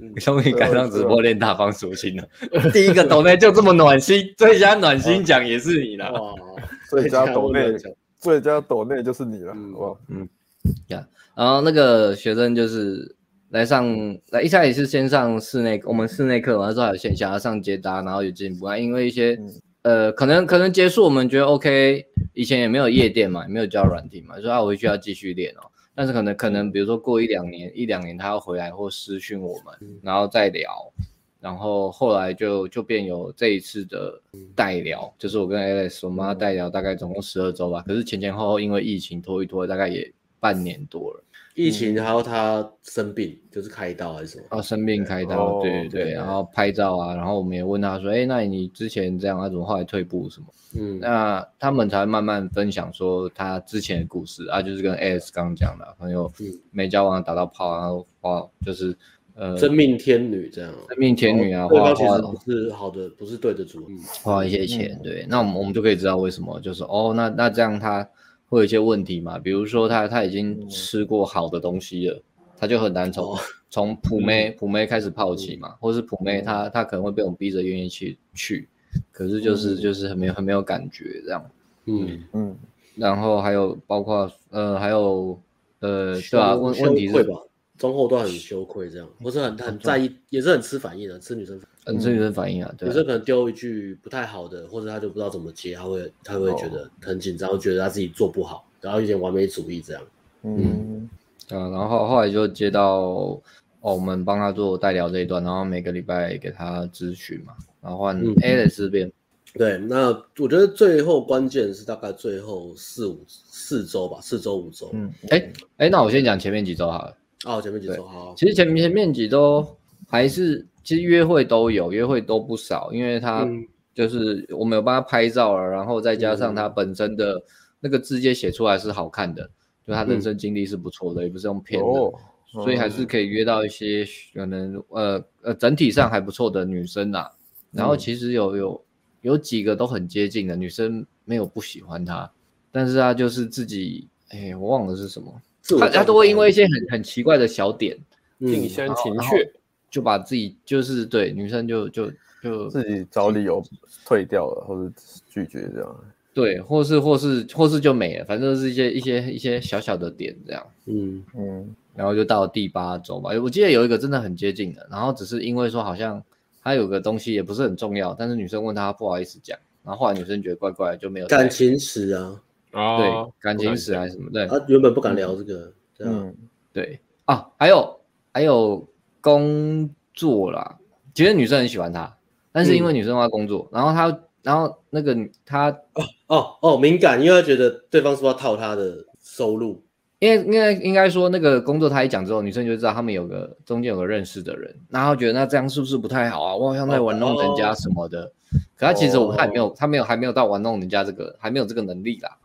Speaker 1: 嗯。
Speaker 4: 终于赶上直播练大方属性了，第一个抖内就这么暖心，最佳暖心奖也是你了。
Speaker 1: 哇，
Speaker 3: 最佳抖
Speaker 1: 能
Speaker 3: 内
Speaker 1: 量，
Speaker 4: 嗯
Speaker 1: 奖，
Speaker 3: 最佳抖内就是你了，
Speaker 1: 嗯
Speaker 3: 好不好？
Speaker 4: 然后那个学生就是来上来，一开始是先上室内，我们室内课嘛，那时候还有线下，上接搭，然后有进步啊。因为一些、
Speaker 3: 嗯
Speaker 4: 呃，可能可能结束我们觉得 OK，以前也没有夜店嘛，也没有教软体嘛，说啊我回去要继续练哦。但是可能可能比如说过一两年，一两年他要回来或私讯我们，然后再聊。然后后来就就便有这一次的代聊，就是我跟 Alex 我们要代聊大概总共十二周吧，可是前前后后因为疫情拖一拖，大概也半年多了。
Speaker 1: 疫情还有他生病，就是开刀还是什么？
Speaker 4: 哦，生病开刀，
Speaker 3: 哦
Speaker 4: 对对对，
Speaker 3: 对
Speaker 4: 然后拍照啊，然后我们也问他说，哎，那你之前这样，啊，怎么后来退步什么？
Speaker 1: 嗯，
Speaker 4: 那他们才慢慢分享说他之前的故事啊，就是跟 AS 刚刚讲的，朋友
Speaker 1: 嗯
Speaker 4: 没交往打到炮，然后花就是呃
Speaker 1: 真命天女这样啊。
Speaker 4: 生命天女啊，
Speaker 1: 对方
Speaker 4: 花
Speaker 1: 其实
Speaker 4: 花
Speaker 1: 不是好的，不是对的主。嗯，
Speaker 4: 花一些钱，对，那我们我们就可以知道为什么，就是哦，那那这样他会有一些问题嘛，比如说他他已经吃过好的东西了，他就很难从
Speaker 1: 嗯哦嗯
Speaker 4: 从普妹普妹开始泡起嘛，或是普妹他他可能会被我们逼着愿意去去，可是就是就是很没有很没有感觉这样，
Speaker 1: 嗯，
Speaker 3: 嗯，
Speaker 4: 然后还有包括呃还有呃对啊，问
Speaker 1: 羞
Speaker 4: 问题
Speaker 1: 愧
Speaker 4: 是
Speaker 1: 吧，中后段很羞愧，这样不是很很在意，也是很吃反应的，吃女生反应。
Speaker 4: 嗯这女生反应啊，对
Speaker 1: 有
Speaker 4: 啊
Speaker 1: 时候可能丢一句不太好的，或者他就不知道怎么接，他会他会觉
Speaker 4: 哦
Speaker 1: 得很紧张，觉得他自己做不好，然后有点完美主义这样。
Speaker 3: 嗯，
Speaker 4: 嗯，然后后后来就接到哦，我们帮他做代聊这一段，然后每个礼拜给他咨询嘛，然后换
Speaker 1: 嗯
Speaker 4: Alex 这边，
Speaker 1: 对，那我觉得最后关键是大概最后四五四周吧，四周五周。
Speaker 3: 嗯，
Speaker 4: 哎、哎，那我先讲前面几周好了。
Speaker 1: 啊，我前面几周好。
Speaker 4: 其实前前面几周还是其实约会都有，约会都不少，因为他
Speaker 1: 嗯
Speaker 4: 就是我们有帮他拍照了，然后再加上他本身的那个字界写出来是好看的，就他
Speaker 1: 嗯
Speaker 4: 人生经历是不错的，也不是用骗的，
Speaker 3: 哦，
Speaker 4: 所以还是可以约到一些可能呃呃整体上还不错的女生啦。
Speaker 1: 嗯
Speaker 4: 然后其实有有有几个都很接近的女生，没有不喜欢他，但是他就是自己，哎，我忘了是什么，
Speaker 1: 自我
Speaker 4: 他
Speaker 1: 价值
Speaker 4: 他都会因为一些很很奇怪的小点，
Speaker 2: 竞
Speaker 1: 嗯，
Speaker 2: 相
Speaker 4: 然后
Speaker 2: 情
Speaker 4: 然后
Speaker 2: 却，
Speaker 4: 就把自己就是对女生就就就
Speaker 3: 嗯自己找理由退掉了，或者拒绝这样。
Speaker 4: 对，或是或是或是就没了，反正是一些一些一些小小的点这样。
Speaker 1: 嗯，
Speaker 3: 嗯，
Speaker 4: 然后就到第八周吧。我记得有一个真的很接近的，然后只是因为说好像他有个东西也不是很重要，但是女生问他不好意思讲，然后后来女生觉得怪怪的就没有再
Speaker 1: 感情史啊，
Speaker 4: 对
Speaker 2: 哦，
Speaker 4: 感
Speaker 2: 不
Speaker 4: 情
Speaker 2: 敢
Speaker 4: 史还是什么对、
Speaker 1: 他原本不敢聊这个，对啊，
Speaker 3: 嗯，
Speaker 4: 对啊，还有还有工作啦，其实女生很喜欢他，但是因
Speaker 1: 嗯
Speaker 4: 为女生要工作，然后他然后那个女他
Speaker 1: 哦哦，敏感，因为他觉得对方是不是要套他的收入，
Speaker 4: 因为应该应该说那个工作他一讲之后，女生就知道他们有个中间有个认识的人，然后觉得那这样是不是不太好啊？我好像在玩弄人家什么的。可他其实我们他也没
Speaker 1: 哦
Speaker 4: 有，他没有还没有到玩弄人家这个，还没有这个能力啦。
Speaker 1: 啊
Speaker 3: 嗯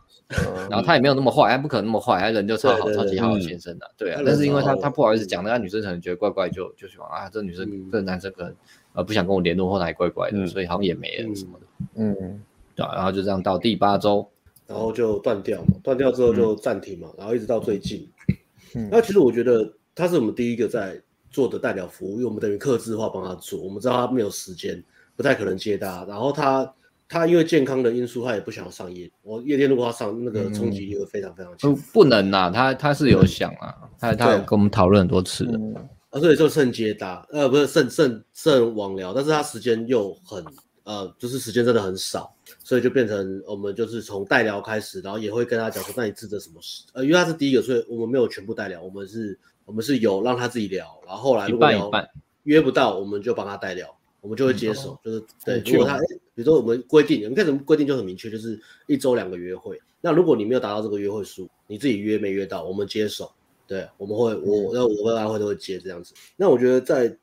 Speaker 4: 然后他也没有那么坏，他不可能那么坏，他人就超好，
Speaker 1: 对对对
Speaker 4: 超级好的
Speaker 2: 嗯
Speaker 4: 先生的、对啊
Speaker 1: 他。人
Speaker 4: 但是因为
Speaker 1: 超好
Speaker 4: 他
Speaker 1: 的
Speaker 4: 他不好意思讲，那个女生可能觉得怪怪就，就喜欢啊，这女生、
Speaker 1: 嗯
Speaker 4: 这男生可能呃不想跟我联络或哪里怪怪的，
Speaker 2: 嗯
Speaker 4: 所以好像也没了什么的，
Speaker 3: 嗯，
Speaker 4: 对、啊、然后就这样到第八周，
Speaker 1: 然后就断掉嘛，断掉之后
Speaker 4: 嗯
Speaker 1: 就暂停嘛，然后一直到最近。
Speaker 3: 嗯
Speaker 1: 那其实我觉得他是我们第一个在做的代表服务，因为我们等于客制化帮他做，我们知道他没有时间，不太可能接他，然后他他因为健康的因素，他也不想要上夜，我夜店如果他上那个冲击力会非常非常强，
Speaker 4: 不不能呐、他他是有想啊，他他有
Speaker 1: 对啊
Speaker 4: 跟我们讨论很多次的。
Speaker 3: 嗯
Speaker 1: 啊，所以就剩接搭，呃，不是剩剩剩网聊，但是他时间又很呃，就是时间真的很少，所以就变成我们就是从代聊开始，然后也会跟他讲说，那你治的什么事？呃，因为他是第一个，所以我们没有全部代聊，我们是我们是有让他自己聊，然后后来
Speaker 4: 一
Speaker 1: 如果
Speaker 4: 半
Speaker 1: 聊
Speaker 4: 一半，嗯哦
Speaker 1: 约不到，我们就帮他代聊，我们就会接手，就是对，
Speaker 3: 很
Speaker 1: 如果
Speaker 3: 久
Speaker 1: 他诶比如说我们规定，我们看什么规定就很明确，就是一周两个约会，那如果你没有达到这个约会数，你自己约没约到，我们接手。对，我们会，我那我跟阿辉都会接这样子。那我觉得在，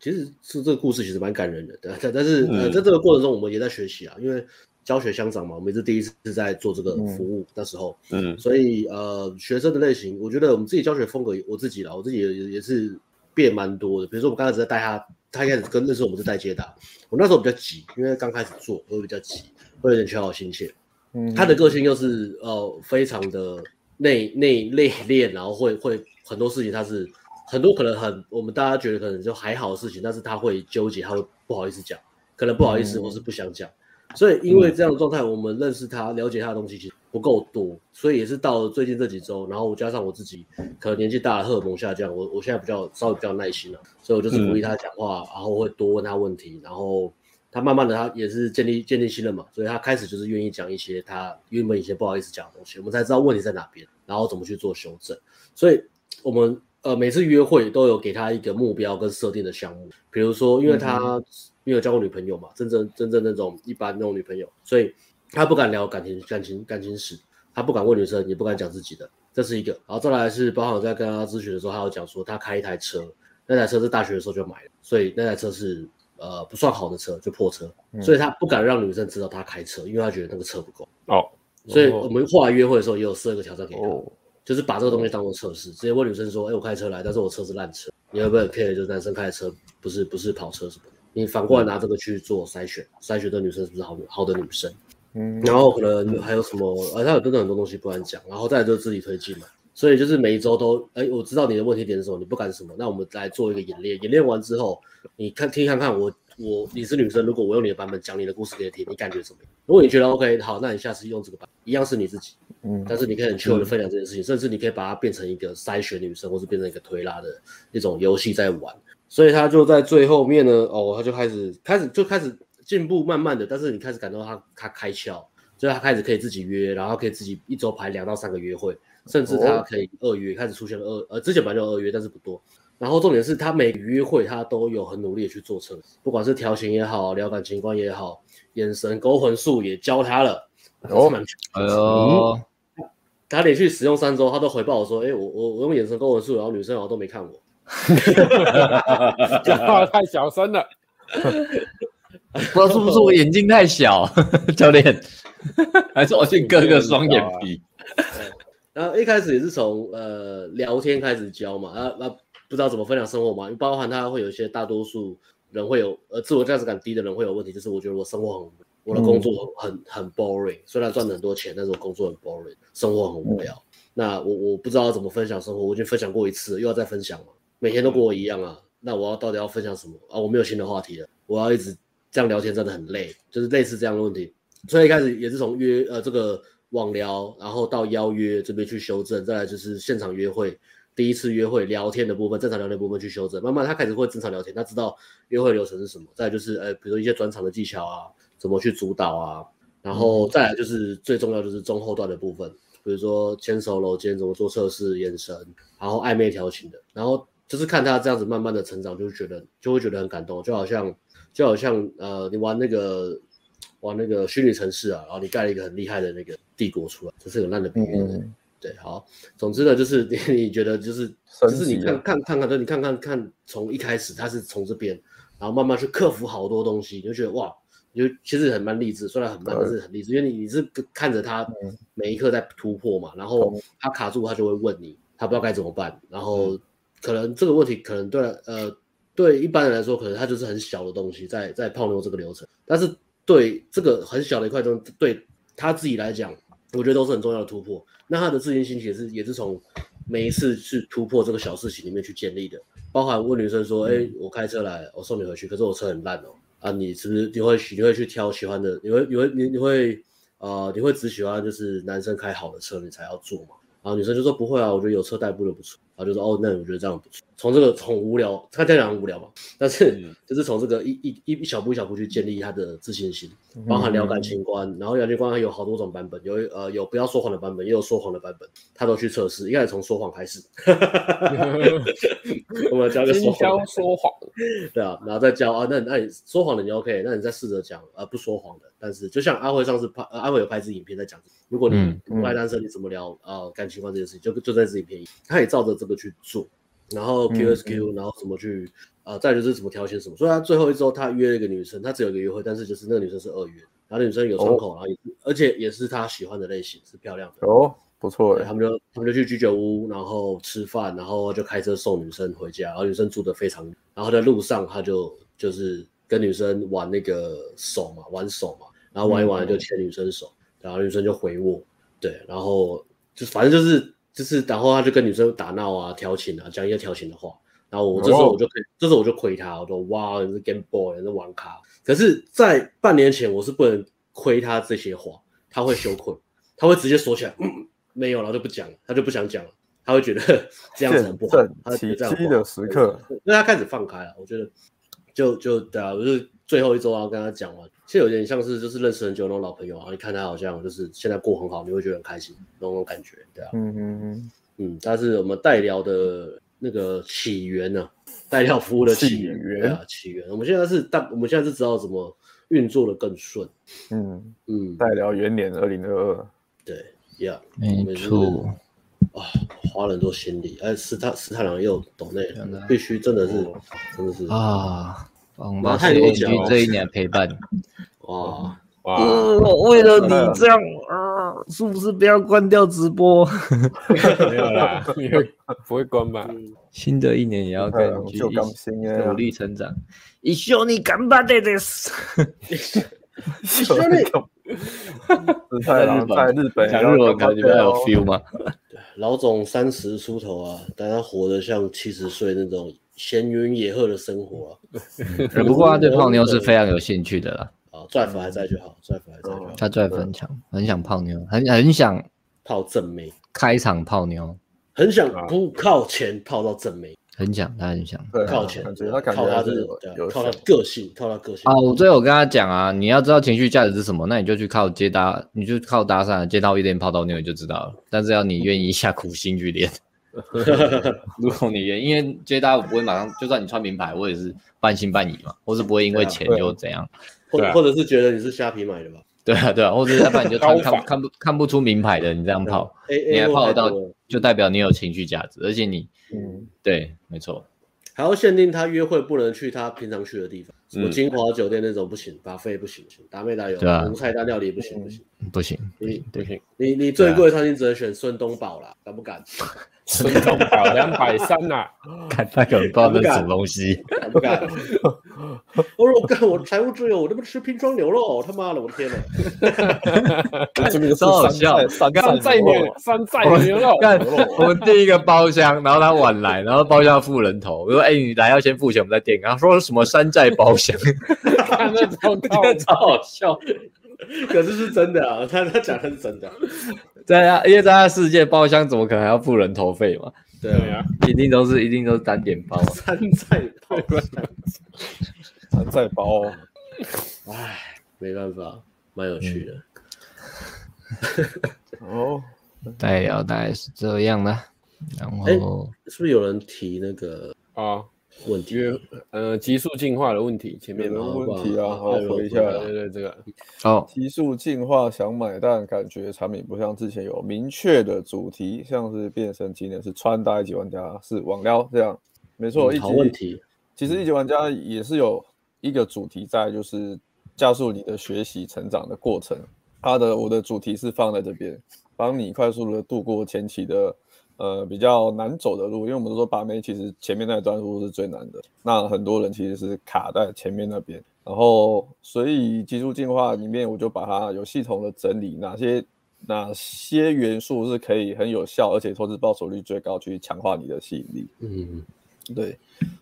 Speaker 1: 其实是这个故事其实蛮感人的，对，但但是、呃，
Speaker 2: 嗯
Speaker 1: 在这个过程中，我们也在学习啊，因为教学相长嘛，我们也是第一次在做这个服务，那时候，
Speaker 2: 嗯，
Speaker 1: 所以呃，学生的类型，我觉得我们自己教学风格，我自己啦，我自己也也是变蛮多的。比如说我们刚开始在带他，他一开始跟认识我们是带接打，我那时候比较急，因为刚开始做会比较急，会有点求好心切。
Speaker 3: 嗯
Speaker 1: 他的个性又是呃非常的内内内敛，然后会会很多事情他是很多可能很我们大家觉得可能就还好的事情，但是他会纠结，他会不好意思讲，可能不好意思
Speaker 3: 嗯
Speaker 1: 或是不想讲。所以因为这样的状态，我们认识他、了解他的东西其实不够多，所以也是到了最近这几周，然后我加上我自己可能年纪大了，荷尔蒙下降，我我现在比较稍微比较有耐心了，所以我就是鼓励他讲话，然后会多问他问题，然后他慢慢的他也是建立建立信任嘛，所以他开始就是愿意讲一些他原本以前不好意思讲的东西，我们才知道问题在哪边，然后怎么去做修正。所以我们呃每次约会都有给他一个目标跟设定的项目，比如说因为他没有交过女朋友嘛，真正真正那种一般那种女朋友，所以他不敢聊感情感情感情史，他不敢问女生，也不敢讲自己的，这是一个。然后再来是包含我在跟他咨询的时候，他有讲说他开一台车，那台车是大学的时候就买了，所以那台车是呃不算好的车，就破车，所以他不敢让女生知道他开车，因为他觉得那个车不够。
Speaker 2: 哦，
Speaker 1: 所以我们后来约会的时候也有设一个挑战给他，
Speaker 3: 哦，
Speaker 1: 就是把这个东西当做测试，直接问女生说：“哎、我开车来，但是我车是烂车，你会不会很 care？就是男生开的车不是不是跑车什么的？你反过来拿这个去做筛选，筛选这女生是不是好女好的女生？
Speaker 3: 嗯，
Speaker 1: 然后可能还有什么？呃、他有真的很多东西不敢讲，然后再来就是自己推进嘛。所以就是每一周都，哎、我知道你的问题点是什么，你不敢什么，那我们来做一个演练。演练完之后，你看听看看我我你是女生，如果我用你的版本讲你的故事给你听，你感觉怎么样？如果你觉得 OK，好，那你下次用这个版，一样是你自己。
Speaker 3: 嗯
Speaker 1: 但是你可以很 chill 的分享这件事情，甚至你可以把它变成一个筛选女生，或是变成一个推拉的一种游戏在玩。所以他就在最后面呢，哦，他就开始开始就开始进步，慢慢的，但是你开始感到他他开窍，就是他开始可以自己约，然后可以自己一周排两到三个约会，甚至他
Speaker 3: 哦
Speaker 1: 可以二约，开始出现二呃之前本来就有二约，但是不多。然后重点是他每个约会他都有很努力的去做测试，不管是调情也好，聊感情观也好，眼神勾魂术也教他了，
Speaker 3: 哦
Speaker 1: 是蛮
Speaker 4: 哎呦，
Speaker 1: 他连续使用三周，他都回报我说：“哎、我我我用眼神勾文术，然后女生啊好像都没看我。
Speaker 2: 讲话太小声了，”
Speaker 4: 不知道是不是我眼睛太小， 教练，还是我去割个双眼皮？
Speaker 1: 然后一开始也是从呃聊天开始教嘛，啊啊不知道怎么分享生活嘛，包含他会有一些大多数人会有呃自我价值感低的人会有问题，就是我觉得我生活很无我的工作很、很 boring，虽然赚了很多钱，但是我工作很 boring，生活很无聊。那我我不知道怎么分享生活，我已经分享过一次了，又要再分享嘛，每天都跟我一样啊。那我要到底要分享什么啊？我没有新的话题了，我要一直这样聊天真的很累，就是类似这样的问题。所以一开始也是从约呃这个网聊，然后到邀约这边去修正，再来就是现场约会，第一次约会聊天的部分，正常聊天的部分去修正。慢慢他开始会正常聊天，他知道约会流程是什么，再来就是呃比如说一些转场的技巧啊，怎么去主导啊，然
Speaker 3: 嗯
Speaker 1: 后再来就是最重要就是中后段的部分，比如说牵手、搂肩怎么做测试、眼神，然后暧昧调情的，然后就是看他这样子慢慢的成长，就会觉得就会觉得很感动，就好像就好像呃，你玩那个玩那个虚拟城市啊，然后你盖了一个很厉害的那个帝国出来，这是个烂的比喻。
Speaker 3: 嗯
Speaker 1: 对，好，总之呢，就是 你你觉得就是
Speaker 3: 神
Speaker 1: 就
Speaker 3: 奇啊
Speaker 1: 是你看看看看，对，你看看看，从一开始他是从这边，然后慢慢去克服好多东西，你就觉得哇，你就其实很蛮励志，虽然很慢，
Speaker 3: 对
Speaker 1: 但是很励志，因为你你是看着他每一刻在突破嘛，然后他卡住，他就会问你，他不知道该怎么办，然后可能这个问题可能对呃对一般人来说，可能它就是很小的东西在在泡妞这个流程，但是对这个很小的一块东西，对他自己来讲，我觉得都是很重要的突破。那他的自信心也是也是从每一次去突破这个小事情里面去建立的，包含问女生说：“哎、我开车来，我送你回去，可是我车很烂哦，啊，你是不是你会你会去挑喜欢的？你会你会你你会呃你会只喜欢就是男生开好的车你才要坐吗？”然后女生就说不会啊，我觉得有车代步的不错。然后就说哦，那我觉得这样不错。从这个从无聊，他当然很无聊嘛，但是
Speaker 2: 嗯
Speaker 1: 就是从这个一一一一小步一小步去建立他的自信心，包
Speaker 3: 嗯
Speaker 1: 含聊感情观，然后聊感情观还有好多种版本，有呃有不要说谎的版本，也有说谎的版本，他都去测试。一开始从说谎开始， 我们教一个说
Speaker 2: 今
Speaker 1: 谎
Speaker 2: 宵
Speaker 1: 的，
Speaker 2: 说谎，
Speaker 1: 对啊，然后再教啊，那那你说谎的你 OK，那你再试着讲呃不说谎的。但是就像阿辉上次拍，呃、阿辉有拍一支影片在讲，如果你
Speaker 4: 嗯
Speaker 1: 不爱单身，你怎么聊呃感情观这件事情，就就在自己便宜，他也照着这个去做，然
Speaker 4: 嗯
Speaker 1: 后 QSQ，、然后怎么去呃，再就是怎么挑选什么。所以他最后一周他约了一个女生，他只有一个约会，但是就是那个女生是二约，然后那女生有
Speaker 4: 哦
Speaker 1: 窗口，然后也是而且也是他喜欢的类型，是漂亮的。
Speaker 3: 哦，不错
Speaker 1: 对
Speaker 3: 哎
Speaker 1: 他，们就他们就去居酒屋，然后吃饭，然后就开车送女生回家，然后女生住的非常，然后在路上他就就是跟女生玩那个手嘛，玩手嘛，然后玩一玩就牵女生手，然后女生就回我，对，然后就反正就是就是，然后他就跟女生打闹啊、调情啊，讲一些调情的话，然后我这时候我就可以，这时候我就亏他，我说哇，你是 Game Boy，你是玩咖，可是，在半年前我是不能亏他这些话，他会羞愧。他会直接锁起来，嗯，没有，然后就不讲了，他就不想讲了，他会觉得 这样子很不
Speaker 3: 见
Speaker 1: 好，
Speaker 3: 证
Speaker 1: 他会觉
Speaker 3: 奇
Speaker 1: 得这样不好
Speaker 3: 迹的时刻，
Speaker 1: 那他开始放开了，我觉得就就对啊，我就是最后一周啊，跟他讲完，其实有点像是就是认识很久的那种老朋友啊，然后你看他好像就是现在过很好，你会觉得很开心那种感觉，对啊，
Speaker 3: 嗯嗯
Speaker 1: 嗯，但是我们代聊的那个起源呢、代聊服务的起源，
Speaker 3: 起源
Speaker 1: 对啊，起源，我们现在是大，我们现在是知道怎么运作的更顺，
Speaker 3: 嗯嗯，
Speaker 1: 嗯，
Speaker 3: 再聊元年二零二二，
Speaker 1: 对，Yeah，
Speaker 4: 没错，
Speaker 1: 啊，花了很多心力，哎，斯坦斯坦郎又懂内
Speaker 4: 真的
Speaker 1: 了，必须真的是，真的是啊，
Speaker 4: 啊，我们
Speaker 1: 太
Speaker 4: 谢
Speaker 1: 多
Speaker 4: 谢
Speaker 1: 讲
Speaker 4: 你
Speaker 1: 了
Speaker 4: 这一年的陪伴。
Speaker 1: 哇，
Speaker 2: 哇，
Speaker 4: 呃我为了这样，啊，是不是不要关掉直播？
Speaker 2: 没有 啦，你会不会关吧？
Speaker 4: 新的一年也要跟你
Speaker 3: 嗯
Speaker 4: 去
Speaker 3: 就
Speaker 4: 一
Speaker 3: 刚
Speaker 4: 起
Speaker 3: 新哎，
Speaker 4: 努力成长。一緒に頑張ってです。
Speaker 3: 就日太郎在日本
Speaker 2: 讲日文
Speaker 3: 感
Speaker 2: 感
Speaker 3: 觉
Speaker 2: 觉比较有 feel 吗？
Speaker 1: 老总三十出头啊，但他活得像七十岁那种闲云野鹤的生活啊
Speaker 4: 只不过他对泡妞是非常有兴趣的啦，
Speaker 1: 啊，啊，拽粉还在就
Speaker 4: 嗯
Speaker 1: 好，拽粉还在就好，
Speaker 4: 他最很强，很想泡妞，很很想
Speaker 1: 泡正妹，
Speaker 4: 开场泡妞，
Speaker 1: 很想不靠钱泡到正妹，
Speaker 4: 很想，他很想。
Speaker 3: 啊对啊，
Speaker 1: 靠钱
Speaker 3: 感觉他感
Speaker 1: 靠
Speaker 3: 觉
Speaker 1: 他
Speaker 3: 还
Speaker 1: 是
Speaker 3: 是有
Speaker 1: 对啊
Speaker 3: 有
Speaker 1: 靠
Speaker 3: 想
Speaker 1: 他个性，靠他个性
Speaker 4: 啊，我最后跟他讲啊，你要知道情绪价值是什么，那你就去靠接搭，你就靠搭讪，接到一点泡到妞你就知道了。但是要你愿意下苦心去 练。如果你愿意，因为接搭我不会马上，就算你穿名牌，我也是半信半疑嘛，或是不会因为钱就怎样。
Speaker 1: 或
Speaker 2: 对啊
Speaker 1: 或者是觉得你是虾皮买的吧
Speaker 4: 对啊，对啊，或者是要不然你 就穿
Speaker 2: 高
Speaker 4: 看
Speaker 2: 仿
Speaker 4: 不看不看不出名牌的，你这样泡，
Speaker 1: ，A
Speaker 4: 你
Speaker 1: A
Speaker 4: 啊哎还泡得到
Speaker 1: 太多了，
Speaker 4: 就代表你有情绪价值，而且你
Speaker 3: 嗯，
Speaker 4: 对，没错，
Speaker 1: 还要限定他约会不能去他平常去的地方，什么金华酒店那种不行，巴菲不行不行，达美达有
Speaker 4: 嗯对啊
Speaker 1: 无菜单料理不行不行，
Speaker 4: 不行，
Speaker 1: 你
Speaker 2: 不行，
Speaker 1: 你你最贵的餐厅只能选顺东宝啦，敢不敢？
Speaker 2: 孙东宝两百三呐，
Speaker 4: 看那个人啊哎不知道那是什么东西，
Speaker 1: 敢不敢？哦我说我干，我财务自由，我他妈吃拼装牛肉，他妈的，我的天哪！
Speaker 3: 这个是
Speaker 4: 超好
Speaker 3: 山
Speaker 4: 笑
Speaker 3: 寨山
Speaker 2: 山寨
Speaker 3: 寨牛肉
Speaker 2: 牛，山寨牛 肉，
Speaker 4: 看我们订一个包厢，然后他晚来，然后包厢付人头，我说：“哎、你来要先付钱，我们再订。”然后说什么山寨包厢，
Speaker 2: 看那超高，
Speaker 4: 超好笑。
Speaker 1: 可是是真的啊，他他讲的是真的，
Speaker 4: 在他，因为在他世界，包厢怎么可能还要付人头费嘛？
Speaker 1: 对
Speaker 2: 对
Speaker 1: 啊，
Speaker 2: 啊，
Speaker 4: 一定都是一定都是单点包。啊
Speaker 1: 山寨泡菜，
Speaker 3: 山寨包哦，
Speaker 1: 没办法，蛮有趣的。
Speaker 3: 哦，
Speaker 4: 代聊啊大概是这样啦，然后、
Speaker 1: 是不是有人提那个
Speaker 2: 啊，
Speaker 1: 问题？
Speaker 2: 约呃极速进化的问题前面哦
Speaker 3: 没
Speaker 2: 吗？
Speaker 3: 问题啊，
Speaker 1: 哇
Speaker 3: 好
Speaker 1: 哎呦
Speaker 3: 回一下
Speaker 1: 对
Speaker 2: 对
Speaker 1: 啊
Speaker 2: 对对，这个
Speaker 4: 哦，
Speaker 3: 提速进化想买，但感觉产品不像之前有明确的主题，像是变身今年是穿搭一级玩家是网聊这样，没错，啊一
Speaker 1: 嗯好问
Speaker 3: 级
Speaker 1: 题，
Speaker 3: 其实一级玩家也是有一个主题在，就是加速你的学习成长的过程。它的我的主题是放在这边，帮你快速的度过前期的呃比较难走的路，因为我们都说把妹其实前面那一段路是最难的，那很多人其实是卡在前面那边。然后，所以极速进化里面，我就把它有系统的整理哪些哪些元素是可以很有效，而且投资报酬率最高，去强化你的吸引力。
Speaker 1: 嗯，
Speaker 3: 对，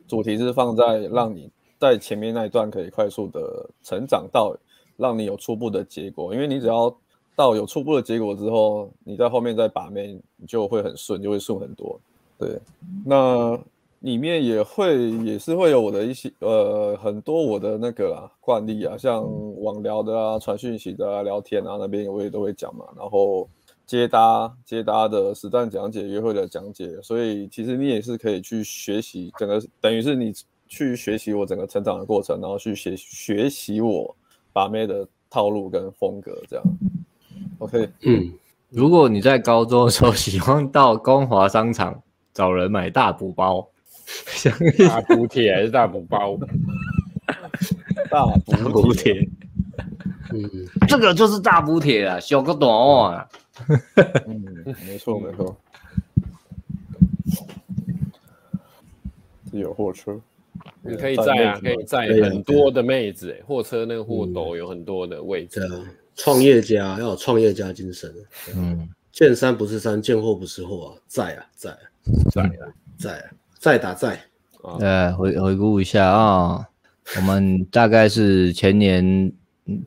Speaker 3: 主题是放在让你在前面那一段可以快速的成长到，让你有初步的结果。因为你只要到有初步的结果之后，你在后面再把妹，你就会很顺，就会顺很多。对，那里面也会也是会有我的一些呃很多我的那个啦惯例啊，像网聊的啊、传讯息的啊、聊天啊那边我也都会讲嘛，然后接搭接搭的实战讲解、约会的讲解，所以其实你也是可以去学习整个，等于是你去学习我整个成长的过程，然后去学学习我把妹的套路跟风格这样。OK，
Speaker 1: 嗯，
Speaker 4: 如果你在高中的时候喜欢到光华商场找人买大补包，想一
Speaker 2: 大补铁还是大补包？
Speaker 3: 大
Speaker 4: 大
Speaker 3: 补
Speaker 4: 补
Speaker 3: 帖
Speaker 4: 贴，
Speaker 1: 嗯，
Speaker 4: 这个就是大补贴啊，小个短袜啊。
Speaker 3: 嗯，没错没错，这有货车，
Speaker 2: 你可以载啊，
Speaker 3: 载
Speaker 2: 可
Speaker 3: 妹
Speaker 2: 以载
Speaker 1: 可以啊
Speaker 2: 很多的妹子，哎货车那个
Speaker 4: 嗯
Speaker 2: 货斗有很多的位置
Speaker 1: 对，啊，创业家要有创业家精神，啊
Speaker 4: 嗯，
Speaker 1: 见山不是山，见货不是货啊，在啊，在啊，
Speaker 2: 载啊
Speaker 1: 在啊，在打在，
Speaker 4: 呃，回回顾一下啊、我们大概是前年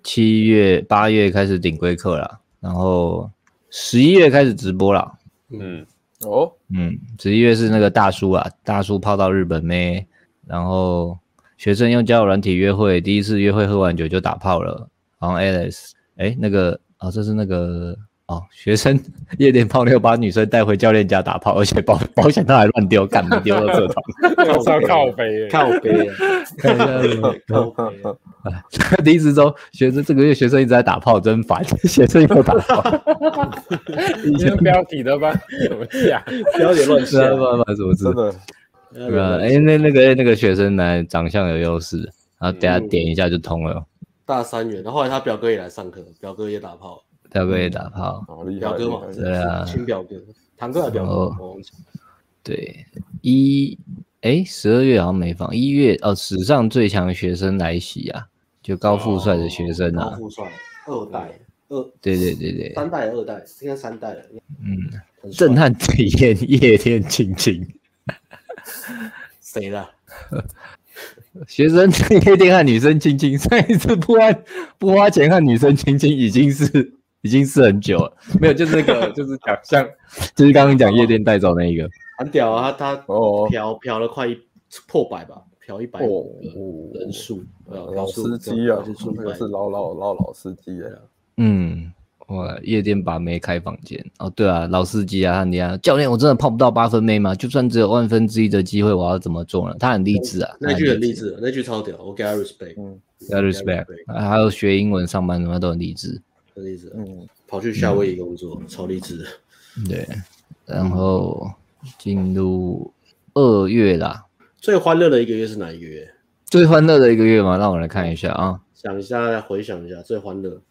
Speaker 4: 七月、八月开始顶规课啦，然后十一月开始直播啦。
Speaker 2: 嗯，
Speaker 3: 哦，
Speaker 4: 嗯，十一月是那个大叔啊，大叔泡到日本妹，然后学生用交友软体约会，第一次约会喝完酒就打炮了。然后 Alice，哎，那个哦，这是那个哦，学生夜店泡妞把女生带回教练家打炮，而且保保险套还乱丢，干嘛丢到这桶？
Speaker 2: 超靠北哎，
Speaker 1: 靠背啊，
Speaker 4: 看一下有没有
Speaker 1: 靠背啊，
Speaker 4: 离职周学生这个月学生一直在打炮，真烦。 学生又打炮，
Speaker 2: 你这标题的吧？怎么 讲？
Speaker 1: 不要点乱
Speaker 4: 是
Speaker 1: 想
Speaker 4: 啊，，妈妈什么事
Speaker 3: 真？的，
Speaker 1: 不要
Speaker 4: 对
Speaker 1: 点
Speaker 4: 啊，
Speaker 1: 乱
Speaker 4: 哎，那那个那个学生男长相有优势，然后等下
Speaker 1: 嗯
Speaker 4: 点一下就通了。
Speaker 1: 大三元，然后后来他表哥也来上课，表哥也打炮，
Speaker 4: 大哥也打炮，
Speaker 3: 好厉害，
Speaker 1: 表哥
Speaker 3: 厉
Speaker 1: 嘛
Speaker 3: 害，
Speaker 4: 对啊
Speaker 1: 亲表哥，堂哥还表哥，
Speaker 4: 哦
Speaker 1: 我忘记了
Speaker 4: 对，一哎十二月好像没放，一月哦史上最强学生来袭啊，就高富帅的学生
Speaker 1: 高
Speaker 4: 啊，
Speaker 1: 富帅，二代，二
Speaker 4: 对对对对，
Speaker 1: 三代还是二代，应该三代了，
Speaker 4: 嗯，
Speaker 1: 很帅
Speaker 4: 震撼体验夜店亲亲，
Speaker 1: 谁的？
Speaker 4: 学生在夜店和女生亲亲，上一次不花不花钱和女生亲亲已经是 已经是很久了，没有就是那 个就是讲像就是刚刚讲夜店带走那一个，
Speaker 1: 很屌啊，他他
Speaker 3: 哦，
Speaker 1: 嫖嫖了快一破百吧，嫖一百
Speaker 3: 哦
Speaker 1: 人数，
Speaker 4: 哦
Speaker 1: 呃
Speaker 3: 老司机啊，那个是老老老老司机哎，
Speaker 4: 嗯，哇，夜店把妹开房间哦，对啊，老司机啊，和你啊，教练，我真的泡不到八分妹吗？就算只有万分之一的机会，我要怎么做呢？他很励志啊，
Speaker 1: 哦那句很励
Speaker 4: 志
Speaker 1: 志，那句超屌，我给他 respect，
Speaker 3: 嗯
Speaker 4: 要 respect，啊还有学英文上班什么都很励志，
Speaker 1: 很励志，
Speaker 3: 嗯，
Speaker 1: 跑去夏威夷工作，超励志的。
Speaker 4: 对，然后进入二月啦，
Speaker 1: 最欢乐的一个月是哪一个月？
Speaker 4: 最欢乐的一个月嘛，让我来看一下啊。
Speaker 1: 想一下，来回想一下最欢乐。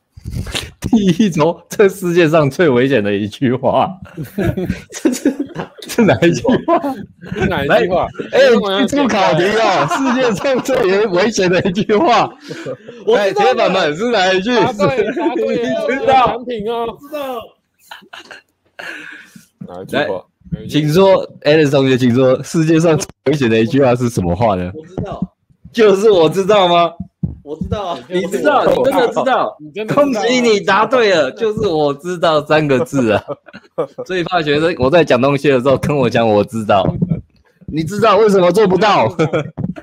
Speaker 4: 第一周，这世界上最危险的一句 话，是哪一句话？
Speaker 2: 哪一句话？
Speaker 4: 哎、你这么考题哦，世界上最危险的一句 话。
Speaker 1: 我
Speaker 4: 哎，
Speaker 1: 知道了
Speaker 4: 铁板们是哪一句？
Speaker 2: 答对，答对了，
Speaker 4: 你知
Speaker 2: 有
Speaker 4: 道
Speaker 2: 产品哦。
Speaker 1: 知道，
Speaker 3: 哪一句
Speaker 4: 来
Speaker 3: 话？
Speaker 4: 请说 a l e 同学，请说世界上最危险的一句话是什么话呢？
Speaker 1: 我知道，
Speaker 4: 就是我知道吗？
Speaker 1: 我知道啊。
Speaker 4: 你知道，你真的知道。
Speaker 2: 你真的
Speaker 4: 恭
Speaker 2: 知道
Speaker 4: 喜
Speaker 2: 吗，
Speaker 4: 你答对了，就是我知道三个字啊。最怕学生我在讲东西的时候跟我讲我知道，你知道为什么做不到？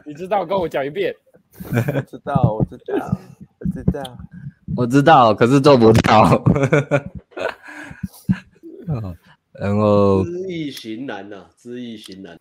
Speaker 2: 你知道，跟我讲一遍。
Speaker 3: 我知道，我知道，我知道。
Speaker 4: 我知道，可是做不 到。哦然后
Speaker 1: 知易行难呐、知易行难。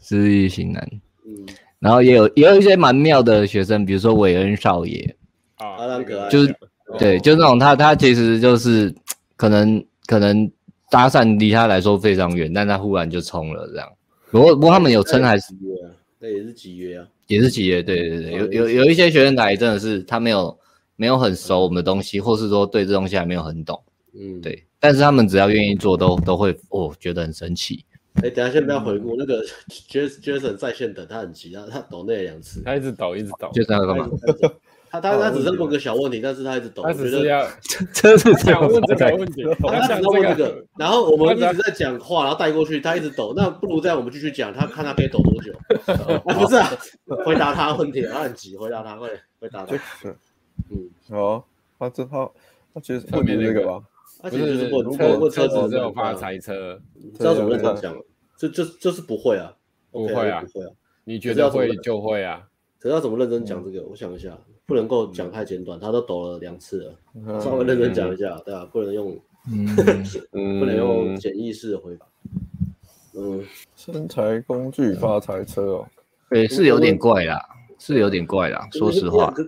Speaker 4: 知易行难，
Speaker 1: 嗯，
Speaker 4: 然后也有也有一些蛮妙的学生，比如说韦恩少爷，
Speaker 2: 啊
Speaker 1: 阿郎可爱
Speaker 4: 就是对，就那种他他其实就是可能可能搭讪离他来说非常远，但他忽然就冲了这样。不过不过他们有称还是
Speaker 1: 集约啊，那也是集约啊。
Speaker 4: 也是企业，对对对，有有有一些学生来真的是他没有没有很熟我们的东西，或是说对这东西还没有很懂，
Speaker 1: 嗯，。
Speaker 4: 对，但是他们只要愿意做都都会哦觉得很神奇。
Speaker 1: 哎、等一下先不要回顾、那个 Jas- Jason 在线等，他很急，他他抖内两次。
Speaker 2: 他一直抖，一直抖，
Speaker 4: 就这样干
Speaker 1: 哎
Speaker 4: 嘛？
Speaker 1: 他他他他只是
Speaker 3: 好
Speaker 1: 问个小问题，但是他一直抖。
Speaker 2: 他
Speaker 1: 我
Speaker 2: 只
Speaker 1: 觉
Speaker 2: 是
Speaker 1: 得
Speaker 2: 要
Speaker 4: 这是这
Speaker 2: 想
Speaker 4: 样
Speaker 2: 问这个问题，
Speaker 1: 他只
Speaker 2: 想
Speaker 1: 是问这
Speaker 2: 这
Speaker 1: 个，然后我们一
Speaker 2: 他只
Speaker 1: 直在讲话，然后带过去，他一直抖。那不如这样，我们继续讲，他看他可以抖多 久。啊不是啊，回答他问题，他很急，回答他会回答他
Speaker 3: 这。个
Speaker 1: 嗯，
Speaker 3: 哦，他之后他觉得
Speaker 2: 特
Speaker 3: 问
Speaker 2: 别
Speaker 3: 你
Speaker 2: 那
Speaker 3: 这个
Speaker 2: 个
Speaker 3: 吧，
Speaker 1: 他
Speaker 2: 不
Speaker 1: 其实就是是问，
Speaker 3: 如
Speaker 1: 如
Speaker 3: 果
Speaker 1: 果问车
Speaker 2: 车子
Speaker 1: 子啊嗯
Speaker 2: 只有发，财车，
Speaker 1: 知道怎么认真讲吗？就就就是不会啊，
Speaker 2: 不
Speaker 1: OK，
Speaker 2: 会啊
Speaker 1: 不会啊。
Speaker 2: 你觉得会就会啊。
Speaker 1: 可是要怎么认真
Speaker 2: 嗯
Speaker 1: 讲这个？我想一下，不能够讲太简短，他都抖了两次了，
Speaker 3: 嗯
Speaker 1: 稍微认真讲一下，对啊，不能用
Speaker 4: 嗯，
Speaker 2: 嗯
Speaker 1: 不能用简易式的回答。嗯，
Speaker 3: 身材工具发财车哦，
Speaker 4: 对，是有点怪啦，是有点怪啦，说实话。
Speaker 1: 可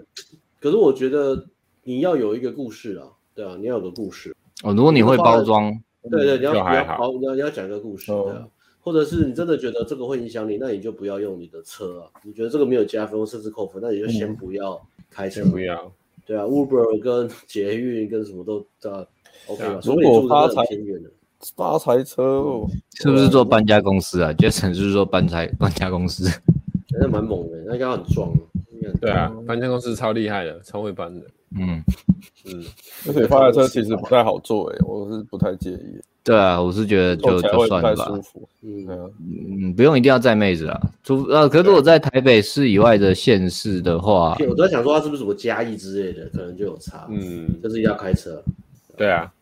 Speaker 1: 可是我觉得你要有一个故事啊，对啊，你要有个故事。
Speaker 4: 哦，如果你会包装，
Speaker 1: 对对，你要
Speaker 2: 就
Speaker 1: 你
Speaker 2: 还
Speaker 1: 要
Speaker 2: 好
Speaker 1: 好，你要你要讲一个故事，
Speaker 3: 哦
Speaker 1: 对啊。或者是你真的觉得这个会影响你，那你就不要用你的车啊。你觉得这个没有加分甚至扣分，那你就先不要开车。
Speaker 2: 先不要，
Speaker 1: 对啊，Uber 跟捷运跟什么都啊 OK 吧
Speaker 2: 对啊？
Speaker 1: 除非你
Speaker 3: 如果
Speaker 1: 住的
Speaker 3: 发
Speaker 1: 很
Speaker 3: 财
Speaker 1: 偏远的，
Speaker 3: 发财车哦，
Speaker 4: 是不是做搬家公司啊？Jason 是不是做搬家搬家公司，
Speaker 1: 那蛮猛的，那应该很壮啊。应该很
Speaker 2: 对啊，搬家公司超厉害的，超会搬的，
Speaker 4: 嗯，
Speaker 2: 嗯，
Speaker 3: 而且发财车其实不太好坐诶，我是不太介意，
Speaker 4: 对啊，我是觉得
Speaker 3: 坐
Speaker 4: 就
Speaker 3: 起来
Speaker 4: 就
Speaker 3: 会不
Speaker 4: 算
Speaker 3: 太
Speaker 4: 了吧
Speaker 3: 舒，服。对
Speaker 1: 嗯，
Speaker 3: 啊，
Speaker 4: 嗯，不用一定要载妹子啊，除呃，可是如果在台北市以外的县市的话，
Speaker 1: 我在想说他是不是什么嘉义之类的，可能就有差。嗯，
Speaker 2: 嗯，
Speaker 1: 就是要开车。
Speaker 2: 对啊，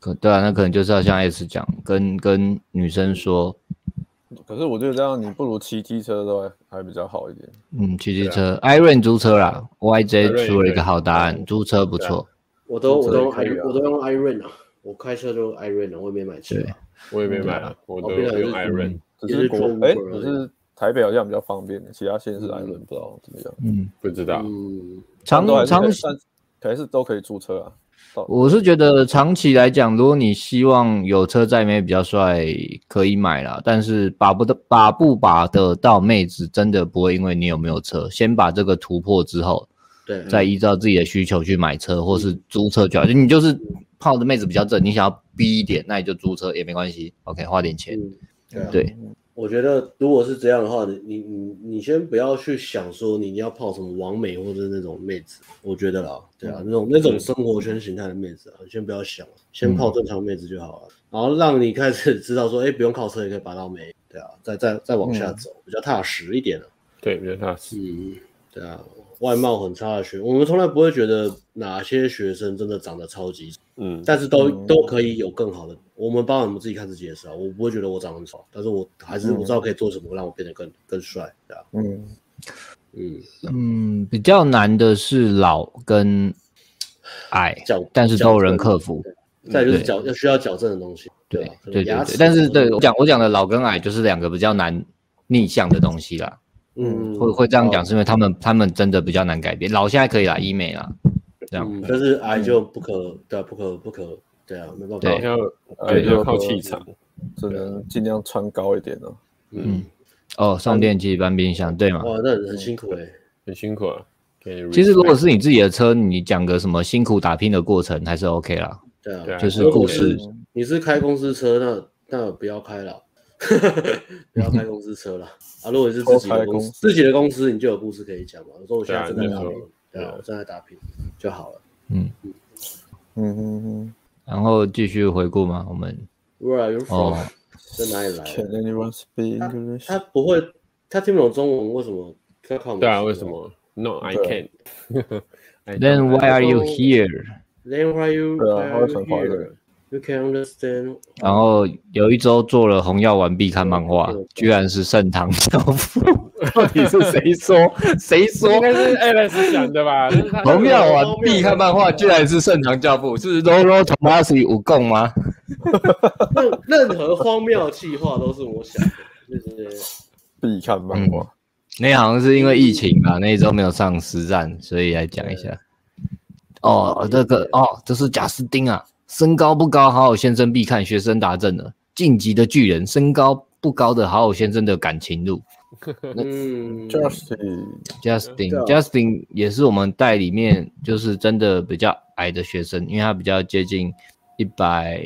Speaker 4: 可对啊，那可能就是要像 S 讲，跟跟女生说，
Speaker 3: 啊可是我觉得这样你不如骑机车都还还比较好一点。
Speaker 4: 嗯，骑
Speaker 3: 啊
Speaker 4: 机车，Irene 租车啦，YJ
Speaker 2: Irene
Speaker 4: 出了一个好答案，租车
Speaker 3: 啊
Speaker 4: 不错，
Speaker 1: 我都我都用
Speaker 3: 可以啊
Speaker 1: i 我都用 Iron 啊，我开车都用 Iron 啊，我也没买车啊。
Speaker 2: 我也没买啊，我都用 Iron，
Speaker 3: 只
Speaker 1: 也是
Speaker 3: 是国
Speaker 1: 坐 Uber
Speaker 3: 哎，
Speaker 1: 而
Speaker 3: 只
Speaker 1: 已
Speaker 3: 是台北好像比较方便，其他县市艾伦不知道怎么样。
Speaker 4: 嗯，
Speaker 2: 不知道，
Speaker 1: 嗯，
Speaker 4: 长
Speaker 3: 都还是
Speaker 4: 长
Speaker 3: 可以但可还是都可以租车啊。
Speaker 4: 我是觉得长期来讲，如果你希望有车载妹比较帅，可以买啦。但是把不得把不把得到妹子，真的不会因为你有没有车，先把这个突破之后，
Speaker 3: 嗯
Speaker 1: 对，
Speaker 4: 再依照自己的需求去买车或是租车就好。就你就是泡的妹子比较正，你想要逼一点，那你就租车也没关系。OK，花点钱。
Speaker 1: 嗯，对啊
Speaker 4: 对，
Speaker 1: 我觉得如果是这样的话，你你你你先不要去想说你要泡什么王美或者那种妹子，我觉得啦，对啊，那种那种生活圈形态的妹子啊，你先不要想，先泡正常妹子就好了，然后让你开始知道说，哎，不用靠车也可以拔到妹，对啊，再再再往下走，比较踏实一点啊。
Speaker 2: 对，比较踏实，
Speaker 1: 嗯，对啊，外貌很差的学，我们从来不会觉得哪些学生真的长得超级丑，
Speaker 2: 嗯，
Speaker 1: 但是都、
Speaker 3: 嗯
Speaker 1: 都可以有更好的。我们包含我们自己看自己也是啊，我不会觉得我长得很丑，但是我还是
Speaker 3: 嗯
Speaker 1: 我知道可以做什么让我变得更更帅，对啊，
Speaker 3: 嗯，
Speaker 1: 嗯，
Speaker 4: 嗯，比较难的是老跟矮
Speaker 1: 矫，
Speaker 4: 但是都有人克服。
Speaker 1: 再就是
Speaker 4: 对
Speaker 1: 矫要需要矫正的东西，
Speaker 4: 对
Speaker 1: 啊，
Speaker 4: 对对
Speaker 1: 牙
Speaker 4: 对
Speaker 1: 齿，
Speaker 4: 但是对我讲我讲的老跟矮就是两个比较难逆向的东西啦。
Speaker 1: 嗯，
Speaker 4: 会会这样讲，是因为他们他们真的比较难改变。老现在可以啦，医美啦，这样。
Speaker 1: 嗯，但是矮就不可，对啊，不可不可，对啊，没办
Speaker 4: 对
Speaker 1: 法，
Speaker 2: 要
Speaker 3: 哎
Speaker 2: 对要
Speaker 3: 就
Speaker 2: 靠气场，
Speaker 3: 只能尽量穿高一点了。哦
Speaker 1: 嗯，
Speaker 4: 哦，送电器搬冰箱，对吗？
Speaker 1: 哇，那很很辛苦哎、
Speaker 2: 很辛苦啊。给你
Speaker 4: 其实如果
Speaker 2: respect
Speaker 4: 是你自己的车，你讲个什么辛苦打拼的过程还是 OK 啦，
Speaker 1: 对啊，
Speaker 2: 对啊
Speaker 4: 就是
Speaker 1: 如果
Speaker 4: 故事
Speaker 1: 是。你是开公司车，那那不要开了， 不要开公司车了啊！如果你是自己的
Speaker 3: 偷开
Speaker 1: 公
Speaker 3: 公
Speaker 1: 司，
Speaker 3: 司
Speaker 1: 自己的公司你就有故事可以讲嘛。我说我现在正在打
Speaker 2: 对啊
Speaker 1: 拼，对啊，我正在打拼就好了。
Speaker 3: 嗯哼哼
Speaker 4: 然后继续回顾嘛，我们
Speaker 1: Where are you
Speaker 4: 哦
Speaker 1: from？在哪里来啊
Speaker 3: ，Can
Speaker 1: 的？
Speaker 3: anyone speak English？
Speaker 1: 他不会，他听不懂中文，为什么？他靠我们
Speaker 2: 对啊，
Speaker 1: 说
Speaker 2: 为什么？No, I
Speaker 3: 对
Speaker 2: can't. I
Speaker 4: Then
Speaker 2: don't.
Speaker 4: why are you
Speaker 1: So-
Speaker 4: here？
Speaker 1: ？Then why you?
Speaker 3: 对
Speaker 1: why
Speaker 3: 啊，他
Speaker 1: are
Speaker 3: 会
Speaker 1: you
Speaker 3: 惩罚一个
Speaker 1: here?
Speaker 3: 人。
Speaker 1: You can understand
Speaker 4: 然后有一周做了红药丸必看漫画，居然是盛唐教父， 到底是谁说？谁说
Speaker 2: 应该是 Alex 讲的吧？就是他
Speaker 4: 红药丸必看漫画居然是盛唐教父？是 Roro Tomasi 武共吗？
Speaker 1: 任 任何荒谬计划都是我想的，就是
Speaker 3: 必看漫画，
Speaker 4: 那好像是因为疫情吧，那一周没有上实战，所以来讲一下。哦，这个哦，这是贾斯汀啊，身高不高，好好先生必看，学生达阵了。晋级的巨人，身高不高的好好先生的感情路。
Speaker 1: 嗯，
Speaker 3: Justin，
Speaker 1: 对啊
Speaker 4: Justin Justin 也是我们带里面就是真的比较矮的学生，因为他比较接近一百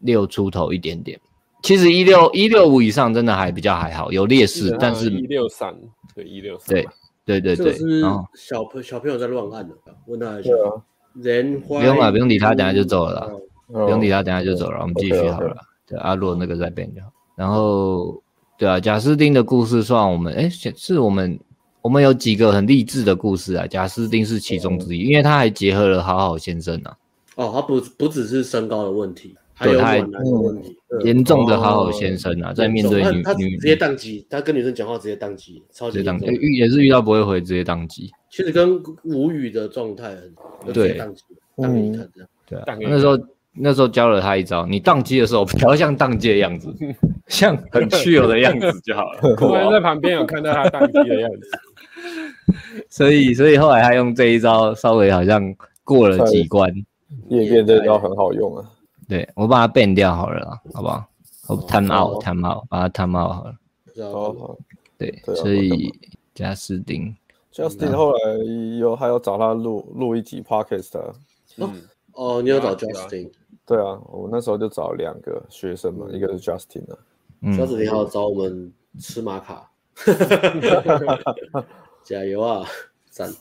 Speaker 4: 六出头一点点。其实一六一六五以上真的还比较还好，有劣势，但是
Speaker 2: 一六三，对一六三，
Speaker 4: 对对对
Speaker 1: 这个
Speaker 4: 嗯对，
Speaker 1: 是哦
Speaker 4: 然后
Speaker 1: 小朋小朋友在乱按的，问他一下
Speaker 3: 对。啊，
Speaker 1: 人哦
Speaker 4: 不
Speaker 1: 花
Speaker 4: 用啊了，不用理他，等下就走了啦。
Speaker 3: 不
Speaker 4: 不用理他，等下就走了，我们继续
Speaker 3: OK，OK
Speaker 4: 好了。对，阿洛那个再变就好。然后，对啊，贾斯汀的故事算我们，哎，是是我们我们有几个很励志的故事啊，贾斯汀是其中之一，因为他还结合了好好先生啊，
Speaker 1: 哦，他不不只是身高的问题，还
Speaker 4: 对
Speaker 1: 有
Speaker 4: 他还
Speaker 1: 暖男的问题。嗯
Speaker 4: 严重的好好先生啊，在面对女
Speaker 1: 他他
Speaker 4: 女
Speaker 1: 直接宕机，他跟女生讲话直接宕机，超级
Speaker 4: 直接
Speaker 1: 严
Speaker 4: 当
Speaker 1: 重。
Speaker 4: 遇也是遇到不会回直接当机。
Speaker 1: 其实跟无语的状态很就直接
Speaker 4: 对
Speaker 1: 宕机，宕机一看这样。
Speaker 4: 对啊，
Speaker 2: 当机
Speaker 4: 那时候那时候教了他一招，你宕机的时候不要像宕机的 样子，像很虚有的样子就好了。
Speaker 2: 突然在旁边有看到他宕机的样子，
Speaker 4: 所以所以后来他用这一招稍微好像过了几关。
Speaker 3: 夜店这招很好用啊，
Speaker 4: 对我把它 ban 掉好了啦，好不好？我
Speaker 1: 哦
Speaker 4: time
Speaker 3: 好
Speaker 4: out time out 把它 time out 好了。
Speaker 1: 不
Speaker 2: 嗯
Speaker 1: 知道
Speaker 3: 好好。
Speaker 4: 对，
Speaker 3: 对啊
Speaker 4: 所以加斯汀
Speaker 3: Justin 后来有还有找他录录一集 podcast，啊
Speaker 2: 嗯，
Speaker 1: 哦，你有找
Speaker 2: 对啊
Speaker 1: Justin，
Speaker 3: 对啊，我那时候就找两个学生嘛，一个是 Justin 啊，
Speaker 4: 嗯，
Speaker 1: Justin 要找我们吃玛 卡， 加油啊！赞，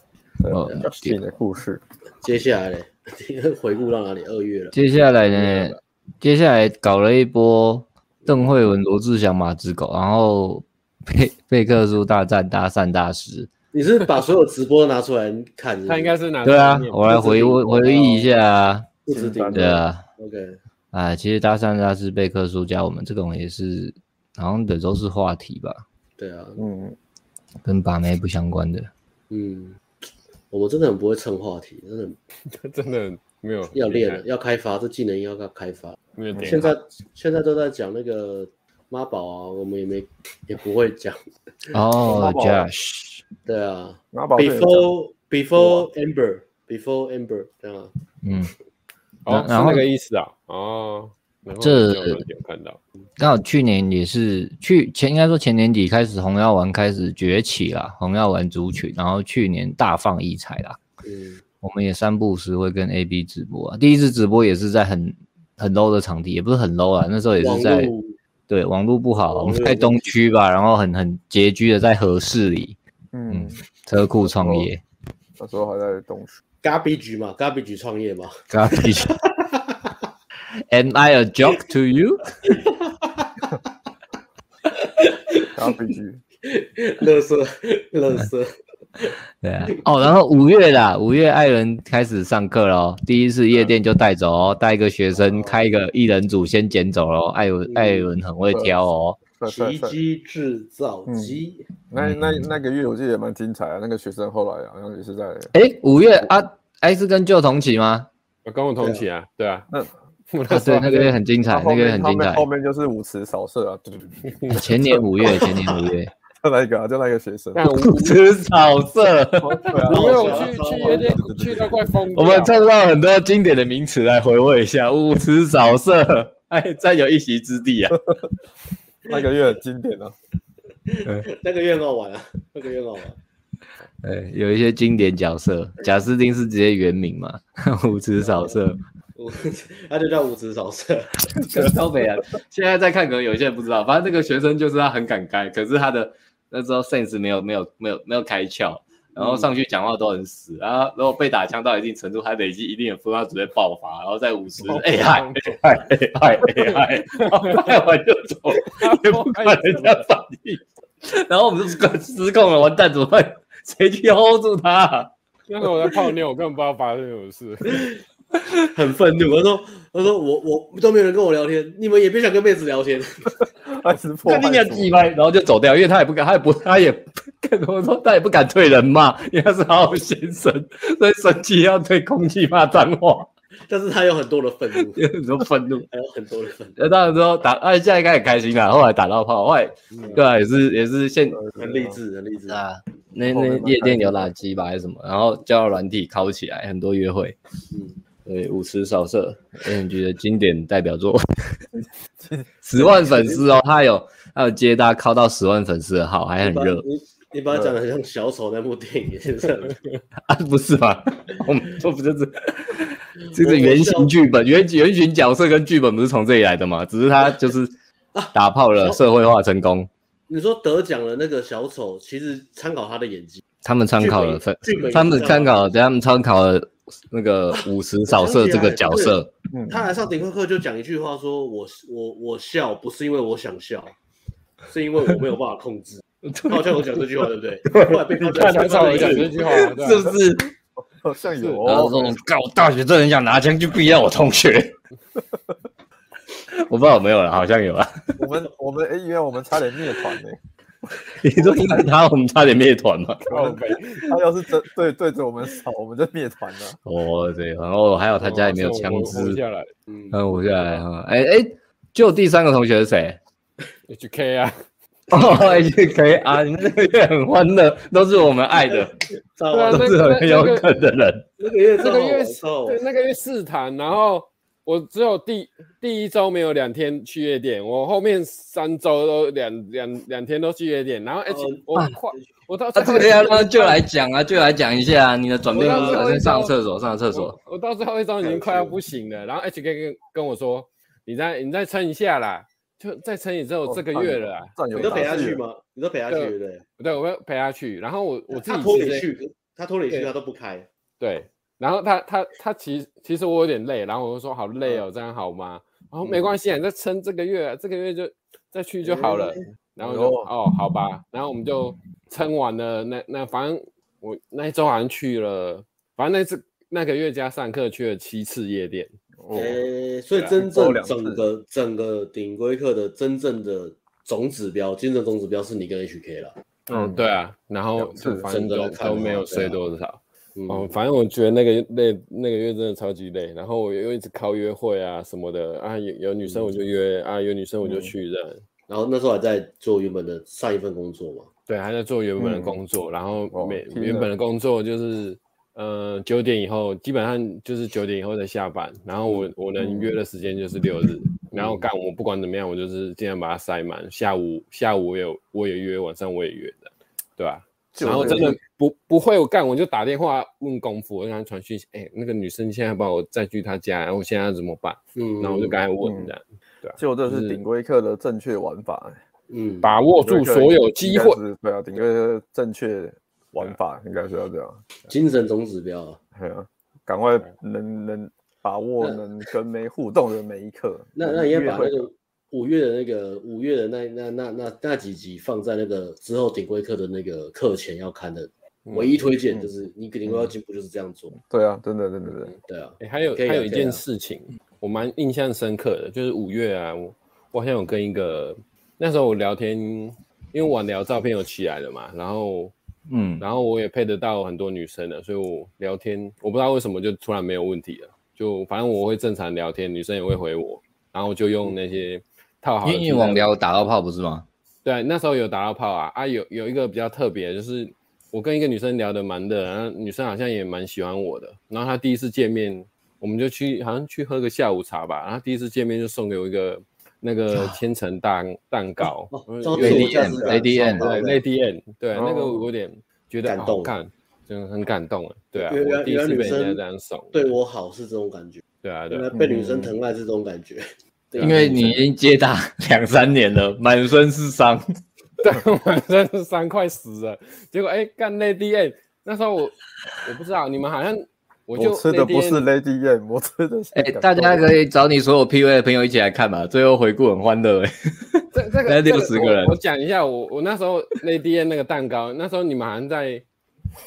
Speaker 3: 对
Speaker 4: 哦
Speaker 3: 啊，Justin 的故事，
Speaker 1: 接下来嘞， 回顾到哪里？二月了，
Speaker 4: 接下来呢？接下来搞了一波邓慧文、罗志祥、马子狗，然后贝贝克书大战搭讪大师。
Speaker 1: 你是把所有直播拿出来看是不是？
Speaker 2: 他应该是拿
Speaker 4: 对啊
Speaker 2: 上，面
Speaker 4: 我来回
Speaker 2: 不
Speaker 4: 回
Speaker 2: 是
Speaker 4: 回忆一下啊。
Speaker 1: 不止顶
Speaker 4: 对
Speaker 1: 的。
Speaker 4: 啊，
Speaker 1: OK，
Speaker 4: 啊，其实搭讪大师、贝克书加我们这种也是，好像本周是话题吧，
Speaker 1: 对啊，
Speaker 3: 嗯，
Speaker 4: 跟把妹不相关的。
Speaker 1: 嗯，我们真的很不会蹭话题，真的
Speaker 2: 他 真的没有
Speaker 1: 要练啊了，要开发这技能要要开发。
Speaker 2: 没有点
Speaker 1: 现在现在都在讲那个妈宝啊，我们也没也不会讲。
Speaker 4: 哦
Speaker 3: 宝
Speaker 4: ，Josh，
Speaker 1: 对啊
Speaker 3: 拿宝贝有讲
Speaker 1: ，before before Amber before Amber 对啊，
Speaker 4: 嗯，
Speaker 2: 哦，是
Speaker 4: 然后
Speaker 2: 那个意思啊，哦，然后
Speaker 4: 这
Speaker 2: 就有人有看到，
Speaker 4: 刚好去年也是去前应该说前年底开始红药丸开始崛起啦，红药丸族群，然后去年大放异彩啦。
Speaker 1: 嗯，
Speaker 4: 我们也三不五时会跟 AB 直播啊，第一次直播也是在很很 low 的场地，也不是很 low 啊，那时候也
Speaker 1: 嗯网
Speaker 4: 是在
Speaker 1: 络
Speaker 4: 对网络不好，
Speaker 1: 网
Speaker 4: 我
Speaker 1: 络
Speaker 4: 们在东区吧，然后很很拮据的在和市里
Speaker 3: 嗯，
Speaker 4: 车库创业，
Speaker 3: 那时候还在东区，
Speaker 1: garbage 嘛，garbage 创业嘛，
Speaker 4: 咖啡 Am I a joke to you？
Speaker 3: 然后 BG
Speaker 1: 乐色乐色，
Speaker 4: 对啊，哦，然后五月啦，五月艾伦开始上课喽，第一次夜店就带走哦，带一个学生开一个一人组先捡走喽，艾伦
Speaker 1: 嗯
Speaker 4: 艾伦很会挑哦，
Speaker 3: 帅
Speaker 1: 洗
Speaker 3: 帅
Speaker 1: 衣
Speaker 3: 帅。
Speaker 1: 机制造机，
Speaker 3: 那那
Speaker 4: 嗯
Speaker 3: 那个月我记得也蛮精彩啊，那个学生后来好像也是在
Speaker 4: 诶，五月啊，艾是跟旧同期吗？
Speaker 2: 我跟我同期啊，对 啊，
Speaker 3: 那
Speaker 2: 我
Speaker 4: 啊，对，
Speaker 2: 还
Speaker 4: 那个月很精彩，
Speaker 3: 后
Speaker 4: 那个月
Speaker 3: 面
Speaker 4: 很
Speaker 3: 后
Speaker 4: 精
Speaker 3: 面
Speaker 4: 彩
Speaker 3: 后，面就是舞池扫射啊，对对对，就
Speaker 4: 前年五 月，前年五月，
Speaker 3: 那一个啊，就那个学生，
Speaker 2: 但我
Speaker 4: 吃草色，
Speaker 3: 对啊
Speaker 1: 然
Speaker 2: 因
Speaker 1: 后想
Speaker 2: 为我
Speaker 1: 要
Speaker 2: 去
Speaker 1: 找
Speaker 2: 去
Speaker 1: 我
Speaker 2: 夜店去到快疯掉，
Speaker 4: 我们创造很多经典的名词来回味一下，五吃 草色，哎，占有一席之地啊。
Speaker 3: 那个月很经典啊，
Speaker 1: 那个月很好玩啊，那个月很好玩。
Speaker 4: 对，哎有一些经典角色，贾斯汀是直接原名嘛， 无耻扫射，
Speaker 1: 我 他就叫五指扫射，
Speaker 4: 超北啊！现在在看，可能有些人不知道，反正这个学生就是他很敢开，可是他的那时候 sense 没有没有没有没有开窍，然后上去讲话都很死，然后如果被打枪到一定程度，他累积一定的分，他准备爆发，然后在五十，哎嗨哎嗨哎嗨，然后拍完就走，也不
Speaker 2: 哎
Speaker 4: 管人家反应，然后我们就失失控了，完蛋怎么办？谁去 hold 住他啊？
Speaker 2: 那时候我在泡妞，我根本不知道发生什么事。
Speaker 1: 很愤怒。他说：“他说我我都没有人跟我聊天，你们也别想跟妹子聊天。
Speaker 3: 还是破
Speaker 4: 看你
Speaker 3: 坏
Speaker 4: 俩
Speaker 3: 什
Speaker 4: 几
Speaker 3: 么？
Speaker 4: 拍，然后就走掉，因为他也不敢，他也不， 他也我说他也不敢对人骂，因为他是好好先生， 所以生气要对空气骂脏话，
Speaker 1: 但是他有很多的愤怒，
Speaker 4: 有时候愤怒。
Speaker 1: 还有很多的愤怒，
Speaker 4: 那当然之后打，哎，现在应该很开心啦。后来打到炮，后来
Speaker 3: 嗯
Speaker 4: 对啊，也是也是现
Speaker 1: 很励志，很励志。
Speaker 4: 啊，那那夜店有垃圾吧还是什么，然后交友软体烤起来，很多约会。
Speaker 1: 嗯，
Speaker 4: 对，舞池扫射，AMG 的经典代 表作，十万粉丝哦，他有他有接搭靠到十万粉丝的号，还很
Speaker 1: 把
Speaker 4: 热嗯
Speaker 1: 你你把它讲的很像小丑那部电影，是这样 子。
Speaker 4: 啊，不是吧？ 我们这不就是这个原型剧本、原原型角色跟剧本不是从这里来的吗？只是他就是打炮了，社会化成功，
Speaker 1: 你说得奖的那个小丑，其实参考他的演技，
Speaker 4: 他们参考了分
Speaker 1: 剧本，
Speaker 4: 他们参考了，他们参考了那个舞池扫射这个角色。
Speaker 3: 嗯
Speaker 1: 他来上顶客课就讲一句话说：“我我我笑不是因为我想笑，是因为我没有办法控 制。”他好像有讲这句话，对不对？后来被他
Speaker 2: 看很少人讲这句话，对啊
Speaker 4: 是不是？
Speaker 3: 好像有
Speaker 4: 然后
Speaker 3: 哦，
Speaker 4: 说：“告我大学真的很想拿枪去毙掉我同学。” 我不知道有没有了，好像有啊。
Speaker 3: 我们 我们哎，因为我们差点灭团呢。
Speaker 4: 你说因为他，我们差点灭团嘛？
Speaker 2: 靠北
Speaker 3: 他要是真对对着我们扫，我们就灭团了。
Speaker 4: 哦，对，然后还有他家里面有枪
Speaker 2: 哦我活
Speaker 4: 支，
Speaker 2: 下来
Speaker 1: 嗯，
Speaker 4: 嗯，我下来哈，哎哎，就第三个同学是谁？
Speaker 2: ，HK 啊，
Speaker 4: 哦，H.K. 啊，你们这个月很欢乐，都是我们爱的，
Speaker 1: 超
Speaker 2: 对啊
Speaker 1: 好
Speaker 4: 都
Speaker 1: 玩
Speaker 2: 那
Speaker 4: 是很有梗的人。
Speaker 1: 那个月
Speaker 2: 那
Speaker 1: 超
Speaker 2: 个
Speaker 1: 好
Speaker 2: 月
Speaker 1: 玩，超好玩
Speaker 2: 对，那个月试谈，然后我只有第第一周没有两天去夜店，我后面三周都两两两天都去夜店，然后 H、
Speaker 1: 哦
Speaker 2: 我快，我到
Speaker 4: 啊，
Speaker 2: 最后
Speaker 4: 这个要让就来讲啊，就来讲一下你的转变
Speaker 2: 我
Speaker 4: 过
Speaker 2: 刚
Speaker 4: 程。
Speaker 2: 刚
Speaker 4: 先上厕所，上厕所。
Speaker 2: 我，我到最后一周已经快要不行了，然后 H K 跟跟我说，你再你再撑一下啦，就再撑也只有这个月了啦。
Speaker 3: 战
Speaker 1: 哦
Speaker 3: 友，
Speaker 1: 你都陪他
Speaker 3: 战友
Speaker 1: 去
Speaker 3: 打字了？
Speaker 1: 吗？你都陪他去，对不对？
Speaker 2: 对，我要陪他去，然后我我自
Speaker 1: 他
Speaker 2: 己
Speaker 1: 拖
Speaker 2: 其
Speaker 1: 你
Speaker 2: 实
Speaker 1: 去，他拖你去，
Speaker 2: 对
Speaker 1: 他都不开。
Speaker 2: 对，然后他他他其实其实我有点累，然后我就说好累
Speaker 1: 嗯
Speaker 2: 哦，这样好吗？然后没关系啊，你再撑这个月啊，这个月就再去就好了。然后我就
Speaker 3: 哎呦
Speaker 2: 哦好吧，然后我们就撑完了。那那反正我那一周好像去了，反正那次那个月加上课去了七次夜店。
Speaker 3: 哦
Speaker 1: 诶，所以
Speaker 3: 对啊
Speaker 1: 真
Speaker 3: 一周
Speaker 1: 正
Speaker 3: 两次
Speaker 1: 整个整个顶规课的真正的总指标，精神总指标是你跟 HK 了。
Speaker 2: 嗯，对啊，然后就
Speaker 3: 次
Speaker 2: 反
Speaker 1: 真
Speaker 2: 正
Speaker 1: 的来
Speaker 2: 都
Speaker 1: 看
Speaker 2: 都
Speaker 1: 的
Speaker 2: 没
Speaker 1: 话
Speaker 2: 有
Speaker 1: 对
Speaker 2: 睡
Speaker 1: 啊
Speaker 2: 多少。哦，
Speaker 1: 嗯，
Speaker 2: 反正我觉得那个累，那个月真的超级累，然后我又一直靠约会啊什么的啊，有有女生我就约、啊，有女生我就去这样。
Speaker 1: 然后那时候还在做原本的上一份工作嘛。
Speaker 2: 对，还在做原本的
Speaker 3: 嗯
Speaker 2: 工作，然后
Speaker 3: 哦
Speaker 2: 每
Speaker 3: 天
Speaker 2: 原
Speaker 3: 哪
Speaker 2: 本的工作就是，呃，九点以后，基本上就是九点以后才下班，然后我我能约的时间就是六日，然后干我不管怎么样，我就是尽量把它塞满，下午下午我也有我也约，晚上我也约的，对吧、
Speaker 3: 就
Speaker 2: 然后
Speaker 3: 这
Speaker 2: 真
Speaker 3: 个
Speaker 2: 的不不会我干，我就打电话问功夫，我跟他传讯息，哎、那个女生现在把我载去她家，然后我现在要怎么办？
Speaker 1: 嗯，
Speaker 2: 然后我就赶紧问
Speaker 3: 嗯
Speaker 2: 这样，
Speaker 3: 就这是顶规课的正确玩法，
Speaker 1: 嗯，
Speaker 2: 把握住所有机会
Speaker 3: 应该。是。对啊，顶规课正确玩法应该是要这样。
Speaker 1: 精神总指标啊。
Speaker 3: 对啊，赶快能能把握
Speaker 1: 那
Speaker 3: 能跟妹互动的每一刻。
Speaker 1: 那那应该把那个五月的那个五月的那那那那那几集放在那个之后顶规课的那个课前要看的。
Speaker 2: 嗯
Speaker 1: 唯一推荐就是你顶规要进步就是这样做。
Speaker 3: 对啊，真的真的真的，
Speaker 1: 对啊，
Speaker 2: 欸还有
Speaker 1: 可以啊
Speaker 2: 还有一
Speaker 1: 可以啊
Speaker 2: 件事情，我蛮印象深刻的，就是五月啊，我我好像有跟一个那时候我聊天，因为晚聊照片有起来了嘛，然后
Speaker 4: 嗯，
Speaker 2: 然后我也配得到很多女生了，所以我聊天我不知道为什么就突然没有问题了，就反正我会正常聊天，女生也会回我，然后就用那些套好的
Speaker 4: 因为
Speaker 2: 替代
Speaker 4: 网聊打到炮不是吗？
Speaker 2: 对，啊那时候有打到炮啊啊，有有一个比较特别，就是我跟一个女生聊得蛮的，然后女生好像也蛮喜欢我的，然后她第一次见面，我们就去好像去喝个下午茶吧，然后她第一次见面就送给我一个那个千层蛋蛋糕
Speaker 1: 哦，
Speaker 2: 我
Speaker 1: 这种
Speaker 2: 有
Speaker 1: 自
Speaker 2: 点
Speaker 1: 我价值感超
Speaker 4: ADN
Speaker 1: 高
Speaker 2: 对
Speaker 1: 的
Speaker 2: ADN，对
Speaker 3: 哦
Speaker 2: 那个我有点觉得
Speaker 1: 感
Speaker 2: 好
Speaker 1: 动
Speaker 2: 看，真的很感动啊，对啊，
Speaker 1: 原来
Speaker 2: 我第一
Speaker 1: 原来
Speaker 2: 次
Speaker 1: 女
Speaker 2: 被人家
Speaker 1: 生
Speaker 2: 这样送，
Speaker 1: 对我好是这种感觉，
Speaker 2: 对啊，对
Speaker 1: 原
Speaker 2: 啊
Speaker 1: 来被女生疼爱是这种感 觉。
Speaker 2: 对啊，
Speaker 4: 因为你已经接打两三年了，满身是伤。
Speaker 2: 对， 我真是三块死了。结果哎，干 Lady M，那时候我我不知道你们好像，我就
Speaker 3: 我吃的不是
Speaker 2: Lady M
Speaker 3: Lady M，我吃的是
Speaker 4: 哎、
Speaker 3: 感动
Speaker 4: 大家可以找你所有 P U A 的朋友一起来看吧，最后回顾很欢乐、哎，
Speaker 2: 这这个
Speaker 4: 来
Speaker 2: 这
Speaker 4: 60个人
Speaker 2: 我我讲一下，我我那时候 Lady M 那个蛋糕，那时候你们好像在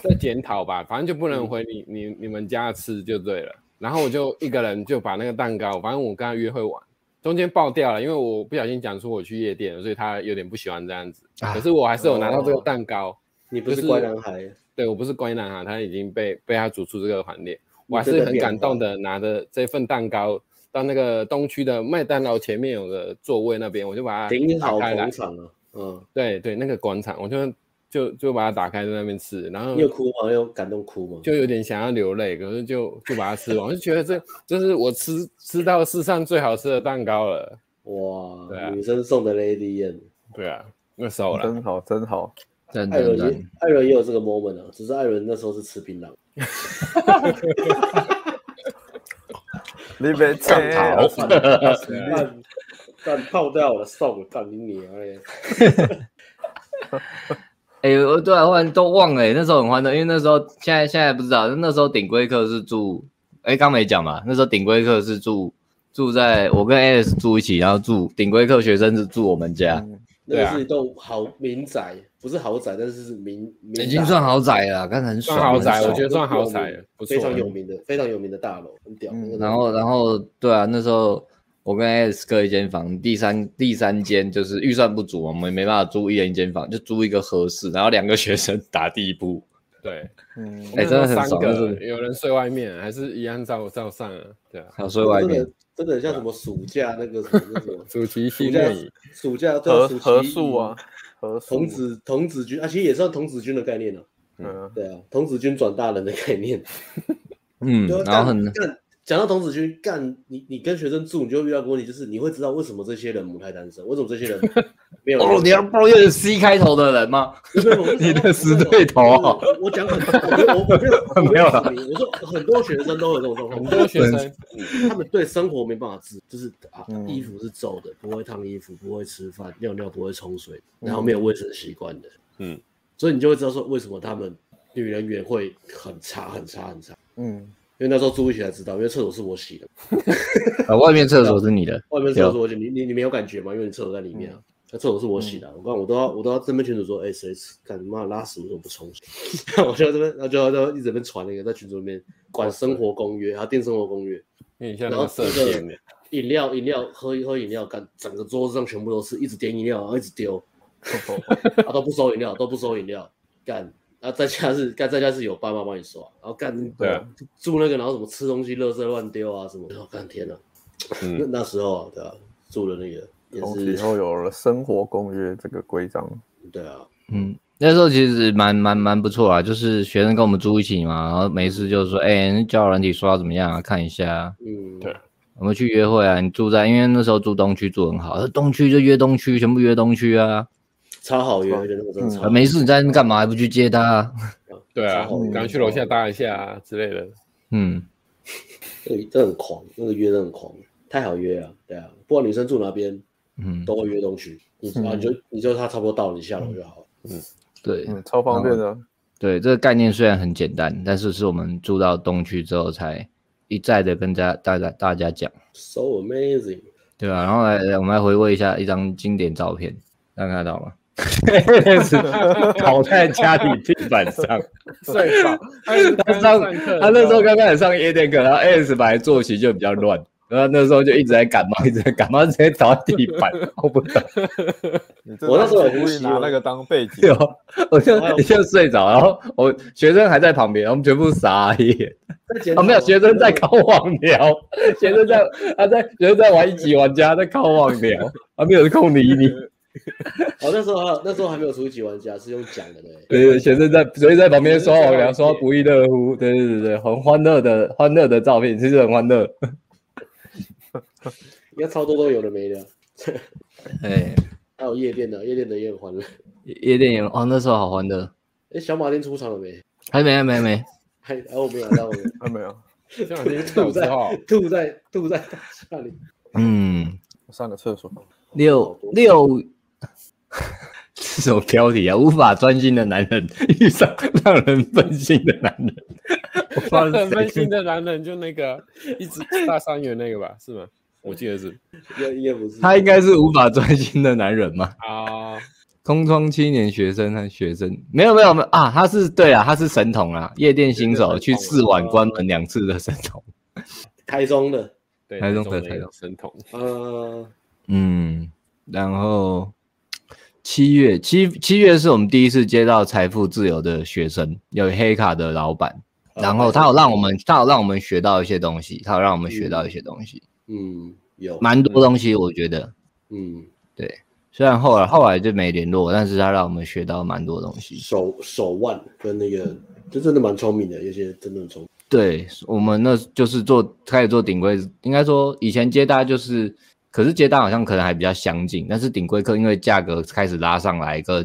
Speaker 2: 在检讨吧，反正就不能回你你你们家吃就对了。然后我就一个人就把那个蛋糕，反正我跟他约会完，中间爆掉了，因为我不小心讲出我去夜店了，所以他有点不喜欢这样子。
Speaker 4: 啊
Speaker 2: 可是我还是有拿到这个
Speaker 1: 哦
Speaker 2: 蛋糕。
Speaker 1: 你不是
Speaker 2: 就是
Speaker 1: 乖男孩，
Speaker 2: 对我不是乖男孩，他已经被被他逐出这个行列，
Speaker 1: 你
Speaker 2: 我还
Speaker 1: 真
Speaker 2: 是
Speaker 1: 的
Speaker 2: 很
Speaker 1: 变
Speaker 2: 感动的，拿着这份蛋糕到那个东区的麦当劳前面有个座位那边，我就把它
Speaker 1: 顶
Speaker 2: 打
Speaker 1: 好
Speaker 2: 开来
Speaker 1: 广，场啊，嗯，
Speaker 2: 对对，那个广场，我就就就把它打开在那边吃，然后
Speaker 1: 你有哭吗？你有感动哭吗？
Speaker 2: 嗯就有点想要流泪，可是就就把它吃完，我就觉得这这是我吃吃到世上最好吃的蛋糕了，对
Speaker 1: 哇，
Speaker 2: 啊
Speaker 1: 女生送的 Lady M，
Speaker 2: 对啊，那时候了，
Speaker 3: 真好真好，
Speaker 4: 真
Speaker 2: 哎
Speaker 1: 艾
Speaker 4: 真
Speaker 1: 伦
Speaker 4: 真
Speaker 1: 也，艾伦也有这个 moment 啊，只是艾伦那时候是吃槟榔，
Speaker 3: 你被
Speaker 4: 干
Speaker 1: 哎
Speaker 4: 好
Speaker 1: 但但泡掉了，送了，干你娘嘞！
Speaker 4: 哎、我对啊，忽然都忘了、哎那时候很欢乐，因为那时候现在现在不知道，那时候顶规客是住，哎、刚没讲嘛，那时候顶规客是住住在我跟 Alice 住一起，然后住顶规客学生是住我们家，
Speaker 1: 那
Speaker 2: 对
Speaker 1: 个
Speaker 2: 啊
Speaker 1: 是一栋豪民宅，不是豪宅，但是是民民
Speaker 4: 已经
Speaker 1: 宅
Speaker 4: 算豪宅了，刚才很
Speaker 2: 嗯
Speaker 4: 爽，
Speaker 2: 算豪宅，
Speaker 4: 很爽
Speaker 2: 我觉得算豪宅
Speaker 1: 有名
Speaker 2: 了，不错
Speaker 1: 非常
Speaker 2: 了，
Speaker 1: 有名的，非常有名的大楼，很屌。
Speaker 3: 嗯
Speaker 1: 那个
Speaker 4: 然后，然后，对啊，那时候我跟 S 各一间房，第三第三间就是预算不足，我们没办法租一人一间房，就租一个合适，然后两个学生 打地铺，
Speaker 2: 对，
Speaker 3: 嗯，
Speaker 4: 哎真的很
Speaker 2: 三
Speaker 4: 爽真
Speaker 2: 个
Speaker 4: 的
Speaker 2: 有人睡外面，还是一样照照上啊，对啊。
Speaker 4: 还有睡外
Speaker 1: 真
Speaker 4: 面
Speaker 1: 的，真的很像什么暑假那个什么那什 么
Speaker 2: 主题
Speaker 1: 暑
Speaker 2: 系
Speaker 1: 假
Speaker 2: 列影，
Speaker 1: 暑假对啊
Speaker 3: 合
Speaker 1: 暑期
Speaker 3: 合宿啊，，合宿
Speaker 1: 童子童子军啊，其实也算童子军的概念了。
Speaker 3: 嗯，
Speaker 1: 对啊，童子军转大人的概念。
Speaker 4: 嗯
Speaker 1: 对啊，
Speaker 4: 然后
Speaker 1: 干
Speaker 4: 很
Speaker 1: 干讲到童子军，干你你跟学生住，你就会遇到个问题，就是你会知道为什么这些人母胎单身，为什么这些人没有人
Speaker 4: 哦，你要抱怨 C 开头的人吗？ 你的死对头啊
Speaker 1: 我我讲很多，我我我
Speaker 4: 没有啊啦
Speaker 1: 我指明我说很多学生都有这种状况，
Speaker 2: 很多学生，
Speaker 1: 他们对生活没办法自，就是啊，
Speaker 3: 嗯
Speaker 1: 衣服是皱的，不会烫衣服，不会吃饭，尿尿不会冲水，然
Speaker 4: 嗯
Speaker 1: 后没有卫生习惯的，
Speaker 5: 嗯，
Speaker 1: 所以你就会知道说为什么他们女人缘会很差很差很差，
Speaker 3: 嗯，
Speaker 1: 因为那时候住一起才知道，因为厕所是我洗的，
Speaker 4: 呃，外面厕所是你的，
Speaker 1: 外面厕所是我洗，你你你没有感觉吗？因为你厕所在里面啊。
Speaker 2: 嗯
Speaker 1: 那厕所是我洗的啊，我刚我都要我都要这边群主说，哎、谁干什么拉屎为什么不冲水？ 我就在这边，然后就要就要一直在那边传那个在群组里面管生活公约，还有电生活公约，
Speaker 2: 有点像
Speaker 1: 然
Speaker 2: 那
Speaker 1: 后
Speaker 2: 个射
Speaker 1: 这个
Speaker 2: 箭的，
Speaker 1: 饮料，饮料，喝喝饮料，干整个桌子上全部都是，一直点饮料，然后一直丢， 啊都不收饮料，都不收饮料，干，啊在家是干在家是有爸妈帮你刷，然后干
Speaker 2: 对啊
Speaker 1: 住那个，然后什么吃东西、垃圾乱丢啊什么，然后干天哪，
Speaker 2: 嗯
Speaker 1: 那那时候啊，对啊，住的那个
Speaker 3: 从
Speaker 1: 也
Speaker 3: 此以
Speaker 1: 是，
Speaker 3: 后有了生活公约这个规章，
Speaker 1: 对啊，
Speaker 4: 嗯，那时候其实蛮蛮蛮不错啊，就是学生跟我们住一起嘛，然后没事就说，哎、那交友软体刷怎么样啊？看一下啊、
Speaker 1: 嗯，
Speaker 2: 对
Speaker 4: 我们去约会啊。你住在，因为那时候住东区住很好，东区就约东区，全部约东区啊。
Speaker 1: 超好约的那个真的超
Speaker 4: 啊
Speaker 1: 好，
Speaker 4: 没事，你在那边干嘛？还不去接他、啊？
Speaker 2: 对啊
Speaker 1: 超好，
Speaker 2: 赶快去楼下搭一下啊之类的。
Speaker 4: 嗯，
Speaker 1: 对，真的很狂，那个约真的很狂，太好约啊，对啊，不管女生住哪边
Speaker 4: 嗯，
Speaker 1: 都会约东区，你啊你就你就他差不多到了，你下楼就好了。
Speaker 4: 对
Speaker 3: 嗯，超方便的，
Speaker 4: 对，这个概念虽然很简单，但是是我们住到东区之后才一再的跟大家大家大家讲，
Speaker 1: So amazing！
Speaker 4: 对吧、然后来来我们来回味一下一张经典照片，大家看到吗？ 倒在家里地板上，
Speaker 2: 睡吧，他
Speaker 4: 上
Speaker 2: 课
Speaker 4: 他那时候刚开始上夜店课，然后 S 本来作息就比较乱，然后那时候就一直在感冒，一直在感冒，直接倒在地板，我不懂。
Speaker 3: 你这
Speaker 1: 我那时候有
Speaker 3: 故
Speaker 1: 呼
Speaker 3: 意
Speaker 1: 吸
Speaker 3: 拿
Speaker 1: 哦
Speaker 3: 那个当背景，
Speaker 4: 有，我就
Speaker 1: 我还有
Speaker 4: 就睡着，然后我学生还在旁边，我们全部傻眼。
Speaker 1: 啊
Speaker 4: 啊，没有学生在烤网聊，学生在他在学生在玩一级玩家在烤网聊，啊，没有人空理你。
Speaker 1: 哦，那时候还有那时候还没有初级玩家，是用讲的嘞。
Speaker 4: 对，学生在学生在旁边刷网聊，刷不亦乐乎。对对对对，很欢乐的欢乐的照片，其实很欢乐。
Speaker 1: 应该超多都有的没的，
Speaker 4: 哎，
Speaker 1: 还有夜店的，夜店的也很欢乐。
Speaker 4: 夜夜店也哦，那时候好欢乐。
Speaker 1: 哎，小马丁出场了没？
Speaker 4: 还没，还没，还没。
Speaker 1: 还还我没有，还我没有。
Speaker 3: 啊看到没有？
Speaker 6: 这两 天
Speaker 1: 吐
Speaker 6: 吐
Speaker 1: 在
Speaker 6: 槽，
Speaker 1: 吐在吐在大厦里。
Speaker 4: 嗯，
Speaker 3: 我上个厕所。
Speaker 4: 六 六，是什么标题啊？无法专心的男人遇上让人分心的男人。 我不知道
Speaker 6: 让
Speaker 4: 是
Speaker 6: 人 分
Speaker 4: 谁
Speaker 6: 心的男人就那个啊一直大三元那个吧，是 吗？我记得是
Speaker 1: 应该应该不是。
Speaker 4: 他应该是无法专心的男人嘛？
Speaker 6: 啊，
Speaker 4: 空窗青年学生和学生没有没有没有啊，他是对啊，他是神童啊，夜店新手去四晚关门两次的神童。
Speaker 1: 台中的，
Speaker 6: 对，
Speaker 4: 台中
Speaker 6: 那种
Speaker 4: 台
Speaker 6: 那个
Speaker 4: 中
Speaker 6: 神童，
Speaker 1: 呃，
Speaker 4: 嗯，然后七月七七月是我们第一次接到财富自由的学生，有黑卡的老板，然后他有让我们，他有让我们学到一些东西，他有让我们学到一些东西，
Speaker 1: 嗯，有，
Speaker 4: 蛮多东西，我觉得。
Speaker 1: 嗯，
Speaker 4: 虽然后来后来就没联络，但是他让我们学到蛮多东西。
Speaker 1: 手手腕跟那个，就真的蛮聪明的，有些真的很聪明。
Speaker 4: 对我们那就是做开始做顶规，应该说以前接单就是，可是接单好像可能还比较相近，但是顶规课因为价格开始拉上来，跟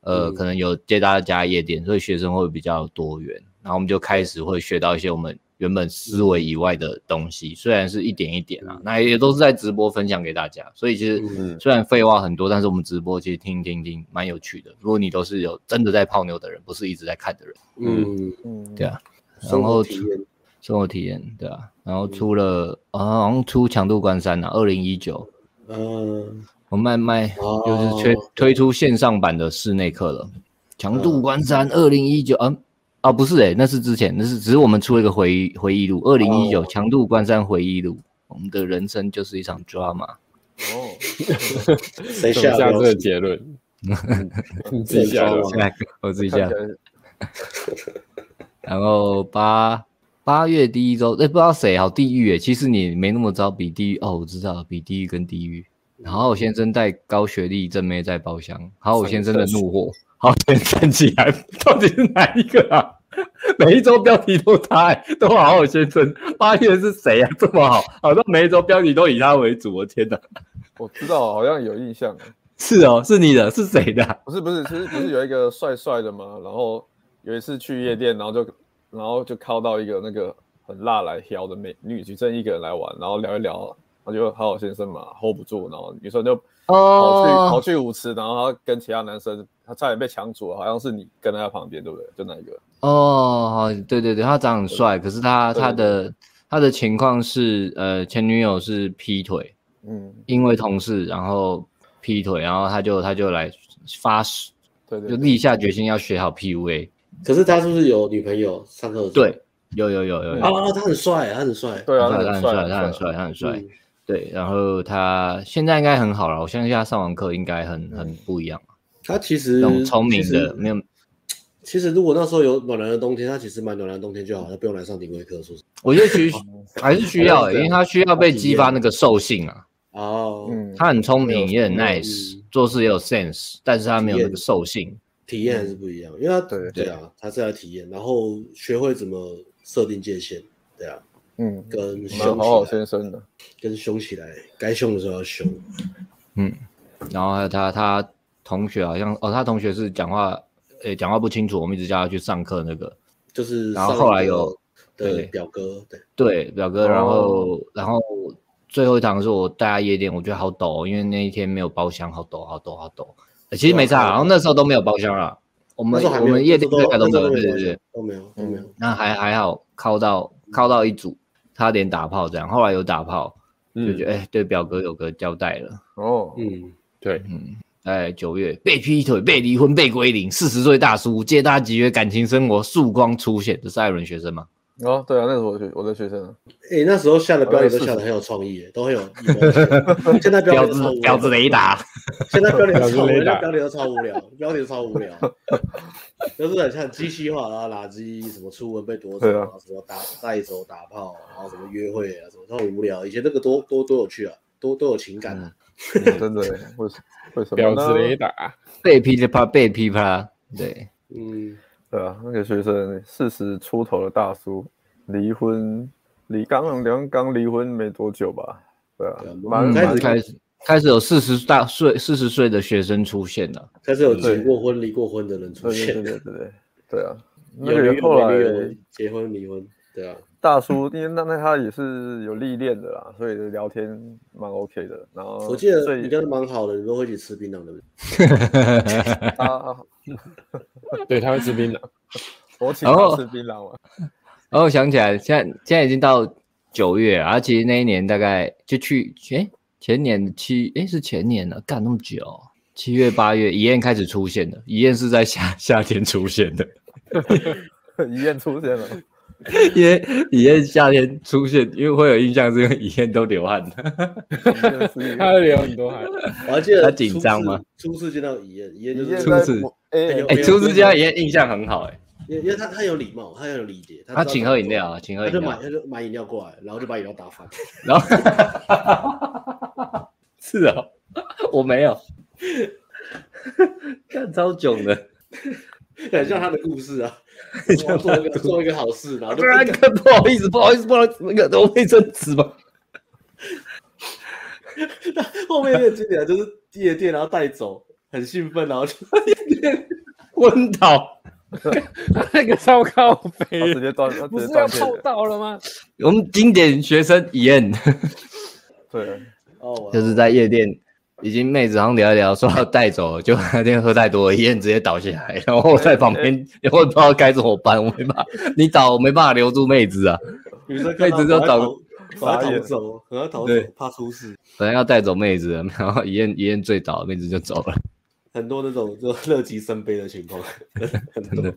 Speaker 4: 呃、
Speaker 1: 嗯
Speaker 4: 可能有接单加夜店，所以学生会比较多元，然后我们就开始会学到一些我们原本思维以外的东西，虽然是一点一点啊，那也都是在直播分享给大家，所以其实
Speaker 1: 嗯
Speaker 4: 虽然废话很多，但是我们直播其实听一听听蛮有趣的。如果你都是有真的在泡妞的人，不是一直在看的人，
Speaker 1: 嗯，
Speaker 3: 嗯，
Speaker 4: 对啊，然
Speaker 1: 生活
Speaker 4: 后
Speaker 1: 体验，
Speaker 4: 生活体验，对啊，然
Speaker 1: 嗯
Speaker 4: 后出了、啊，好像出《强度关山》啊，二零一九，
Speaker 1: 嗯，
Speaker 4: 我卖卖
Speaker 1: 哦
Speaker 4: 就是推、推出线上版的室内课了，《强度关
Speaker 1: 嗯
Speaker 4: 山》二零一九，啊啊不是诶、那是之前，那是只是我们出了一个回忆回忆录，二零一
Speaker 1: 哦
Speaker 4: 九《强度关山回忆录》，我们的人生就是一场 drama，
Speaker 3: 哦，
Speaker 1: 谁
Speaker 6: 怎么
Speaker 1: 下
Speaker 6: 下这
Speaker 1: 标
Speaker 6: 个
Speaker 1: 题？
Speaker 6: 结论？你自己下的
Speaker 1: 哦
Speaker 4: 现在我自己
Speaker 3: 看
Speaker 4: 下
Speaker 3: 起，来
Speaker 4: 然后八。八月第一周，哎、不知道谁好地狱诶、其实你没那么糟，比地狱哦，我知道，比地狱跟地狱。然后先生带高学历正妹在包厢，好我先生的怒火，好先生起来， 到底是哪一个啊？ 每一周标题都他、欸，都好好先生。八月是谁啊？这么好，好像每一周标题都以他为主。我天哪，
Speaker 3: 我知道，好像有印象。啊
Speaker 4: 是哦，是你的，是谁的啊、
Speaker 3: 不是不是，其实不是有一个帅帅的吗？然后有一次去夜店，然后就然后就靠到一个那个很辣来挑的美女女生一个人来玩，然后聊一聊，然后就好好先生嘛 hold 不住，然后女生就跑去、跑
Speaker 4: 哦，
Speaker 3: 去舞池，然后她跟其他男生，她差点被抢走，好像是你跟在她旁边对不对？就那一个，
Speaker 4: 哦，好，对对对，他长得很帅，可是他
Speaker 3: 对
Speaker 4: 他的他的情况是，呃，前女友是劈腿，
Speaker 3: 嗯，
Speaker 4: 因为同事然后劈腿，然后他就他就来发誓。
Speaker 3: 对对
Speaker 4: 就
Speaker 3: 对
Speaker 4: 立下决心要学好 PUA。
Speaker 1: 可是他是不是有女朋友？上课的时候
Speaker 4: 对，有有有有有，
Speaker 1: 啊，他很帅，他很帅，
Speaker 3: 对啊，
Speaker 4: 他
Speaker 3: 那
Speaker 4: 很
Speaker 3: 很
Speaker 4: 帅，
Speaker 3: 帅，
Speaker 4: 他很帅，他很帅
Speaker 1: 嗯。，
Speaker 4: 对，然后他现在应该很好了，我相信他上完课应该很很不一样，
Speaker 1: 他其实
Speaker 4: 那种聪明
Speaker 1: 其
Speaker 4: 的
Speaker 1: 实
Speaker 4: 没有。
Speaker 1: 其实如果那时候有暖男的冬天，他其实买暖男的冬天就好，他不用来上顶规课，是不是？
Speaker 4: 我觉得其实还是需要、
Speaker 1: 还是这
Speaker 4: 欸，
Speaker 1: 样
Speaker 4: 因为他需要被激发那个兽性啊。
Speaker 1: 哦，
Speaker 3: 嗯，
Speaker 4: 他很聪明，也很
Speaker 1: 没有
Speaker 4: nice，
Speaker 1: 嗯
Speaker 4: 做事也有 sense，但是他没有
Speaker 1: 体验
Speaker 4: 那个兽性。
Speaker 1: 体验还是不一样，因为他
Speaker 3: 对
Speaker 1: 对啊，他是来体验，然后学会怎么设定界限，对啊，
Speaker 3: 嗯，
Speaker 1: 跟
Speaker 3: 蛮
Speaker 1: 凶
Speaker 3: 好好
Speaker 1: 起来，
Speaker 3: 先生的，
Speaker 1: 跟凶起来，该凶的时候要凶，
Speaker 4: 然后还有他他同学好像哦，他同学是讲话诶、讲话不清楚，我们一直叫他去上课那个。
Speaker 1: 就是
Speaker 4: 然后
Speaker 1: 上一个
Speaker 4: 后来有
Speaker 1: 的
Speaker 4: 对
Speaker 1: 表哥，对，
Speaker 4: 对，表哥，然后、
Speaker 1: 哦
Speaker 4: 然后最后一堂是我带他夜店，我觉得好陡哦，因为那一天没有包厢，好陡，好陡，好陡。呃其实没
Speaker 1: 对
Speaker 4: 差，
Speaker 1: 啊
Speaker 4: 然后那时候都没有包厢了，我
Speaker 1: 那
Speaker 4: 们
Speaker 1: 时候还
Speaker 4: 我
Speaker 1: 没有，
Speaker 4: 们夜店
Speaker 1: 那时
Speaker 4: 大
Speaker 1: 候
Speaker 4: 概都没有，
Speaker 1: 那
Speaker 4: 对
Speaker 1: 时候
Speaker 4: 对对，
Speaker 1: 都没有，都没有，
Speaker 4: 那还还好，靠到靠到一组，差点打炮这样，后来有打炮，就觉
Speaker 6: 嗯，
Speaker 4: 得哎、对表哥有个交代了。
Speaker 3: 哦，
Speaker 1: 嗯，
Speaker 6: 对，
Speaker 4: 哎，九月被劈腿、被离婚、被归零，四十岁大叔接搭集约感情生活曙光出现，这是艾伦学生吗？
Speaker 3: 哦，对啊，那是我的学我的学生啊，
Speaker 1: 哎，那时候下的标
Speaker 4: 哦
Speaker 1: 题都下的很有创意，都很有意 思，现在标
Speaker 4: 婊
Speaker 1: 题
Speaker 4: 子
Speaker 1: 都超无聊
Speaker 4: 婊子雷达，
Speaker 1: 现在标点都超无
Speaker 6: 表示雷达
Speaker 1: 聊，标点都超无聊，标点都超无聊，就是很像机器化，然后垃圾什么初吻被夺走，
Speaker 3: 对啊
Speaker 1: 然后什么打带走打炮，啊然后什么约会啊，什么都很无聊。以前那个多多多有趣啊，多多有情感啊。
Speaker 3: 真的，为什为什么
Speaker 6: 婊子
Speaker 3: 呢
Speaker 6: 雷？达，
Speaker 4: 被噼里啪啦，被噼里啪啦，对，
Speaker 1: 嗯，
Speaker 3: 对啊，那个学生四十出头的大叔，离婚，离刚刚刚离婚没多久吧？对啊
Speaker 1: 对啊，
Speaker 3: 蛮
Speaker 1: 嗯
Speaker 3: 蛮
Speaker 1: 开始
Speaker 4: 开始开始有四十大岁、四十岁的学生出现了。
Speaker 1: 开始有结过婚、离过婚的人出
Speaker 3: 对对对
Speaker 1: 现，
Speaker 3: 对对对对啊！那
Speaker 1: 有
Speaker 3: 个
Speaker 1: 女
Speaker 3: 人
Speaker 1: 友
Speaker 3: 后
Speaker 1: 没女
Speaker 3: 来
Speaker 1: 友，结婚离婚，对啊，
Speaker 3: 大叔，因为那那他也是有历练的啦，所以聊天蛮 OK 的。然后
Speaker 1: 我记得
Speaker 3: 最
Speaker 1: 你跟他蛮好的，你们会一起吃槟榔的，
Speaker 3: 他，
Speaker 6: 对，他会吃槟榔。
Speaker 3: 我请他
Speaker 4: 哦
Speaker 3: 吃槟榔嘛，
Speaker 4: 然后我想起来，现在现在已经到九月了，啊，其实那一年大概就去前前年的七，哎是前年了，干那么久哦，七月八月遗燕开始出现的，遗燕是在夏夏天出现的，
Speaker 3: 遗愿出现了。
Speaker 4: 因为遗燕夏天出现，因为会有印象是因为遗燕都流汗了，
Speaker 3: 遗愿是
Speaker 6: 他会流很多汗，
Speaker 1: 我还记得
Speaker 4: 他紧张吗
Speaker 1: 初次？初次见到遗言，遗言 就
Speaker 3: 遗
Speaker 1: 是
Speaker 3: 愿
Speaker 4: 初
Speaker 3: 在
Speaker 4: 次
Speaker 3: 我哎
Speaker 1: 哎呦
Speaker 4: 哎、
Speaker 1: 没有
Speaker 4: 初次见到遗燕印象很好、哎，
Speaker 1: 因为因为他他有礼貌，他有礼节，他
Speaker 4: 他
Speaker 1: 知道
Speaker 4: 请
Speaker 1: 怎么
Speaker 4: 喝饮
Speaker 1: 做
Speaker 4: 料，啊，请喝
Speaker 1: 他
Speaker 4: 饮
Speaker 1: 就买他
Speaker 4: 料，
Speaker 1: 就买饮料过来，然后就把饮料打翻。
Speaker 4: 然后是哦，我没有， 干超囧的。
Speaker 1: 很像他的故事 啊，
Speaker 4: 像
Speaker 1: 做一个做一个好事，然后就
Speaker 4: 不然哥不好意思，不好意思，不好意思，那个我卫生纸吧。
Speaker 1: 后面那个经典啊就是夜店，然后带走，很兴奋，然后就
Speaker 4: 昏倒，
Speaker 6: 那个超高
Speaker 3: 他
Speaker 6: 飞
Speaker 3: 直，接断，他
Speaker 6: 不
Speaker 3: 直
Speaker 6: 是
Speaker 3: 接
Speaker 6: 要
Speaker 3: 断片
Speaker 6: 泡
Speaker 3: 了。
Speaker 6: 到了吗？
Speaker 4: 我们经典学生遗言
Speaker 3: 对，
Speaker 1: 哦，
Speaker 4: 就是在夜店，已经妹子好像聊一聊，说要带走，就那天喝太多了，遗言直接倒下来，然后我在 旁边，我也不知道该怎么办，我没办法，你倒我没办法留住妹子啊，
Speaker 1: 女生看到
Speaker 4: 妹子就
Speaker 1: 赶快
Speaker 4: 找
Speaker 1: 逃赶
Speaker 3: 傻
Speaker 1: 快逃
Speaker 3: 眼
Speaker 1: 走，赶快逃走
Speaker 4: 对，
Speaker 1: 怕出事。
Speaker 4: 本来要带走妹子， 然后遗言遗言醉倒，妹子就走了，
Speaker 1: 很多那种 就乐极生悲的情 况，很
Speaker 4: 真
Speaker 1: 多
Speaker 4: 的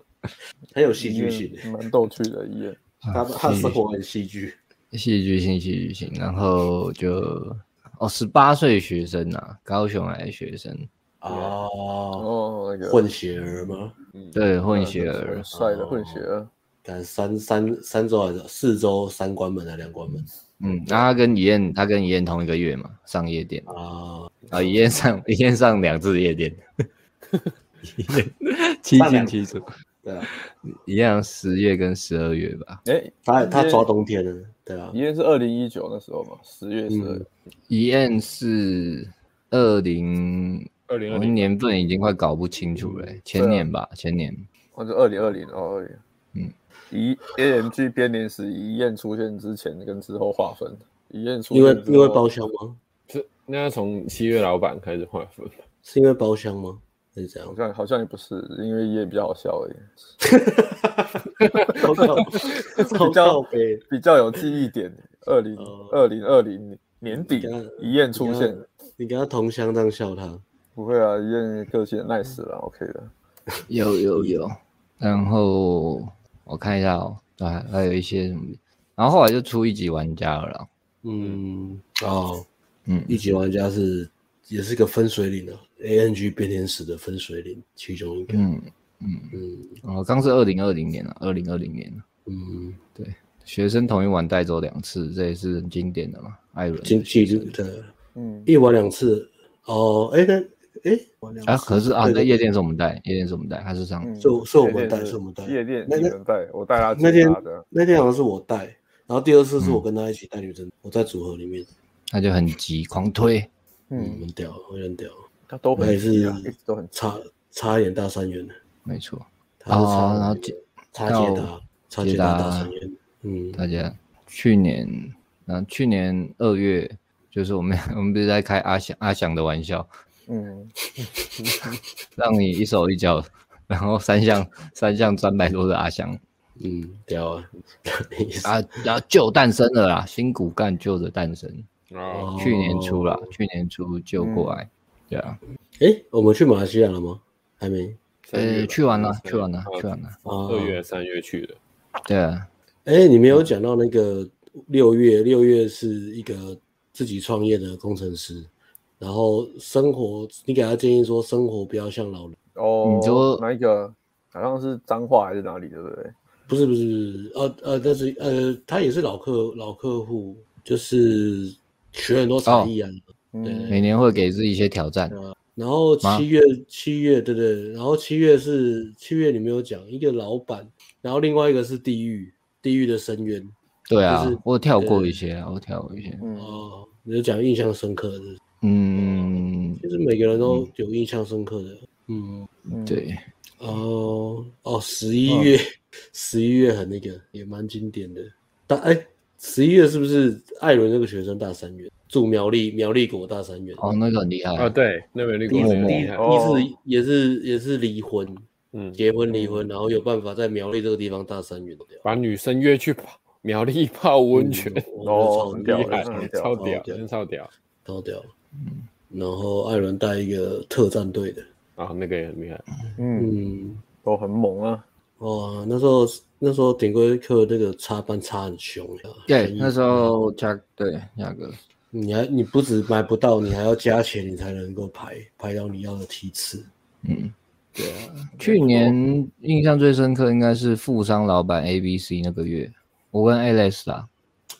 Speaker 1: 很有戏
Speaker 3: 遗
Speaker 1: 剧
Speaker 3: 愿
Speaker 1: 性。
Speaker 3: 蛮逗趣的遗愿。
Speaker 1: 他他的生活很戏剧，
Speaker 4: 戏剧性戏剧性，然后就哦十八岁学生啊，高雄来的学生，
Speaker 1: 哦，
Speaker 3: 哦，那个
Speaker 1: 混血儿吗？
Speaker 4: 对混
Speaker 3: 嗯
Speaker 4: 血儿
Speaker 3: 很。帅的混血儿。
Speaker 1: 哦赶三三三周还是四周三关门还是啊两关门
Speaker 4: 嗯，那他跟怡燕，他跟怡燕同一个月嘛，上夜店
Speaker 1: 啊？
Speaker 4: 啊，怡燕上怡燕上两次夜店，怡燕七
Speaker 1: 上两
Speaker 4: 进七出，
Speaker 1: 对啊，
Speaker 4: 怡燕好像十月跟十二月吧。
Speaker 3: 哎，
Speaker 1: 他他抓冬天了，对啊
Speaker 3: 遗，愿是二零一九那时候嘛，十月十二
Speaker 1: 嗯。
Speaker 4: 怡燕是二零，
Speaker 6: 二零
Speaker 4: 我
Speaker 6: 二
Speaker 4: 们
Speaker 6: 零，
Speaker 4: 年份已经快搞不清楚了欸、前年吧，前年。
Speaker 3: 哦，就二零二零哦，二零，
Speaker 4: 嗯，
Speaker 3: 一 AMG 编年史遗宴出现之前跟之后划分，遗宴出
Speaker 1: 因为
Speaker 3: 现之
Speaker 1: 因为
Speaker 3: 后
Speaker 1: 包，厢吗？
Speaker 6: 是那要从七月老板开始划分。
Speaker 1: 是因为包厢吗？还是怎
Speaker 3: 好
Speaker 1: 样？
Speaker 3: 像好像也不是，因为也比较好笑而已，
Speaker 1: 超靠，超
Speaker 3: 比较
Speaker 1: 靠北，
Speaker 3: 比较有记忆点。二零
Speaker 1: 哦
Speaker 3: 二零二零年底
Speaker 1: 你看
Speaker 3: 遗宴出现，
Speaker 1: 你跟他同乡这样笑他，
Speaker 3: 不会啊，遗宴个性 nice 啦，OK 的。
Speaker 4: 有有有，然后我看一下哦，对，还有一些什么，然后后来就出一级玩家了啦，
Speaker 1: 嗯，哦，
Speaker 4: 嗯，
Speaker 1: 一级玩家是也是个分水岭啊，ANG 变天使的分水岭其中一个，
Speaker 4: 嗯，
Speaker 1: 嗯
Speaker 4: 哦，刚是二零二零年了，二零二零年了。
Speaker 1: 嗯，
Speaker 4: 学生同一晚带走两次，这也是很经典的嘛。艾伦
Speaker 1: 经济的
Speaker 3: 嗯，
Speaker 1: 一玩两次，哦，哎那哎，玩两次
Speaker 4: 啊，可是啊，
Speaker 1: 对
Speaker 4: 在
Speaker 1: 对
Speaker 4: 夜店是我们带，夜店是我们带，他是上，
Speaker 3: 嗯
Speaker 1: 是是我们
Speaker 3: 夜店
Speaker 1: 带是我们带
Speaker 3: 夜店
Speaker 1: 那
Speaker 3: 你
Speaker 1: 个
Speaker 3: 们带，我带他
Speaker 1: 那天
Speaker 3: 吉他的，
Speaker 1: 那天好像是我带，然后第二次是
Speaker 4: 嗯
Speaker 1: 我跟他一起带女生，我在组合里面，
Speaker 4: 他就很急，狂推。
Speaker 1: 嗯，
Speaker 3: 嗯，
Speaker 1: 很屌，我很屌，
Speaker 3: 他都
Speaker 1: 那
Speaker 3: 很
Speaker 1: 也是
Speaker 3: 急啊，一直都很急。
Speaker 1: 差差一点大三元的，
Speaker 4: 没错，
Speaker 1: 他是
Speaker 4: 哦
Speaker 1: 差
Speaker 4: 然后
Speaker 1: 那
Speaker 4: 捷
Speaker 1: 个差捷达，差捷达
Speaker 4: 捷达
Speaker 1: 大三元，嗯，
Speaker 4: 大家去年，嗯、去年二月，就是我们 我们不是在开阿翔阿翔的玩笑，
Speaker 3: 嗯，
Speaker 4: 让你一手一脚， 然后三项三项三百多的阿翔
Speaker 1: 嗯，屌啊！
Speaker 4: 啊，然后就诞生了啦，新骨干就的诞生，
Speaker 6: 哦，
Speaker 4: 啊
Speaker 6: 嗯
Speaker 4: 去年初啦，去年初就过来，对啊，
Speaker 1: 哎、我们去马来西亚了吗？还没
Speaker 6: 三月
Speaker 4: 呃，
Speaker 6: 吧
Speaker 4: 去完了，
Speaker 6: 三月
Speaker 4: 去完了，
Speaker 6: 哦
Speaker 4: 去完了，
Speaker 1: 啊。
Speaker 6: 二月、三月去的，
Speaker 4: 对啊。
Speaker 1: 哎、你没有讲到那个六月，六月是一个自己创业的工程师，然后生活，你给他建议说生活不要像老人，
Speaker 3: 哦，
Speaker 4: 你说
Speaker 3: 哪一个？好像是彰化还是哪里，对不对？
Speaker 1: 不是不是不是，呃呃，但是呃，他也是老客老客户，就是学很多才艺啊。
Speaker 6: 哦
Speaker 3: 嗯，
Speaker 4: 每年会给自己一些挑战。
Speaker 6: 啊
Speaker 1: 然后
Speaker 4: 妈
Speaker 1: 七月七月对对，然后七月是七月你没有讲一个老板，然后另外一个是地狱，地狱的深渊。
Speaker 4: 对啊
Speaker 1: 就是，
Speaker 4: 我跳过一些啊，我跳过一些。
Speaker 3: 嗯，
Speaker 1: 哦，你就讲印象深刻的，
Speaker 4: 嗯，
Speaker 1: 就是每个人都
Speaker 6: 嗯
Speaker 1: 有印象深刻的。嗯，
Speaker 3: 嗯，
Speaker 4: 对，
Speaker 1: 哦哦，十一月， 十一月很那个，也蛮经典的。大哎，十一月是不是艾伦那个学生大三元住苗栗苗栗国大三元？
Speaker 4: 哦，那个很厉害，
Speaker 6: 啊，对，那边那
Speaker 1: 第一
Speaker 6: 个
Speaker 1: 次
Speaker 4: 默
Speaker 1: 第一
Speaker 6: 厉
Speaker 1: 第
Speaker 6: 害，
Speaker 3: 哦
Speaker 1: 一次也是也是离婚，
Speaker 6: 嗯，
Speaker 1: 结婚离婚，然后有办法在苗栗这个地方大三元的。
Speaker 6: 把女生约去泡苗栗泡温泉，
Speaker 1: 哦，
Speaker 3: 哦
Speaker 1: 超
Speaker 3: 屌
Speaker 1: 厉
Speaker 3: 了
Speaker 6: 厉
Speaker 1: 害，
Speaker 6: 害
Speaker 3: 真的嗯很，屌
Speaker 6: 超
Speaker 1: 超
Speaker 6: 屌，
Speaker 1: 屌
Speaker 6: 真的超屌
Speaker 1: 超屌。然后艾伦带一个特战队的，
Speaker 6: 啊，那个也很厉害，
Speaker 3: 嗯，
Speaker 1: 嗯，
Speaker 3: 都很猛啊，
Speaker 1: 哇，那时候那时候顶规课那个插班插很凶呀。
Speaker 4: 对，那时候价对价格，
Speaker 1: 你还你不止买不到，你还要加钱，你才能够排排到你要的梯次。
Speaker 4: 嗯，对啊，去年印象最深刻应该是富商老板 A B C 那个月，我跟 Alex 啦，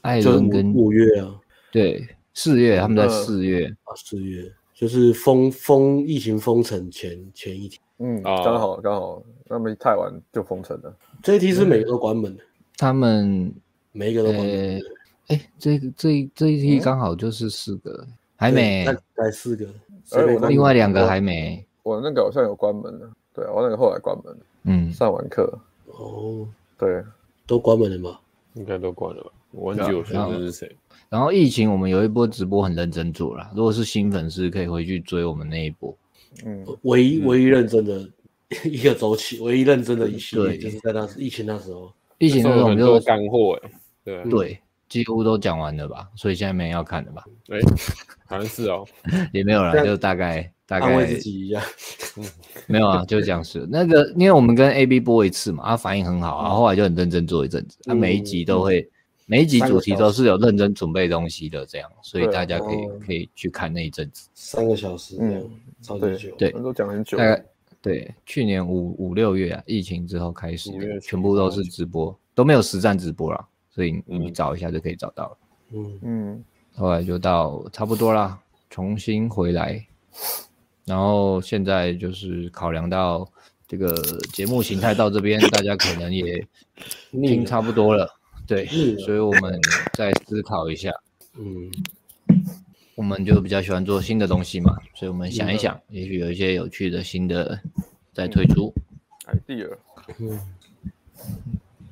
Speaker 4: 艾
Speaker 1: 就是
Speaker 4: 伦跟
Speaker 1: 五五月啊，
Speaker 4: 对四月，他们在
Speaker 3: 嗯
Speaker 4: 四月，
Speaker 1: 啊四月，就是封封疫情封城前前一天。
Speaker 3: 嗯，
Speaker 6: 哦
Speaker 3: 刚好刚好，那没太晚就封城了，
Speaker 1: 这一梯是每个都关门的，
Speaker 4: 他们
Speaker 1: 每一个都
Speaker 4: 呃
Speaker 1: 关门。，
Speaker 4: 哎、这个这一这一题刚好就是四个，还没
Speaker 1: 对，那才四个，
Speaker 3: 哎我
Speaker 1: 随
Speaker 3: 那
Speaker 1: 便
Speaker 4: 另外两个还没，
Speaker 3: 我那个好像有关门了，对啊，我那个后来关门了，
Speaker 4: 嗯，
Speaker 3: 上完课，
Speaker 1: 哦，
Speaker 3: 对，
Speaker 1: 都关门了嘛？
Speaker 6: 应该都关了吧？我忘记我学生是谁，
Speaker 4: 然后疫情我们有一波直播很认真做啦，如果是新粉丝可以回去追我们那一波，
Speaker 3: 嗯，
Speaker 1: 唯一唯一认真的一个周期，唯一认真的一系列
Speaker 4: 对
Speaker 1: 就是在那时疫情那时候，
Speaker 4: 疫情那时候我
Speaker 6: 很
Speaker 4: 们
Speaker 6: 多
Speaker 4: 就
Speaker 6: 干货哎，对啊，
Speaker 4: 对几乎都讲完了吧，所以现在没人要看了吧，
Speaker 6: 哎，好像是哦，
Speaker 4: 也没有
Speaker 1: 这
Speaker 4: 啦，
Speaker 1: 样
Speaker 4: 就大概大
Speaker 1: 啊安慰
Speaker 4: 概
Speaker 1: 自己一下。
Speaker 4: 没有啊，就讲是那个，因为我们跟 A B 播一次嘛，啊反应很好啊，后来就很认真做一阵子，啊
Speaker 1: 嗯
Speaker 4: 每一集都会，每一集主题
Speaker 1: 三个小时
Speaker 4: 都是有认真准备东西的这样，所以
Speaker 3: 对啊
Speaker 4: 大家可以
Speaker 3: 哦
Speaker 4: 可以去看那一阵子，
Speaker 1: 三个小时这样，超级
Speaker 3: 嗯对
Speaker 1: 久。
Speaker 4: 对
Speaker 3: 我们都讲很久
Speaker 4: 大，概对去年五五六月啊，疫情之后开始
Speaker 6: 五月
Speaker 4: 的，全部都是直播，都没有实战直播啦，所以你你找一下就可以找到了。
Speaker 1: 嗯，
Speaker 3: 嗯，
Speaker 4: 后来就到差不多啦，重新回来，然后现在就是考量到这个节目形态到这边，大家可能也听差不多了，对
Speaker 1: 腻，了
Speaker 4: 所以我们再思考一下，
Speaker 1: 嗯，
Speaker 4: 我们就比较喜欢做新的东西嘛，所以我们想一想，也许有一些有趣的新的再推出，
Speaker 3: idea，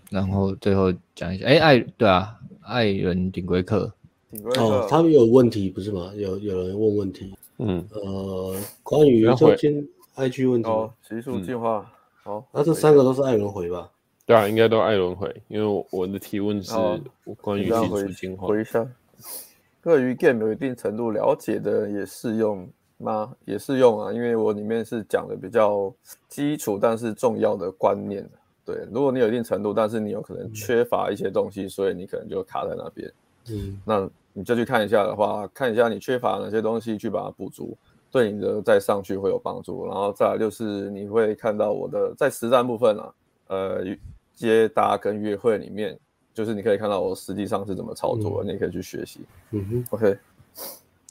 Speaker 4: 然后最后讲一下，哎，爱对啊，爱人顶规课，
Speaker 3: 挺贵的，
Speaker 1: 哦，他们有问题不是吗？有有人问问题，
Speaker 6: 嗯，
Speaker 1: 呃，关于
Speaker 6: 要
Speaker 1: 这
Speaker 6: 回
Speaker 1: 间 IG 问题吗，
Speaker 3: 哦，习俗进化，好，
Speaker 1: 那这三个都是艾伦回吧？
Speaker 6: 对啊，应该都爱轮回，因为我的提问是
Speaker 3: 哦
Speaker 6: 关于
Speaker 3: 这样
Speaker 6: 技术
Speaker 3: 回
Speaker 6: 进化，
Speaker 3: 回一下，对于 game 有一定程度了解的人也适用吗？也适用啊，因为我里面是讲的比较基础但是重要的观念。对，如果你有一定程度，但是你有可
Speaker 6: 嗯
Speaker 3: 能缺乏一些东西，所以你可能就卡在那边。
Speaker 1: 嗯，
Speaker 3: 那你就去看一下的话，看一下你缺乏哪些东西，去把它补足，对你的再上去会有帮助。然后再来就是你会看到我的在实战部分啊，呃，接搭跟约会里面，就是你可以看到我实际上是怎么操作的，你也可以去学习。
Speaker 1: 嗯哼，
Speaker 3: OK，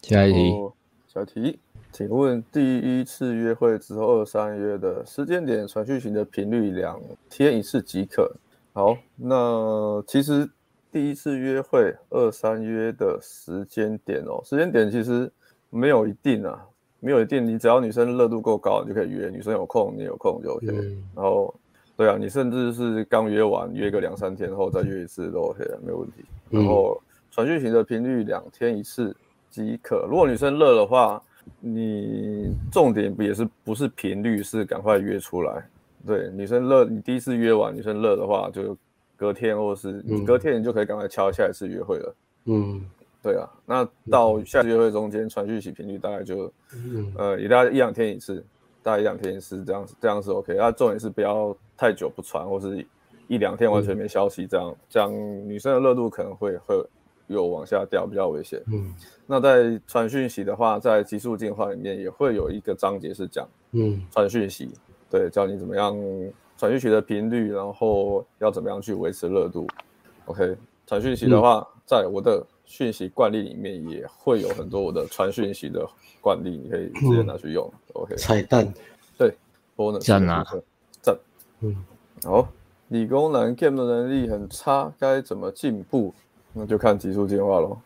Speaker 4: 下一题，
Speaker 3: 哦小题，请问第一次约会之后二三约的时间点传讯息的频率两天一次即可。好，那其实第一次约会二三约的时间点哦，时间点其实没有一定啊，没有一定，你只要女生热度够高，你就可以约，女生有空你有空就 OK。
Speaker 1: 嗯
Speaker 3: 然后，对啊，你甚至是刚约完约个两三天后再约一次都 OK，没有问题。然
Speaker 1: 嗯
Speaker 3: 后传讯型的频率两天一次即可。如果女生热的话，你重点不也是不是频率，是赶快约出来。对，女生热，你第一次约完，女生热的话，就隔天或是
Speaker 1: 嗯
Speaker 3: 隔天你就可以赶快敲下一次约会了。
Speaker 1: 嗯
Speaker 3: 对啊，那到下次约会中间传讯息频率大概就
Speaker 1: 嗯
Speaker 3: 呃，也大概一两天一次，大概一两天一次这样子，这样是 OK。那重点是不要太久不传，或是一两天完全没消息，这样、这样女生的热度可能会会有往下掉，比较危险。
Speaker 1: 嗯
Speaker 3: 那在传讯息的话，在极速进化里面也会有一个章节是讲
Speaker 1: 嗯
Speaker 3: 传讯息，对，教你怎么样传讯息的频率，然后要怎么样去维持热度。OK，传讯息的话，在我的讯息惯例里面也会有很多我的传讯息的惯例，你可以直接拿去用。OK，
Speaker 1: 彩
Speaker 3: 哦
Speaker 1: 蛋，
Speaker 3: 对，bonus
Speaker 4: 赞啊
Speaker 3: 的部分，赞。
Speaker 1: 嗯，
Speaker 3: 好，理工男 game 的能力很差，该怎么进步？那就看极速进化喽。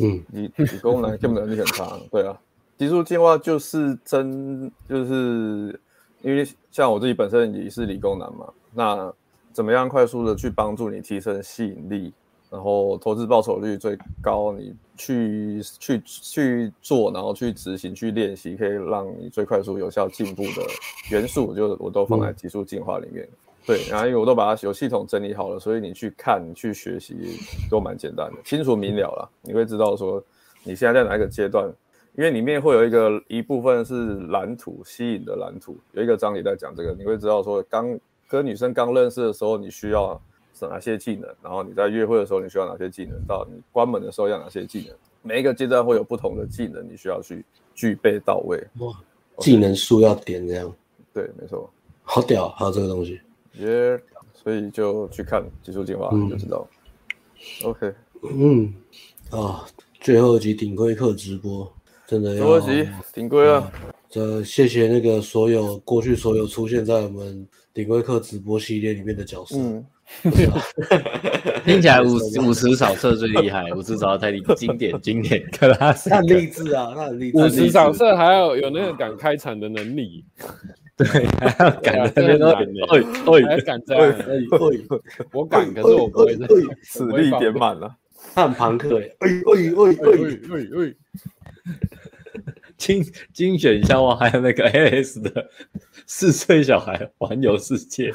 Speaker 1: 嗯
Speaker 3: 理理工男 game 的能力很差，对啊，极速进化就是真就是因为像我自己本身也是理工男嘛，那怎么样快速的去帮助你提升吸引力，然后投资报酬率最高，你去去去做，然后去执行去练习，可以让你最快速有效进步的元素，就我都放在极速进化里面。对，然后因为我都把它有系统整理好了，所以你去看、你去学习都蛮简单的，清楚明了了，你会知道说你现在在哪一个阶段，因为里面会有一个一部分是蓝图吸引的蓝图，有一个章节在讲这个，你会知道说刚跟女生刚认识的时候你需要哪些技能，然后你在约会的时候你需要哪些技能，到你关门的时候要哪些技能，每一个阶段会有不同的技能，你需要去具备到位。
Speaker 1: 哇，技能树要点这样，
Speaker 3: 对，没错，
Speaker 1: 好屌，还有这个东西。
Speaker 3: 耶、所以就去看极速进化、就知道。OK，
Speaker 1: 嗯，啊，最后一集顶规课直播，真的
Speaker 3: 多
Speaker 1: 要
Speaker 3: 集挺贵啊，
Speaker 1: 这谢谢那个所有过去所有出现在我们顶规课直播系列里面的角色，
Speaker 3: 嗯，
Speaker 4: 听起来五五十扫射最厉害，五十扫射太厉经典经典，克拉斯
Speaker 1: 他很励志啊，他很励志，
Speaker 6: 五十扫射还有有那个敢开场的能力，
Speaker 4: 感
Speaker 6: 啊
Speaker 4: 觉那边都
Speaker 6: 这很难
Speaker 4: 哎
Speaker 6: 还
Speaker 4: 哎，
Speaker 6: 敢 这样，
Speaker 1: 哎哎，
Speaker 6: 我敢，可是我不会这样。
Speaker 3: 实力点满了。
Speaker 1: 他很朋克哎，哎哎哎哎，
Speaker 6: 喂喂，
Speaker 4: 精精选消亡，还有那个 AS 的四岁小孩环游世界，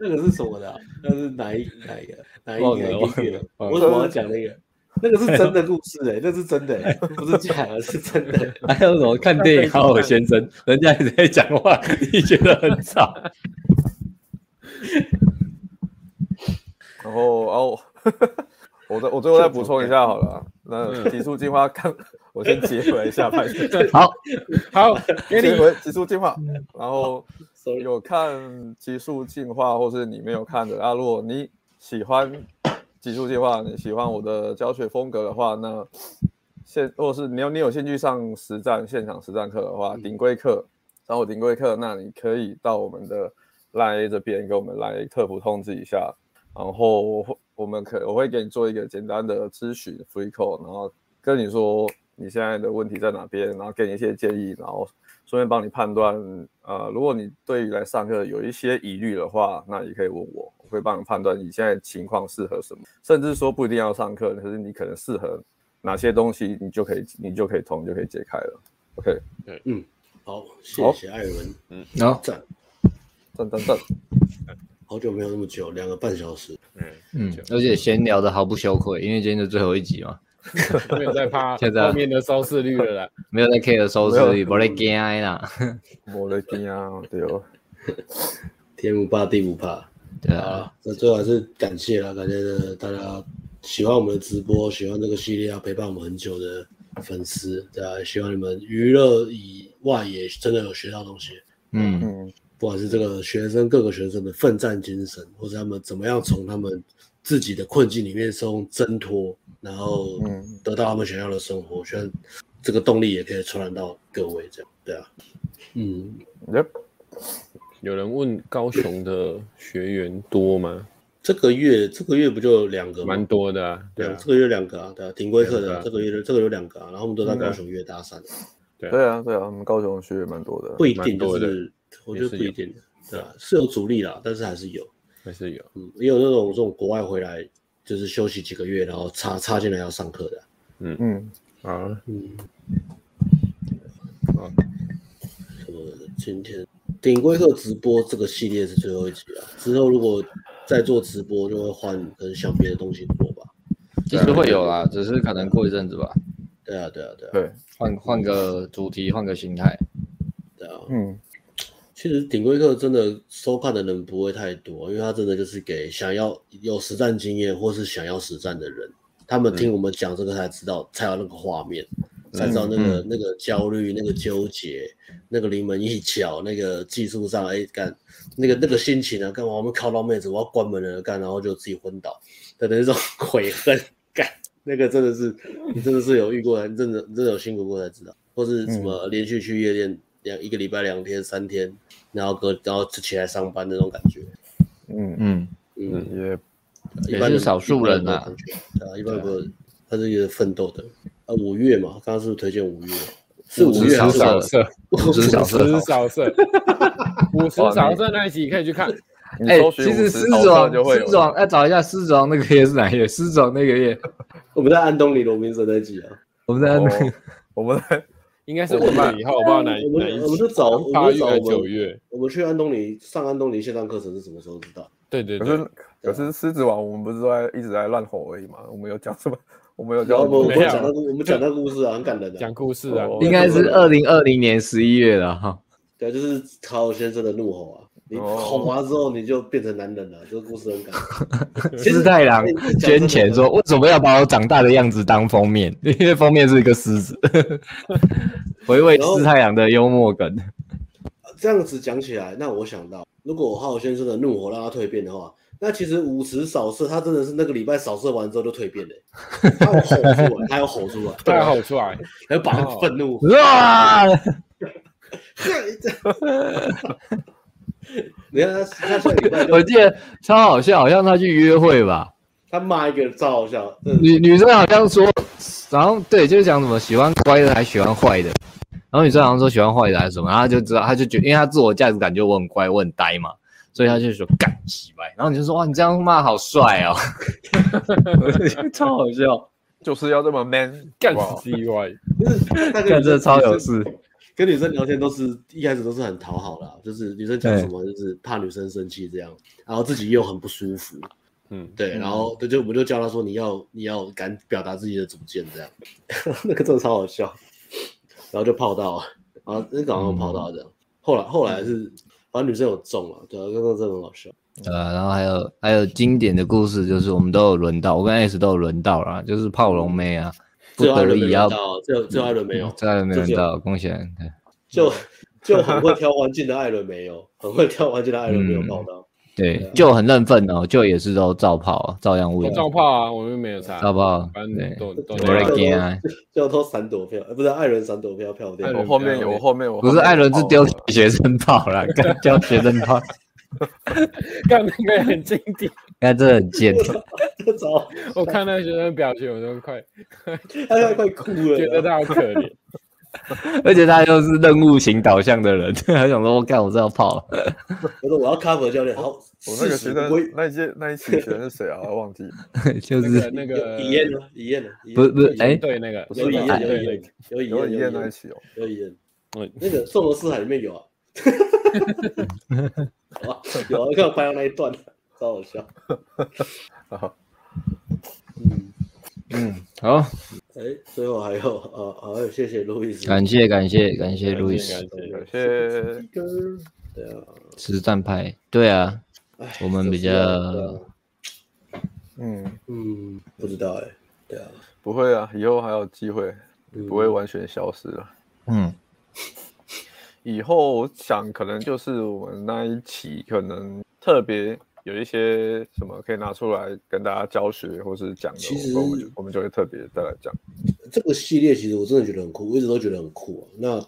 Speaker 1: 那个是什么的啊？那是哪一哪一个哪一
Speaker 4: 忘
Speaker 1: 年
Speaker 4: 了
Speaker 1: 哪一个？
Speaker 4: 忘了忘了
Speaker 1: 我怎么要讲那个？那个是真的故事哎，那是真的哎，不是假的，是真 的。
Speaker 4: 还有什么看电影好好先生，人家也在讲话，你觉得很吵？
Speaker 3: 然后，然后我再我最后再补充一下好了啊。那极速进化看，我先结合一下拍摄，
Speaker 4: 好，
Speaker 6: 好， 给你
Speaker 3: 结
Speaker 6: 嗯
Speaker 3: 合极速进化。然后
Speaker 1: Sorry
Speaker 3: 有看极速进化，或是你没有看的啊，如果你喜欢极速进化，你喜欢我的教学风格的话，那现或是你有你有兴趣上实战现场实战课的
Speaker 6: 嗯
Speaker 3: 话，顶规课，然后顶规课，那你可以到我们的 Line A 这边给我们 Line A 客服通知一下，然后我会我们可我会给你做一个简单的咨询 free call，然后跟你说你现在的问题在哪边，然后给你一些建议，然后顺便帮你判断。呃，如果你对于来上课有一些疑虑的话，那也可以问我，我会帮你判断你现在情况适合什么，甚至说不一定要上课，可是你可能适合哪些东西，你就可以你就可以通，你就可以解开了。OK，
Speaker 1: 好，谢谢艾伦，
Speaker 4: 然后
Speaker 1: 赞，
Speaker 3: 赞赞赞，
Speaker 1: 好久没有那么久，两个半小时。
Speaker 4: 嗯，而且闲聊的毫不羞愧，因为今天是最后一集嘛，
Speaker 6: 没有在怕
Speaker 4: 现在
Speaker 6: 后面的收视率了啦。
Speaker 4: 没有在 care 的收视率，不会惊啦，
Speaker 3: 我的天啊，对哦，
Speaker 1: 天不怕地不怕，
Speaker 4: 对啊，
Speaker 1: 啊，那最后还是感谢啦，感谢大家喜欢我们的直播，喜欢这个系列啊，陪伴我们很久的粉丝，对啊，希望你们娱乐以外也真的有学到东西，
Speaker 4: 嗯，
Speaker 3: 嗯，
Speaker 1: 不管是这个学生各个学生的奋战精神，或者他们怎么样从他们自己的困境里面中挣脱，然后
Speaker 3: 嗯
Speaker 1: 得到他们想要的生活，希望这个动力也可以传染到各位，这样对啊，嗯，
Speaker 3: yep,
Speaker 6: 有人问高雄的学员多吗？
Speaker 1: 这个月这个月不就有两个吗
Speaker 6: 蛮？多的、啊，对
Speaker 1: 对
Speaker 6: 啊，
Speaker 1: 这个月两个啊，对啊，顶规课
Speaker 6: 两个
Speaker 1: 的
Speaker 6: 啊
Speaker 1: 这个月这个有两个啊，然后我们都在
Speaker 3: 嗯啊
Speaker 1: 高雄约搭讪，
Speaker 3: 对啊对啊，我们高雄学也蛮多的，
Speaker 1: 不一定
Speaker 6: 蛮
Speaker 1: 就
Speaker 6: 多的
Speaker 1: 是，我觉得
Speaker 6: 也
Speaker 1: 不
Speaker 6: 是
Speaker 1: 一
Speaker 6: 有
Speaker 1: 定的，对啊，是有阻力啦，但是还是有，
Speaker 6: 还是有，
Speaker 1: 嗯，也有那种这种国外回来就是休息几个月，然后插插进来要上课的，啊
Speaker 3: 嗯，
Speaker 6: 好，
Speaker 1: 嗯，
Speaker 6: 好，
Speaker 1: 什么今天顶规课直播这个系列是最后一集啊，之后如果再做直播就会换跟想别的东西做吧，
Speaker 4: 其实会有啦，只是可能过一阵子吧，
Speaker 1: 对啊，对啊，对啊，
Speaker 3: 对，
Speaker 4: 换换个主题，换个形态，
Speaker 1: 对啊，
Speaker 3: 嗯，
Speaker 1: 其实顶规课真的收看的人不会太多，因为他真的就是给想要有实战经验或是想要实战的人，他们听我们讲这个才知道，才有那个画面，才知道那个、那个焦虑、那个纠结、那个临门一脚、那个技术上哎干那个那个心情啊，干嘛我们靠到妹子，我要关门了干，然后就自己昏倒的那种 悔恨干，那个真的是你真的是有遇过，你真的你真的有辛苦过才知道，或是什么连续去夜店两一个礼拜两天三天。然后隔然后就起来上班那种感觉。
Speaker 3: 嗯，
Speaker 4: 嗯，
Speaker 1: 嗯，
Speaker 3: 也
Speaker 1: 一般
Speaker 4: 也是少数人
Speaker 1: 呐、
Speaker 4: 啊
Speaker 1: 啊，对啊，一般不，他是一个奋斗的。啊，五月嘛，刚刚是不是推荐五月？是五月
Speaker 4: 少
Speaker 1: 还是
Speaker 4: 色
Speaker 6: 少色，
Speaker 4: 五十小
Speaker 6: 五
Speaker 4: 时。
Speaker 6: 十少色，五十少色那一集可以去看。
Speaker 3: 你
Speaker 4: 哎、
Speaker 3: 搜寻
Speaker 4: 其实
Speaker 3: 五
Speaker 4: 狮
Speaker 3: 十
Speaker 4: 子
Speaker 3: 头
Speaker 4: 王，
Speaker 3: 就会有
Speaker 4: 狮子王，要、哎找一下狮子王那个月是哪一月？ 狮子王那个月，
Speaker 1: 我们在安东尼罗宾森那集啊，
Speaker 4: 我们在那个、
Speaker 3: 哦我们在
Speaker 6: 应该是五月以后，我不知道哪
Speaker 1: 我
Speaker 6: 哪
Speaker 1: 们
Speaker 6: 一
Speaker 1: 我们
Speaker 6: 集
Speaker 1: 就找我，
Speaker 6: 八
Speaker 1: 们就找
Speaker 6: 月还是
Speaker 1: 我
Speaker 6: 九
Speaker 1: 们
Speaker 6: 月？
Speaker 1: 我们去安东尼上安东尼线上课程是什么时候知道？
Speaker 6: 对对
Speaker 3: 可
Speaker 6: 对
Speaker 1: 啊
Speaker 3: 是，可是狮子王，我们不是都在一直在乱吼而已嘛？我们有讲什么？我们有
Speaker 1: 然
Speaker 3: 讲
Speaker 1: 后
Speaker 3: 什
Speaker 1: 我
Speaker 3: 么
Speaker 1: 们
Speaker 6: 没有
Speaker 1: 讲那个我们讲那个故事啊，很感人的、
Speaker 6: 讲故事啊，
Speaker 3: 哦
Speaker 4: 应该是二零二零年十一月了哈。
Speaker 1: 对，啊就是卡尔先生的怒吼啊，你
Speaker 3: 哦
Speaker 1: 吼完之后你就变成男人了，这个故事很感人。其
Speaker 4: 狮
Speaker 1: 实
Speaker 4: 太郎
Speaker 1: 哎讲真
Speaker 4: 捐
Speaker 1: 的
Speaker 4: 钱说，为什么要把我长大的样子当封面？因为封面是一个狮子。 回味
Speaker 1: 然后
Speaker 4: 狮太郎的幽默梗，
Speaker 1: 啊这样子讲起来，那我想到，如果浩先生的怒火让他蜕变的话，那其实五十扫射他真的是那个礼拜扫射完之后就蜕变了、欸他有吼出来，他有吼出来，
Speaker 6: 他要吼出来，
Speaker 1: 还把那个愤怒，
Speaker 4: 哇！
Speaker 1: 你看他他上礼拜就
Speaker 4: 我记得超好笑，好像他去约会吧，
Speaker 1: 他骂一个人超好笑，嗯真 的
Speaker 4: 女女生好像说，然后对，就是讲什么喜欢乖的还喜欢坏的，然后女生好像说喜欢坏的还是什么，然后他就知道，他就觉因为他自我价值感就我很乖，我很呆嘛，所以他就说干洗白，然后你就说哇，你这样骂好帅哦，超好笑，
Speaker 3: 就是要这么 man
Speaker 6: 干
Speaker 3: 好不好
Speaker 6: 死意外。
Speaker 1: 就是他跟
Speaker 4: 干
Speaker 1: 女生
Speaker 4: 这超有事，
Speaker 1: 跟女生聊天都是一开始都是很讨好啦，就是女生讲什么就是怕女生生气这样，然后自己又很不舒服，
Speaker 6: 嗯，
Speaker 1: 对，然后对就我们就教他说你要你要敢表达自己的主见这样， 那个真的超好笑，然后就泡到了，然后那个好像泡到这
Speaker 4: 嗯
Speaker 1: 样，后来后来是反正女生有中了，对啊，那个真的很好笑，
Speaker 4: 呃，然后还有还有经典的故事就是我们都有轮到，我跟 S 都有轮到啦，就是泡龙妹啊，不
Speaker 1: 最后艾
Speaker 4: 得
Speaker 1: 伦没
Speaker 4: 已
Speaker 1: 轮
Speaker 4: 要嗯
Speaker 1: 到，最后最后艾伦没有，
Speaker 4: 再没轮
Speaker 1: 就
Speaker 4: 到，恭喜。啊对嗯
Speaker 1: 就就很会挑环境的艾伦没有，很会挑环境的艾伦没
Speaker 4: 嗯
Speaker 1: 有泡到，
Speaker 4: 对，就很认份哦，就也是都照泡啊，照样
Speaker 2: 哦
Speaker 6: 我
Speaker 4: 问，
Speaker 6: 照泡啊，我们没有差，
Speaker 4: 照泡
Speaker 6: 反正
Speaker 4: 对
Speaker 6: 都都
Speaker 1: 我
Speaker 4: 我
Speaker 6: 那
Speaker 1: 来
Speaker 4: 来
Speaker 6: 样
Speaker 1: 给
Speaker 4: 给啊，
Speaker 1: 最后都闪躲票，呃不是艾伦闪躲票票
Speaker 6: 艾
Speaker 1: 掉
Speaker 6: 伦。
Speaker 3: 我后面有，我后面有，
Speaker 4: 不是艾伦是丢
Speaker 3: 我后面
Speaker 4: 学生炮啦，干教学生炮，
Speaker 6: 干那个也很经典。
Speaker 4: 看这很贱，
Speaker 1: 这招，
Speaker 6: 我看那个学生的表情，我都快
Speaker 1: 他要快哭了。
Speaker 6: 觉得他好可怜。
Speaker 4: 而且他又是任务型导向的人，他想说，我干，我这要炮了，
Speaker 1: 我说我要 cover 教练，好，
Speaker 3: 我那
Speaker 1: 事
Speaker 3: 个学
Speaker 1: 实
Speaker 3: 生
Speaker 1: 不会
Speaker 3: 那一届那一期学生是谁啊？我忘 记了。
Speaker 4: 就
Speaker 6: 那个
Speaker 4: 是
Speaker 6: 那个
Speaker 1: 有遗言呢？遗言呢？哦遗言
Speaker 4: 不是不是，哎，
Speaker 6: 对那个，
Speaker 1: 不
Speaker 6: 那
Speaker 1: 是
Speaker 6: 个
Speaker 1: 遗言，有遗
Speaker 6: 对那个
Speaker 1: 言，有遗
Speaker 3: 有
Speaker 1: 言，
Speaker 3: 你
Speaker 1: 有
Speaker 3: 验
Speaker 1: 遗
Speaker 3: 那一
Speaker 1: 言，
Speaker 3: 期哦，
Speaker 1: 有遗言
Speaker 6: 嗯。
Speaker 1: 那个《圣罗四海》里面 有啊，有啊，有啊，看我拍到那一段，超好 笑。
Speaker 3: 啊
Speaker 1: 嗯，
Speaker 4: 嗯，好，
Speaker 1: 哎，最后还有啊，还有谢谢路易斯，
Speaker 4: 感谢感谢感谢路易斯，
Speaker 6: 嗯
Speaker 3: 有些
Speaker 1: 对啊，
Speaker 4: 实战派，对啊，
Speaker 1: 哎
Speaker 4: 我们比较
Speaker 1: 这是啊对啊
Speaker 3: 嗯
Speaker 1: 嗯，不知道哎，对啊，
Speaker 3: 不会啊，以后还有机会，
Speaker 1: 嗯
Speaker 3: 不会完全消失了。
Speaker 4: 嗯，
Speaker 3: 以后我想可能就是我们那一期可能特别有一些什么可以拿出来跟大家教学或是讲的，
Speaker 1: 其实
Speaker 3: 我们就我们就会特别再来讲。
Speaker 1: 这个系列其实我真的觉得很酷，我一直都觉得很酷、啊。那，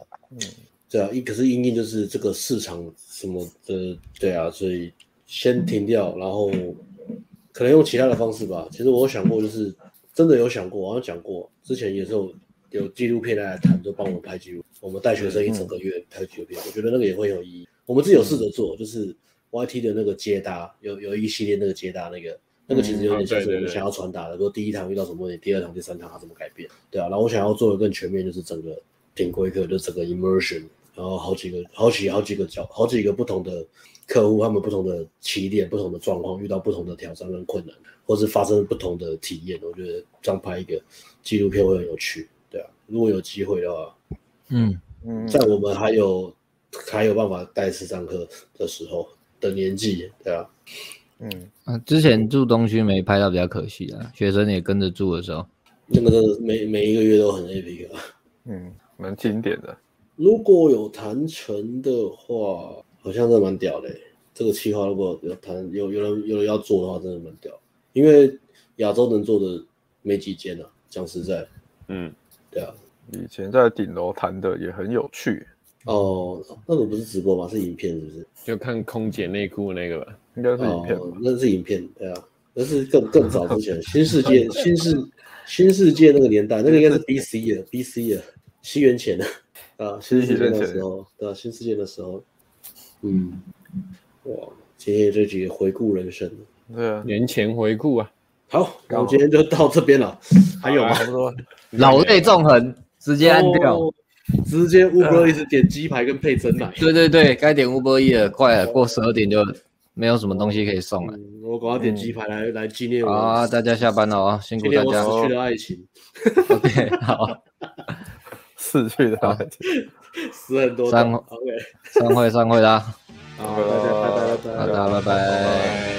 Speaker 1: 对啊，一可是因应就是这个市场什么的，对啊，所以先停掉，然后可能用其他的方式吧。其实我有想过，就是真的有想过，我好像讲过，之前也是有有纪录片来谈，就帮我们拍纪录，我们带学生一整个月拍纪录片，我觉得那个也会有意义。我们自己有试着做，就是 YT 的那个接搭，有有一系列那个接搭那个。那个其实有点像是我们想要传达的，说第一堂遇到什么问题，第二堂、第三堂它怎么改变，对啊。然后我想要做的更全面，就是整个顶规课，就整个 immersion，然后好几个、好几、好几个角、好几个不同的客户，他们不同的起点、不同的状况，遇到不同的挑战跟困难，或是发生不同的体验，我觉得这样拍一个纪录片会很有趣，对啊。如果有机会的话，
Speaker 4: 嗯，
Speaker 3: 嗯，
Speaker 1: 在我们还有还有办法带师上课的时候的年纪，对啊，
Speaker 3: 嗯，
Speaker 4: 啊之前住东区没拍到比较可惜啊，学生也跟着住的时候，
Speaker 1: 那个真的每每一个月都很 epic 啊。
Speaker 3: 嗯，蛮经典的。
Speaker 1: 如果有谈成的话，好像真的蛮屌的欸。这个计划如果有谈有有人有人要做的话，真的蛮屌。因为亚洲能做的没几间啊，讲实在，
Speaker 6: 嗯，
Speaker 1: 对啊。
Speaker 3: 以前在顶楼谈的也很有趣，
Speaker 1: 哦，那个不是直播吗？是影片是不是？
Speaker 6: 就看空姐内裤那个吧。
Speaker 3: 应该是影片吧。
Speaker 1: 哦，那是影片，对啊。那是更更早之前，新世界、新世、新世界那个年代，那个应该是 B C 的，B C 的，西元前的。啊，新世界的时候，对、啊，新世界的时候，嗯，哇，今天这集回顾人生，
Speaker 3: 对啊，
Speaker 6: 年前回顾啊，
Speaker 1: 好，那我今天就到这边了，还有吗？
Speaker 3: 差不多。
Speaker 4: 老泪纵横，直接按掉。
Speaker 1: 哦直接 Uber 一直点鸡排跟配真奶，
Speaker 4: 对对对，该点 Uber E 了，快了，过十二点就没有什么东西可以送了。
Speaker 1: 嗯我赶快点鸡排来来纪念
Speaker 4: 好
Speaker 1: 我
Speaker 4: 啊，大家下班了啊，辛
Speaker 1: 今
Speaker 4: 苦
Speaker 1: 天
Speaker 4: 大
Speaker 1: 我死
Speaker 4: 家。
Speaker 1: 去的爱情，
Speaker 4: OK，好，
Speaker 3: 逝去的爱情，
Speaker 1: 死很多
Speaker 4: 三
Speaker 1: 段。
Speaker 4: 号
Speaker 1: OK，
Speaker 4: 散会散会啦，
Speaker 1: 好，大家拜拜拜
Speaker 4: 好
Speaker 1: 拜。
Speaker 4: 的，
Speaker 3: 拜
Speaker 4: 拜拜。
Speaker 3: 拜